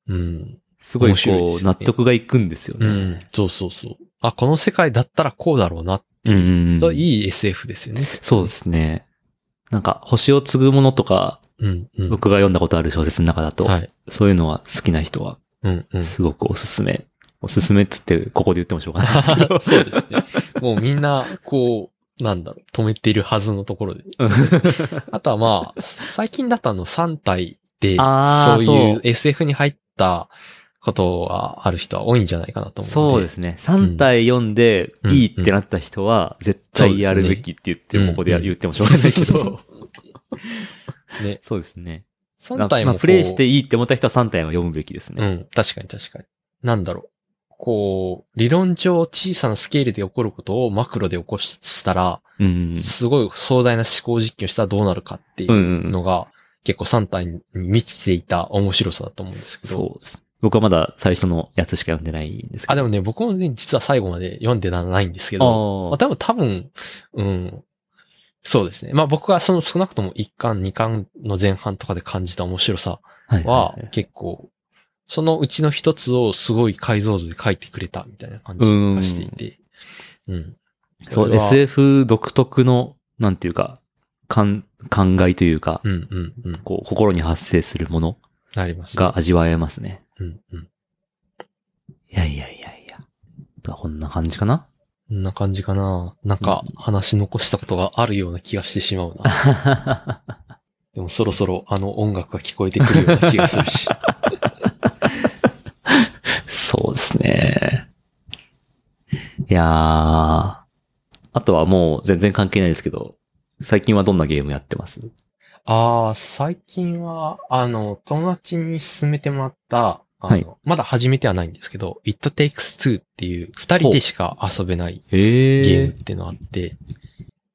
Speaker 2: うん。
Speaker 1: すごい
Speaker 2: 面白い
Speaker 1: こ
Speaker 2: で
Speaker 1: う、
Speaker 2: すよね
Speaker 1: 納得がいくんですよ
Speaker 2: う
Speaker 1: ね。
Speaker 2: ん。そうそうそう。あ、この世界だったらこうだろうな。
Speaker 1: うんうんうん
Speaker 2: いい SF ですよね。
Speaker 1: そうですね。なんか、星を継ぐものとか、
Speaker 2: うん、うん。
Speaker 1: 僕が読んだことある小説の中だと、
Speaker 2: はい。
Speaker 1: そういうのは好きな人は、
Speaker 2: うん、うん。
Speaker 1: すごくおすすめ。おすすめっつって、ここで言ってもしょうがないです けど。
Speaker 2: そうですね。もうみんな、こう、なんだろう、止めているはずのところで。 あとはまあ、最近だとあの3体で、
Speaker 1: あー
Speaker 2: そうい
Speaker 1: そう
Speaker 2: う SF に入ったことがある人は多いんじゃないかなと思。
Speaker 1: そうですすね。3体読んで、
Speaker 2: うん
Speaker 1: いいってなった人は、絶対やるべきって言って、
Speaker 2: うん
Speaker 1: ここでや言ってもしょうがないけど。
Speaker 2: ね。
Speaker 1: そうですね。
Speaker 2: 3体
Speaker 1: ま
Speaker 2: も
Speaker 1: あ
Speaker 2: こう
Speaker 1: プレイしていいって思った人は3体は読むべきです
Speaker 2: う
Speaker 1: ね。
Speaker 2: ん、確かに確かに。なんだろう。こう、理論上小さなスケールで起こることをマクロで起こしたら、
Speaker 1: うん。
Speaker 2: すごい壮大な思考実験をしたらどうなるかってい
Speaker 1: うんう
Speaker 2: うん
Speaker 1: うん。
Speaker 2: のが、結構3体に満ちていた面白さだと思うんですけど。
Speaker 1: そうです。僕はまだ最初のやつしか読んでないんですけど。
Speaker 2: あ、でもね、僕もね、実は最後まで読んでないんですけど、
Speaker 1: も
Speaker 2: まあ、でも多分、うん、そうですね。まあ僕はその少なくとも1巻、2巻の前半とかで感じた面白さ
Speaker 1: はい
Speaker 2: はい
Speaker 1: い
Speaker 2: 結構、そのうちの一つをすごい解像度で書いてくれたみたいな感じがしていて。うん。
Speaker 1: そう、
Speaker 2: れは
Speaker 1: SF 独特の、なんていうか、感、感慨というか、
Speaker 2: うんうんうん。
Speaker 1: こう、心に発生するもの
Speaker 2: なります。
Speaker 1: が味わえますね。
Speaker 2: うんうん。
Speaker 1: いやいやいやいや。こんな感じかな
Speaker 2: こんな感じかな。なんか話し残したことがあるような気がしてしまうな。 でもそろそろあの音楽が聞こえてくるような気がするし。
Speaker 1: そうですね。いやー。あとはもう全然関係ないですけど、最近はどんなゲームやってます
Speaker 2: ああ、最近は、あの、友達に勧めてもらった、あの、
Speaker 1: はい
Speaker 2: まだ始めてはないんですけど、It Takes Two っていう二人でしか遊べない
Speaker 1: へ
Speaker 2: ゲームっ。ていうのがあって、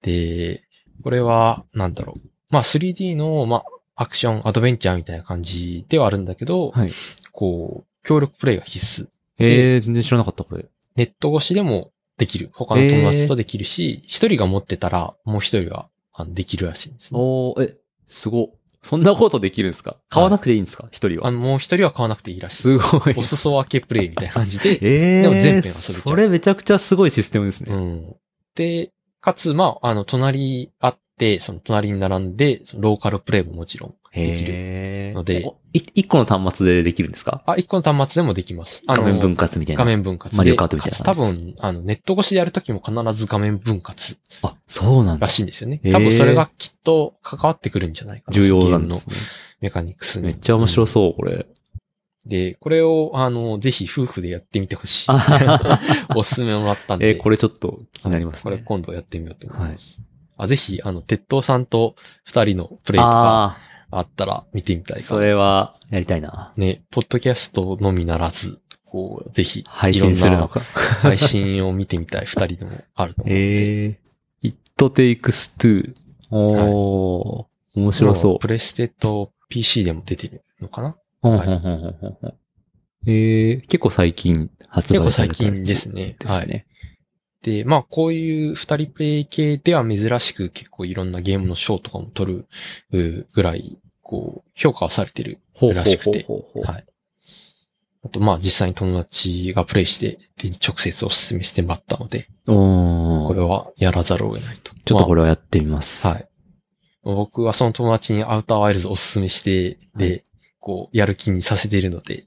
Speaker 2: で、これは、なんだろう。まあ 3D の、まあ、アクション、アドベンチャーみたいな感じではあるんだけど、
Speaker 1: はい
Speaker 2: こう、協力プレイが必須。
Speaker 1: へー、全然知らなかった、これ。
Speaker 2: ネット越しでもできる。他の友達とできるし、一、人が持ってたら、もう一人があのできるらしいんですね。
Speaker 1: おー、え、すご。そんなことできるんですか買わなくていいんですか一人
Speaker 2: あ
Speaker 1: は。
Speaker 2: の、もう一人は買わなくていいらしい。
Speaker 1: すごい
Speaker 2: お。裾分けプレイみたいな感じで。
Speaker 1: ええ
Speaker 2: でも全編遊べちゃう
Speaker 1: それめちゃくちゃすごいシステムです
Speaker 2: う
Speaker 1: ね。
Speaker 2: ん。で、かつ、まあ、あの、隣あって、その隣に並んで、そのローカルプレイももちろんできる。
Speaker 1: へえ。
Speaker 2: ので
Speaker 1: おい一個の端末でできるんですか
Speaker 2: あ、一個の端末でもできます。あ
Speaker 1: 画
Speaker 2: の、
Speaker 1: 面分割みたいな。
Speaker 2: 画面分割で。
Speaker 1: マリオカートみたいな
Speaker 2: かつ多分、あの、ネット越しでやるときも必ず画面分割
Speaker 1: あ、そうなんだ
Speaker 2: ら。しいんですよね。
Speaker 1: へー
Speaker 2: 多分それがきっと関わってくるんじゃないかな。
Speaker 1: 重要なん
Speaker 2: ゲーム
Speaker 1: で
Speaker 2: の
Speaker 1: すね。
Speaker 2: メカニクスに
Speaker 1: めっちゃ面白そう、これ。
Speaker 2: で、これを、あの、ぜひ夫婦でやってみてほしい
Speaker 1: あはは。
Speaker 2: おすすめもらったん
Speaker 1: え
Speaker 2: で。
Speaker 1: ーこれちょっと気になります
Speaker 2: こ
Speaker 1: ね。
Speaker 2: れ今度やってみようと思います。あ、ぜひ、あの、鉄塔さんと二人のプレイとか
Speaker 1: あ
Speaker 2: あったら見てみた
Speaker 1: あ、
Speaker 2: い
Speaker 1: そ
Speaker 2: かな。
Speaker 1: れはやりたいな。
Speaker 2: ね、ポッドキャストのみならず、こう、ぜひ、
Speaker 1: 配
Speaker 2: いろん
Speaker 1: 信
Speaker 2: な
Speaker 1: するのか。
Speaker 2: 配信を見て みたい二人のもあると思うので。
Speaker 1: ええ。It takes two. おー。面白
Speaker 2: も
Speaker 1: そう
Speaker 2: プ。レステと PC でも出てるのかな
Speaker 1: ほんほんほんほんほんほんえー、結構最近発
Speaker 2: 結構
Speaker 1: 売さ
Speaker 2: 最
Speaker 1: れたやつ
Speaker 2: 近ですね。
Speaker 1: で
Speaker 2: は
Speaker 1: す
Speaker 2: い。
Speaker 1: ね。
Speaker 2: で、まあ、こういう二人プレイ系では珍しく結構いろんなゲームの賞とかも取るうーぐらい、こう、評価はされてる
Speaker 1: ほうほ
Speaker 2: ら
Speaker 1: う
Speaker 2: しく
Speaker 1: ほう
Speaker 2: て。
Speaker 1: ほうほう。
Speaker 2: はい。あと、まあ、実際に友達がプレイして、で、直接お勧めしてもらったので、
Speaker 1: おー
Speaker 2: これはやらざるを得ないと。
Speaker 1: ちょっとこ
Speaker 2: れ、
Speaker 1: れはやってみます。
Speaker 2: まあはい。僕はその友達にアウターワイルズお勧めして、で、
Speaker 1: はい
Speaker 2: こう、やる気にさせているの で、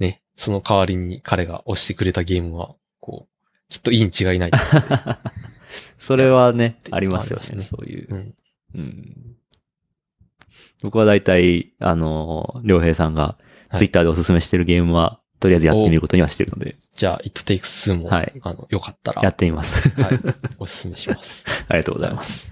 Speaker 2: ね、その代わりに彼が押してくれたゲームは、こう、きっといいに違 いない。
Speaker 1: それはね、ありますよ
Speaker 2: あり
Speaker 1: ね。
Speaker 2: ます
Speaker 1: そういうう。
Speaker 2: ん。
Speaker 1: うん、僕は大体、あの、良平さんが
Speaker 2: はい
Speaker 1: ツイッターでおすすめしてるゲームは、とりあえずやってみることにはしてるので、
Speaker 2: じゃあ、It Takes Two も、
Speaker 1: はい
Speaker 2: あの、よかったら、
Speaker 1: やってみます。
Speaker 2: はい、おすすめします。
Speaker 1: ありがとうございます。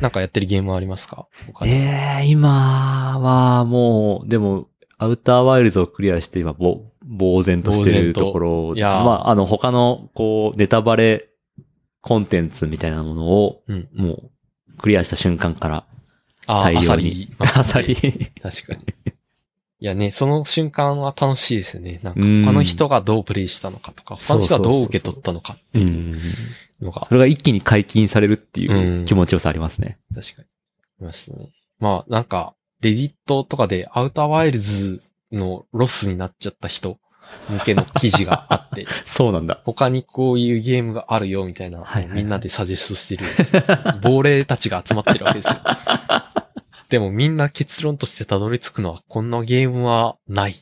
Speaker 2: なんかやってるゲームはありますか他に
Speaker 1: えー、今はもう、でも、アウターワイルズをクリアして今、ぼ呆然としてるところですね。
Speaker 2: 呆然といやー
Speaker 1: まあ、あの、他の、こう、ネタバレコンテンツみたいなものを、
Speaker 2: うん。うん
Speaker 1: もう、クリアした瞬間から、
Speaker 2: あ
Speaker 1: 大
Speaker 2: あ、
Speaker 1: 量
Speaker 2: あ
Speaker 1: に
Speaker 2: さり。
Speaker 1: あさ。り。
Speaker 2: 確かに。いやね、その瞬間は楽しいですよね。なんか、
Speaker 1: うん
Speaker 2: 他の人がどうプレイしたのかとか、他の人がどう受け取ったのかって
Speaker 1: う。
Speaker 2: いうんのが
Speaker 1: そ、れが一気に解禁されるっていううん気持ちよさありますね。
Speaker 2: 確かに。いましたね。まあ、なんか、レディットとかでアウターワイルズのロスになっちゃった人向けの記事があって、
Speaker 1: そうなんだ。
Speaker 2: 他にこういうゲームがあるよみたいな、
Speaker 1: はいはいはい
Speaker 2: みんなでサジェストしてるんですよ。亡霊たちが集まってるわけです よ。でもみんな結論としてたどり着くのは、こんなゲームはない。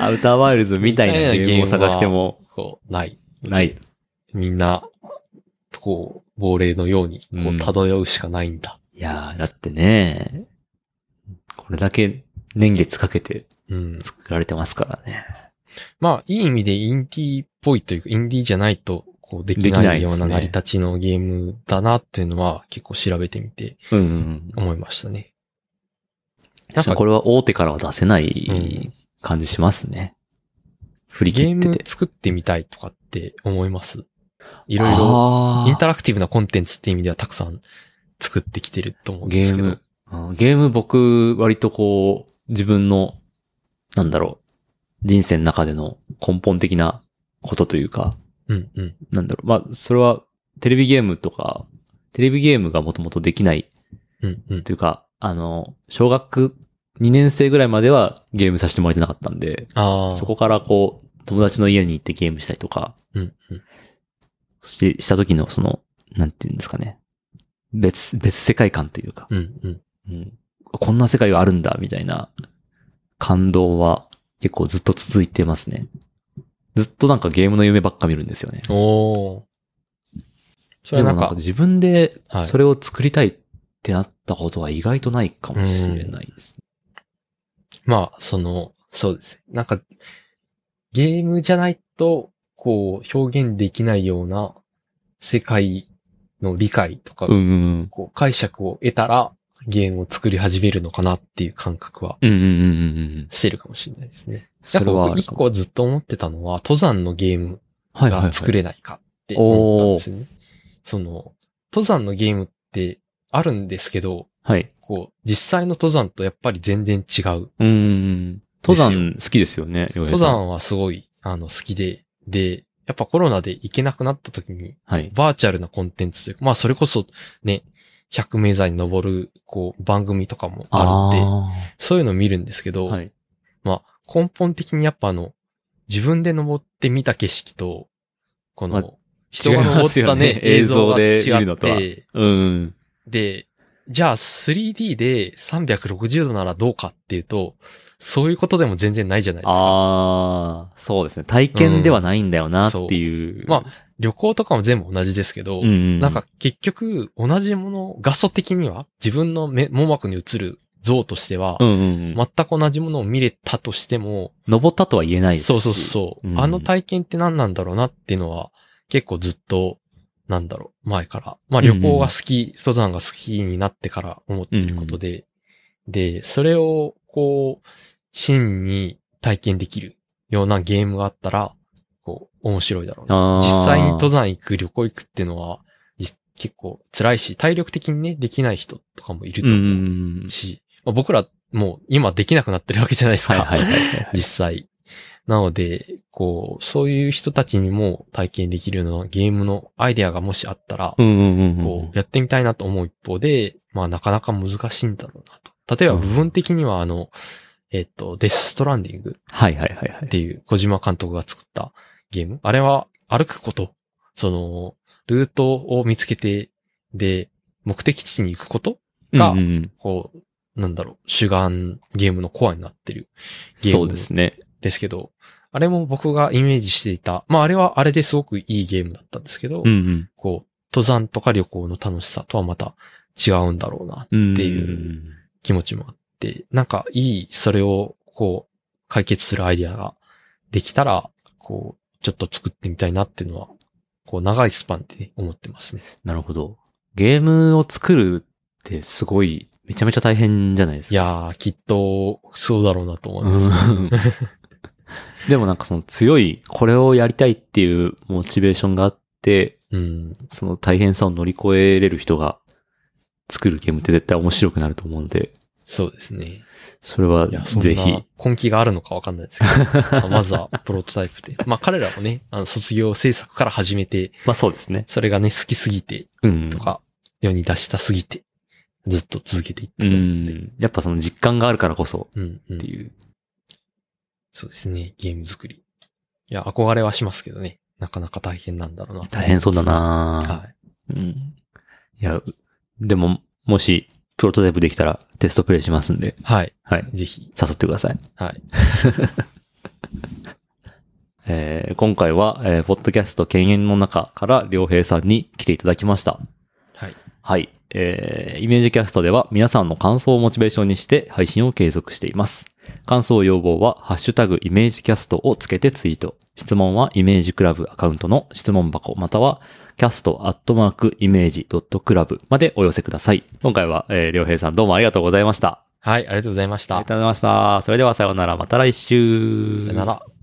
Speaker 1: アウターワイルズみたいな
Speaker 2: みたい
Speaker 1: ゲ
Speaker 2: な
Speaker 1: ームを探しても、
Speaker 2: こう、ない。
Speaker 1: ない。
Speaker 2: みんな、こう、亡霊のように、こ
Speaker 1: うん
Speaker 2: う、漂うしかないんだ。
Speaker 1: いやー、だってね、これだけ年月かけて
Speaker 2: うん
Speaker 1: 作られてますからね。
Speaker 2: まあ、いい意味でインディーっぽいというか、インディーじゃないと、こう、でき
Speaker 1: できな
Speaker 2: ないい
Speaker 1: で
Speaker 2: よ
Speaker 1: す
Speaker 2: う
Speaker 1: ね
Speaker 2: な成り立ちのゲームだなっていうのは、結構調べてみて
Speaker 1: うんうんうん。
Speaker 2: 思いましたね。な
Speaker 1: 確
Speaker 2: ん
Speaker 1: かに
Speaker 2: か
Speaker 1: これは大手からは出せな
Speaker 2: う
Speaker 1: い
Speaker 2: ん
Speaker 1: 感じしますね。振り
Speaker 2: ゲ
Speaker 1: 切
Speaker 2: ー
Speaker 1: って
Speaker 2: ム
Speaker 1: て。
Speaker 2: 作ってみたいとかって思いますい
Speaker 1: い
Speaker 2: ろいろ、イン
Speaker 1: ろ。
Speaker 2: タラクティブなコンテンツっていう意味ではたくさん作ってきてると思うん
Speaker 1: ゲ
Speaker 2: です
Speaker 1: ー
Speaker 2: けど
Speaker 1: ム。。うんゲーム僕、割とこう、自分の、なんだろう、人生の中での根本的なことというか、
Speaker 2: うんうん。
Speaker 1: なんだろう、まあ、それはテレビゲームとか、テレビゲームがもともとできない
Speaker 2: うんうん。
Speaker 1: というか、あの、小学2年生ぐらいまではゲームさせてもらえてなかったんで、
Speaker 2: ああ。
Speaker 1: そ。こからこう、友達の家に行ってゲームしたりとか、
Speaker 2: うんうん。
Speaker 1: して、した時のその、なんていうんですかね。別、別世界観というか、
Speaker 2: うんうん。
Speaker 1: うんこんな世界があるんだ、みたいな感動は結構ずっと続いてますね。ずっとなんかゲームの夢ばっか見るんですよね。
Speaker 2: おー。
Speaker 1: で
Speaker 2: それ
Speaker 1: もな
Speaker 2: はなん
Speaker 1: ん
Speaker 2: か
Speaker 1: か、自分で
Speaker 2: はい
Speaker 1: それを作りたいってなったことは意外とないかもしれないですね。
Speaker 2: まあ、その、そうです。なんか、ゲームじゃないと、こう、表現できないような世界の理解とか、
Speaker 1: うんうん
Speaker 2: こう、解釈を得たら、ゲームを作り始めるのかなっていう感覚は
Speaker 1: うん。うんうんうんうんうん。
Speaker 2: してるかもしれないですね。
Speaker 1: それは
Speaker 2: な
Speaker 1: あ
Speaker 2: んか僕
Speaker 1: る
Speaker 2: 一
Speaker 1: かも。
Speaker 2: 個ずっと思ってたのは、登山のゲーム
Speaker 1: はいはいは
Speaker 2: が
Speaker 1: い。
Speaker 2: 作れないかって思ったんですよね。その、登山のゲームってあるんですけど、
Speaker 1: はい。
Speaker 2: こう、実際の登山とやっぱり全然違う。
Speaker 1: うんうんうん。登山好きですよね、洋平
Speaker 2: 登
Speaker 1: さん。
Speaker 2: 山はすごい、あの、好きで、で、やっぱコロナで行けなくなった時に、
Speaker 1: はい。
Speaker 2: バーチャルなコンテンツというか、まあそれこそね、100名山に登る、こう、番組とかもあるんで、そういうの見るんですけど、
Speaker 1: あーはい。
Speaker 2: まあ根本的にやっぱあの、自分で登って見た景色と、こ
Speaker 1: まあ
Speaker 2: の、人が
Speaker 1: 違い
Speaker 2: 登ったね、
Speaker 1: ますよね
Speaker 2: 映像が
Speaker 1: 映像で見
Speaker 2: 違
Speaker 1: るの
Speaker 2: っ
Speaker 1: とは
Speaker 2: て、
Speaker 1: うん。
Speaker 2: で、じゃあ 3D で360度ならどうかっていうと、そういうことでも全然ないじゃないですか。
Speaker 1: ああ、そうですね。体験ではないんだよな
Speaker 2: うん
Speaker 1: っていう。
Speaker 2: まあ、旅行とかも全部同じですけど、
Speaker 1: うんうん、
Speaker 2: なんか、結局同じもの、画素的には自分の目、網膜に映る像としては、
Speaker 1: うんうん、うん。
Speaker 2: 全く同じものを見れたとしても、
Speaker 1: 登ったとは言えないですし
Speaker 2: そうそうそう、
Speaker 1: うん
Speaker 2: あの体験って何なんだろうなっていうのは、結構ずっと、なんだろう、前から。まあ
Speaker 1: うんう
Speaker 2: 旅
Speaker 1: ん
Speaker 2: 行が好き、登山が好きになってから思ってることで、で、それを、こう、真に体験できるようなゲームがあったら、こう、面白いだろうな
Speaker 1: あー
Speaker 2: 実際に登山行く、旅行行くっていうのは、じ結構辛いし、体力的にね、できない人とかもいると
Speaker 1: うんうん
Speaker 2: 思
Speaker 1: うん
Speaker 2: う。し、まあ、僕らもう今できなくなってるわけじゃないですか。
Speaker 1: はいはいはいはいはい。
Speaker 2: 実際。なので、こう、そういう人たちにも体験できるようなゲームのアイデアがもしあったら、
Speaker 1: うんうんうんうん。
Speaker 2: こう、やってみたいなと思う一方で、まあなかなか難しいんだろうなと。例えば部分的にはあの、えっと、デスストランディング
Speaker 1: はいはいはいは
Speaker 2: っ
Speaker 1: い。
Speaker 2: ていう小島監督が作ったゲーム。あれは歩くこと。その、ルートを見つけて、で、目的地に行くことが
Speaker 1: うんうんうん
Speaker 2: こう、なんだろう、主眼ゲームのコアになってるゲー
Speaker 1: そう
Speaker 2: ム
Speaker 1: ですね。
Speaker 2: ですけど、あれも僕がイメージしていた、まああれはあれですごくいいゲームだったんですけど、
Speaker 1: うん
Speaker 2: こう、登山とか旅行の楽しさとはまた違うんだろうな、
Speaker 1: うん。
Speaker 2: っていう気持ちもあって、なんかいい、それをこう、解決するアイデアができたら、こう、ちょっと作ってみたいなっていうのは、こう、長いスパンで、ね、思ってますね。
Speaker 1: なるほど。ゲームを作るってすごい、めちゃめちゃ大変じゃないですか。
Speaker 2: いやー、きっと、そうだろうなと思います。
Speaker 1: うん でもなんかその強い、これをやりたいっていうモチベーションがあって、
Speaker 2: うん。
Speaker 1: その大変さを乗り越えれる人が作るゲームって絶対面白くなると思うので、
Speaker 2: そうですね。
Speaker 1: それはい
Speaker 2: や、そん
Speaker 1: ぜひ
Speaker 2: な。根気があるのかわかんないですけ ど、まあまずはプロトタイプで。まあ彼らもね、あの卒業制作から始めて、
Speaker 1: まあそうですね。
Speaker 2: それがね、好きすぎて
Speaker 1: うん
Speaker 2: と。か、世に出したすぎて、ずっと続けていっ
Speaker 1: う
Speaker 2: たと思うんで。
Speaker 1: ん。やっぱその実感があるからこそ
Speaker 2: うん、うん
Speaker 1: って。いう。
Speaker 2: そうですね、ゲーム作り。いや、憧れはしますけどね。なかなか大変なんだろうな。
Speaker 1: 大変そうだ。な
Speaker 2: はい。
Speaker 1: うん。いや、でも、もし、プロトタイプできたらテストプレイしますんで、
Speaker 2: はい。
Speaker 1: はい。
Speaker 2: ぜひ。
Speaker 1: 誘ってください。
Speaker 2: はい。
Speaker 1: えー今回は、えーポッドキャスト犬猿の中から良平さんに来ていただきました。
Speaker 2: はい。
Speaker 1: はい。えー、イメージキャストでは皆さんの感想をモチベーションにして配信を継続しています。感想要望は、ハッシュタグイメージキャストをつけてツイート。質問はイメージクラブアカウントの質問箱または、キャストアットマークイメージドットクラブまでお寄せください。今回は、えー、良平さんどうもありがとうございました。
Speaker 2: はい、ありがとうございまし
Speaker 1: あ
Speaker 2: た。
Speaker 1: りがとうございました。それではさようなら、また来週。
Speaker 2: さよなら。